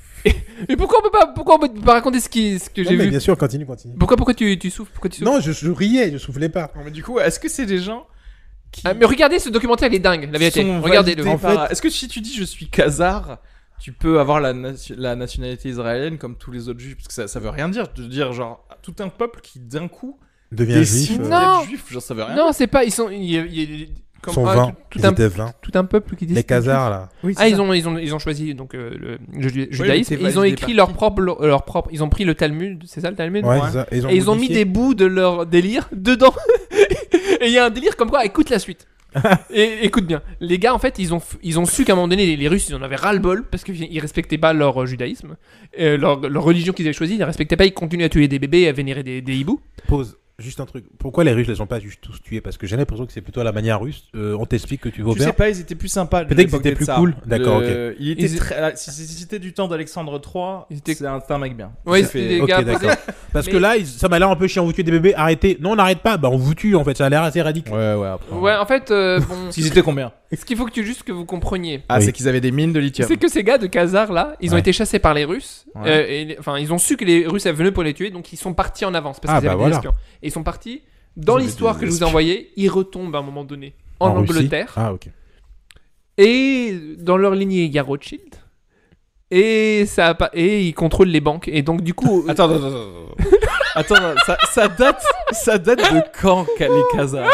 mais pourquoi on peut pas, pourquoi on peut pas raconter ce, qui, ce que
Non,
j'ai
mais
vu
bien sûr, continue, continue.
Pourquoi, pourquoi tu, tu souffres, pourquoi tu souffres
Non, je, je riais, je soufflais pas.
Non, mais du coup, est-ce que c'est des gens qui.
Ah, Mais regardez ce documentaire, il est dingue, la vérité.
sont
Regardez-le.
validés par- Est-ce que si tu dis je suis Khazar, tu peux avoir la, nation- la nationalité israélienne comme tous les autres juifs Parce que ça, ça veut rien dire. De dire, genre, tout un peuple qui d'un coup
Deviens juif.
décide
euh,
Non.
d'être juif, genre, ça veut rien
Non, c'est pas. Ils sont. il y a- il y a-
Ils
comme-
sont
ah,
20.
tout,
Ils
tout un,
étaient 20.
tout un peuple qui
Les
décide-
Khazars, là.
Oui,
Ah,
c'est
ils
ça.
ont, ils, ont, ils ont choisi donc, euh, le ju-
mais
judaïsme
c'est
et ils ont
validé
écrit
par
leur
qui
propre, lo- leur propre. Ils ont pris le Talmud, c'est ça le Talmud
Ouais,
Ouais.
c'est ça. Ils ont
Et ils ont mis
modifié.
des bouts de leur délire dedans. et il y a un délire comme quoi, écoute la suite. et écoute bien, les gars en fait ils ont, f- ils ont su qu'à un moment donné les, les Russes ils en avaient ras-le-bol parce qu'ils respectaient pas leur euh, judaïsme, euh, leur, leur religion qu'ils avaient choisie, ils la respectaient pas, ils continuaient à tuer des bébés et à vénérer des, des hiboux.
Pause. Juste un truc. Pourquoi les Russes les ont pas juste tous tués Parce que j'ai l'impression que c'est plutôt à la manière russe. Euh, on t'explique que tu vas au
Je sais
père.
pas, ils étaient plus sympas.
Peut-être qu'ils étaient plus cool. D'accord,
ok. Euh, Il était
Ils-
très- ah, Si si- si c'était du temps d'Alexandre III,
Ils étaient-
c'est un, c'est un mec bien.
Ouais,
Ça
c'était
fait-
des
Ok,
gars
d'accord. Parce que
Mais-
là, ils- ça m'a l'air un peu chiant. Vous tuez des bébés, arrêtez. Non, on n'arrête pas. Bah, on vous tue en fait. Ça a l'air assez radical.
Ouais, ouais, après.
Ouais en fait, euh, bon,
Parce qu'ils étaient combien
ce qu'il faut que tu juste que vous compreniez,
Ah,
Ah, Oui.
c'est qu'ils avaient des mines de lithium.
C'est que ces gars de Khazar là, ils ont
Ouais.
été chassés par les Russes.
Ouais.
euh, et les- enfin, ils ont su que les Russes avaient venu pour les tuer, donc ils sont partis en avance parce
Ah,
qu'ils
bah
avaient
voilà.
des espions. Et ils sont partis. Dans
Ils
l'histoire
avaient
que
des
je vous ai
espions.
envoyée, ils retombent à un moment donné en,
Russie.
Angleterre.
Ah, ok.
Et dans leur lignée, il y a Rothschild. Et ça a pas- et ils contrôlent les banques. Et donc du coup,
Attends, attends, attends, attends. attends, ça, ça date, ça date de quand ca- les Khazars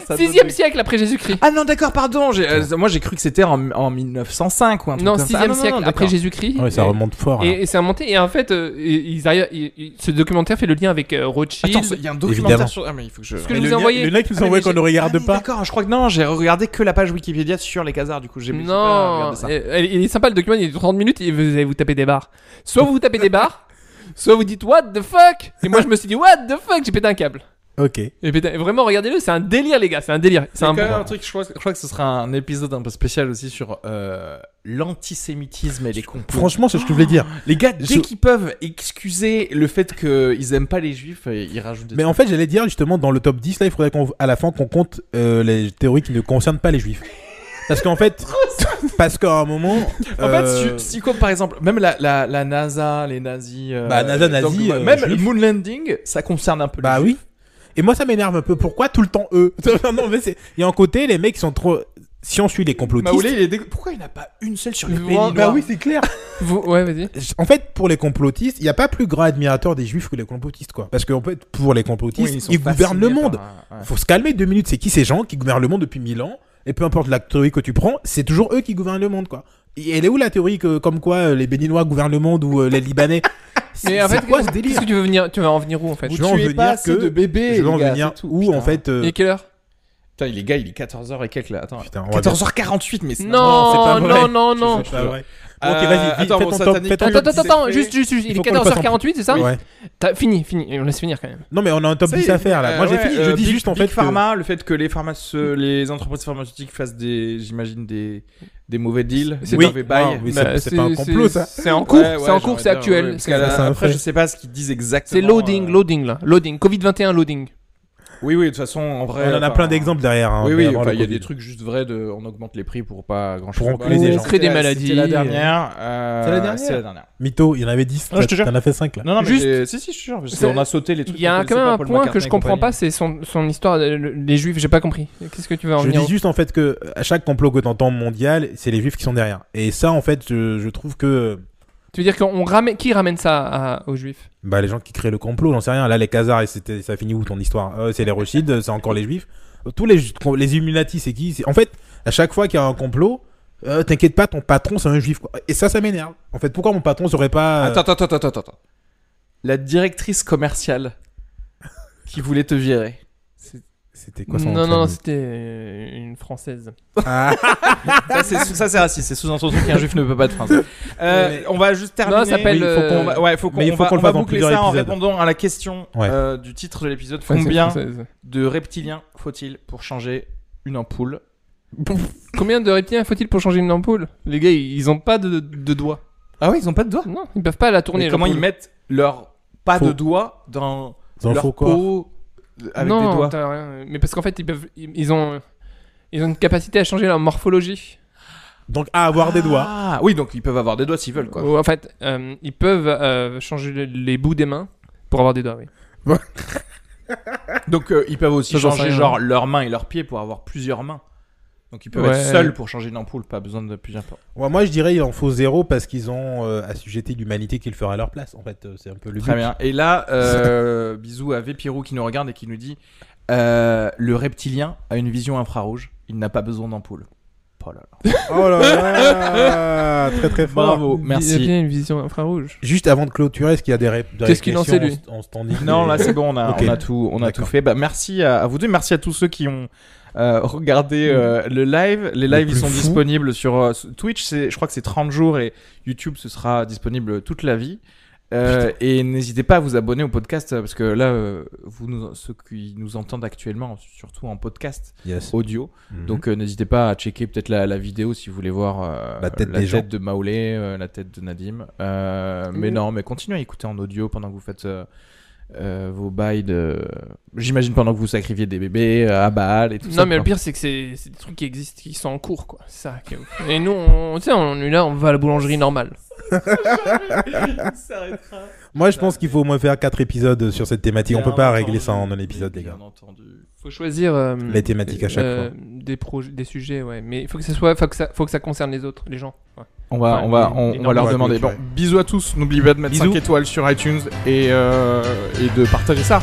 Ça- ça date
6e
de-
siècle après Jésus-Christ.
Ah non, d'accord, pardon. j'ai- euh, moi, j'ai cru que c'était en, en 1905 ou un truc
non,
comme
6e
ça. Ah, non, non,
siècle
non,
après
d'accord.
Jésus-Christ.
Ouais, ça
Et-
remonte fort.
Et, et c'est remonté. Et en fait, euh, ils arrivent- ils- ils- ce documentaire fait le lien avec euh, Rothschild.
Attends, il y a un documentaire
Évidemment.
sur. Ah, mais il faut que je.
Parce que je vous ai envoyé.
Le mec nous
Ah,
envoie
mais
qu'on
j'ai-
ne
Ah,
regarde
mais
pas.
D'accord, je crois que non, j'ai regardé que la page Wikipédia sur les Khazars, du coup, j'ai j'ai pas
Non,
regardé ça.
euh, il il est sympa le document, il est de 30 minutes et vous allez vous taper des barres. Soit vous vous tapez des barres, soit vous dites what the fuck Et moi je me suis dit what the fuck, j'ai pété un câble.
Ok.
Et pété- vraiment regardez-le, c'est un délire les gars, c'est un délire. C'est
C'est
un
quand même un truc, je crois, je crois que ce sera un épisode un peu spécial aussi sur euh, l'antisémitisme et les complots.
Franchement, c'est ce que je voulais dire.
les gars, dès
je-
qu'ils peuvent excuser le fait qu'ils aiment pas les juifs, euh, ils rajoutent des
Mais en fait, j'allais dire justement dans le top 10, là, il faudrait qu'on, à la fin qu'on compte euh, les théories qui ne concernent pas les juifs. Parce qu'en fait, parce qu'à un moment.
En
euh,
fait, si, si compte par exemple, même la, la, la NASA, les nazis. euh,
Bah, NASA,
donc,
nazi, euh,
même le
juif.
moon landing, ça concerne un peu
bah
les
oui.
juifs.
Et moi, ça m'énerve un peu. Pourquoi tout le temps eux Non, mais c'est. Il y a un côté, les mecs sont trop. Si on suit les complotistes.
Maoulé, il est dégue- Pourquoi il n'a pas une seule sur les
Ouais,
pays noirs
bah oui, c'est clair.
Vous- Ouais, vas-y.
En fait, pour les complotistes, il n'y a pas plus grand admirateur des juifs que les complotistes, quoi. Parce qu'en fait, pour les complotistes,
Oui,
ils,
sont
gouvernent le
fascinés
monde.
hein,
par un- ouais.
Faut se calmer deux minutes. C'est qui ces gens qui gouvernent le monde depuis mille ans Et peu importe la théorie que tu prends, c'est toujours eux qui gouvernent le monde, quoi. Et elle est où la théorie que, comme quoi euh, les Béninois gouvernent le monde ou euh, les Libanais
Mais
C'est
en fait,
c'est quoi ce
qu'est-ce
délire
que tu veux venir Tu veux en venir où en fait
Je veux en venir que-
bébés.
Je veux en venir où, en fait euh,
Il est quelle heure
Putain, les gars, il est 14h et quelques là. Attends.
Putain, on va bien-
14h48, mais c'est
c'est pas
Non,
vrai.
non, non, non.
C'est pas vrai.
Euh,
Ok, vas-y, vite,
attends,
fais
mon
ton top,
satanique.
fais ton
Attends,
top
attends,
dix,
attends,
c'est
juste, juste, juste, il
faut
est
qu'on le passe en
14h48, c'est ça
Ouais.
T'as fini, fini, on laisse finir quand même.
Non, mais on a un top
Ça y
10
est,
à faire là.
euh,
Moi j'ai
ouais,
fini,
euh,
je dis
Big-
juste en
Big
fait. que-
Pharma, le fait que les, pharmace- les entreprises pharmaceutiques fassent des, j'imagine, des, des mauvais deals, des
oui.
mauvais bails.
Ah, oui, c'est-
Bah,
c'est pas un complot ça.
C'est en cours,
Ouais, ouais,
c'est en
j'aurais
cours, c'est
dit,
actuel.
ouais, parce
C'est-
qu'à la-
Ça, c'est un
après,
fait.
je sais pas ce qu'ils disent exactement.
c'est loading,
euh,
loading là, loading. Covid-21 loading.
Oui, oui, de toute façon, en vrai.
On en a
enfin,
plein d'exemples derrière. hein,
Oui,
mais
oui,
avant
enfin,
le
il y a
Covid.
des trucs juste vrais de. On augmente les prix pour pas grand chose. Bah,
Pour enculer des gens.
crée des maladies.
C'était la dernière. euh,
C'est la dernière
C'est la dernière.
Mytho, il y en avait 10.
Non, Ah, je te jure.
T'en as fait 5 là.
Non, non, mais
Juste-
j'ai- si, si, je suis sûr. parce
C'est-
qu'on a sauté les trucs.
Il y a
qu'on
quand même
connaissait
un
pas, Paul
point que
McCartney
je
et
comprends
compagnie.
pas, c'est son, son histoire, euh, le- les juifs, j'ai pas compris. Qu'est-ce que tu veux en
Je
venir
dis juste en fait que à chaque complot que t'entends mondial, c'est les juifs qui sont derrière. Et ça en fait, je, je trouve que
Tu veux dire qu'on ramène, qui ramène ça à- aux juifs
bah, les gens qui créent le complot, j'en sais rien. Là, les Khazars, et c'était- ça finit où ton histoire Euh, C'est les Rochides, c'est encore les juifs. Tous les, ju- les Illuminati, c'est qui C'est- En fait, à chaque fois qu'il y a un complot, euh, t'inquiète pas, ton patron c'est un juif. quoi. Et ça, ça m'énerve. En fait, pourquoi mon patron serait pas. euh,
Attends, attends, attends, attends, attends. La directrice commerciale qui voulait te virer.
C'était quoi son
Non, non,
nom de famille
c'était euh, une française.
Ah,
Ça, c'est ça, c'est raciste. C'est sous-entendu qu'un juif ne peut pas être français. Euh,
Mais-
On va juste terminer.
Non, ça s'appelle.
Oui, il faut
euh,
On va- ouais, faut qu'on
Mais il
on
faut
va,
qu'on le
on va
fasse dans
boucler
plusieurs
ça en
épisodes.
répondant à la question
Ouais.
euh, du titre de l'épisode.
ouais, c'est
Combien
française.
de reptiliens faut-il pour changer une ampoule
Combien de reptiliens faut-il pour changer une ampoule Les gars, ils ont pas de, de doigts.
Ah ouais, ils ont pas de doigts.
Non, ils peuvent pas la tourner.
Mais comment ils
l'ampoule.
mettent leur pas
Faux.
de doigts dans
Dans le
leur
faux corps.
peau avec
non,
des doigts
t'as rien. Mais parce qu'en fait, ils peuvent, ils ils ont, ils ont une capacité à changer leur morphologie.
Donc, à avoir des doigts.
Ah oui, donc ils peuvent avoir des doigts s'ils veulent quoi.
Ou en fait, euh, ils peuvent euh, changer le- les bouts des mains pour avoir des doigts. Oui.
Donc euh, ils peuvent aussi
Ça, j'en sais
changer
rien.
genre leurs mains et leurs pieds pour avoir plusieurs mains. Donc ils peuvent
Ouais.
être seuls pour changer une ampoule, pas besoin de plusieurs portes.
Ouais, moi, je dirais, il en faut zéro parce qu'ils ont euh, assujetti l'humanité qu'il fera à leur place. En fait, Euh, c'est un peu le but.
Très bien. Et là, euh, bisous à Vépirou qui nous regarde et qui nous dit euh, le reptilien a une vision infrarouge, il n'a pas besoin d'ampoule. Oh là là.
Oh là là Très très fort.
Bravo,
Il y a
Oh, merci.
bien une vision infrarouge.
Juste avant de clôturer, est-ce qu'il y a des, ré- des
Qu'est-ce qu'il en sait,
réflexions
lui
en, en standing
Non,
et-
là c'est bon, on a,
Ok.
on a tout, on a tout
D'accord.
fait. Bah, merci à, à vous deux, merci à tous ceux qui ont euh, regardé euh, le live. Les
Les
lives ils
Mm. plus
sont
fous.
disponibles sur euh, s- Twitch, c'est- je crois que c'est 30 jours et YouTube ce sera disponible toute la vie. Euh, et n'hésitez pas à vous abonner au podcast euh, parce que là, euh, vous nous- ceux qui nous entendent actuellement, surtout en podcast
Yes.
audio,
Mhm.
donc euh, n'hésitez pas à checker peut-être la, la vidéo si vous voulez voir euh,
La tête des gens.
de Maolé, euh, la tête de Nadim. Euh, Mais non, mais continuez à écouter en audio pendant que vous faites euh, euh, vos bails de... J'imagine pendant que vous sacrifiez des bébés euh, à Baal et tout ça.
Non, mais le
quoi.
pire, c'est que c'est c'est des trucs qui existent, qui sont en cours, quoi. C'est Ça, qui est ouf. Et nous, on, tu sais, on est là, on va à la boulangerie normale.
Moi, je pense qu'il faut au moins faire 4 épisodes sur cette thématique. On peut pas régler ça en un épisode, les gars.
Bien entendu.
Faut choisir. euh,
Les thématiques à chaque
euh, Des, proj- des sujets, ouais. Mais il faut que ça soit, faut que ça, faut que ça concerne les autres, les gens. Ouais.
On va,
Ouais,
on va,
les-
on,
les
on va leur
normes,
demander.
ouais,
Bon,
ouais.
bisous à tous. N'oubliez pas de mettre
Bisous.
5 étoiles sur iTunes et, euh, et de partager ça.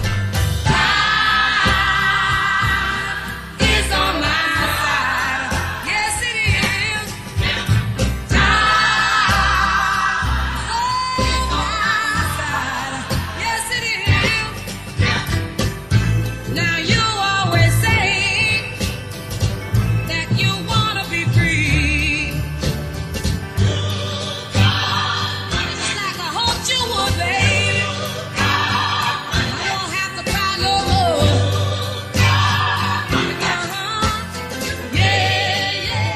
is on my side. Yes, it is. Time is on my side. Yes, it is. Now you always say that you wanna be free. Just like I hoped you would, babe. You don't have to cry no more. Uh-huh. Yeah, yeah, yeah.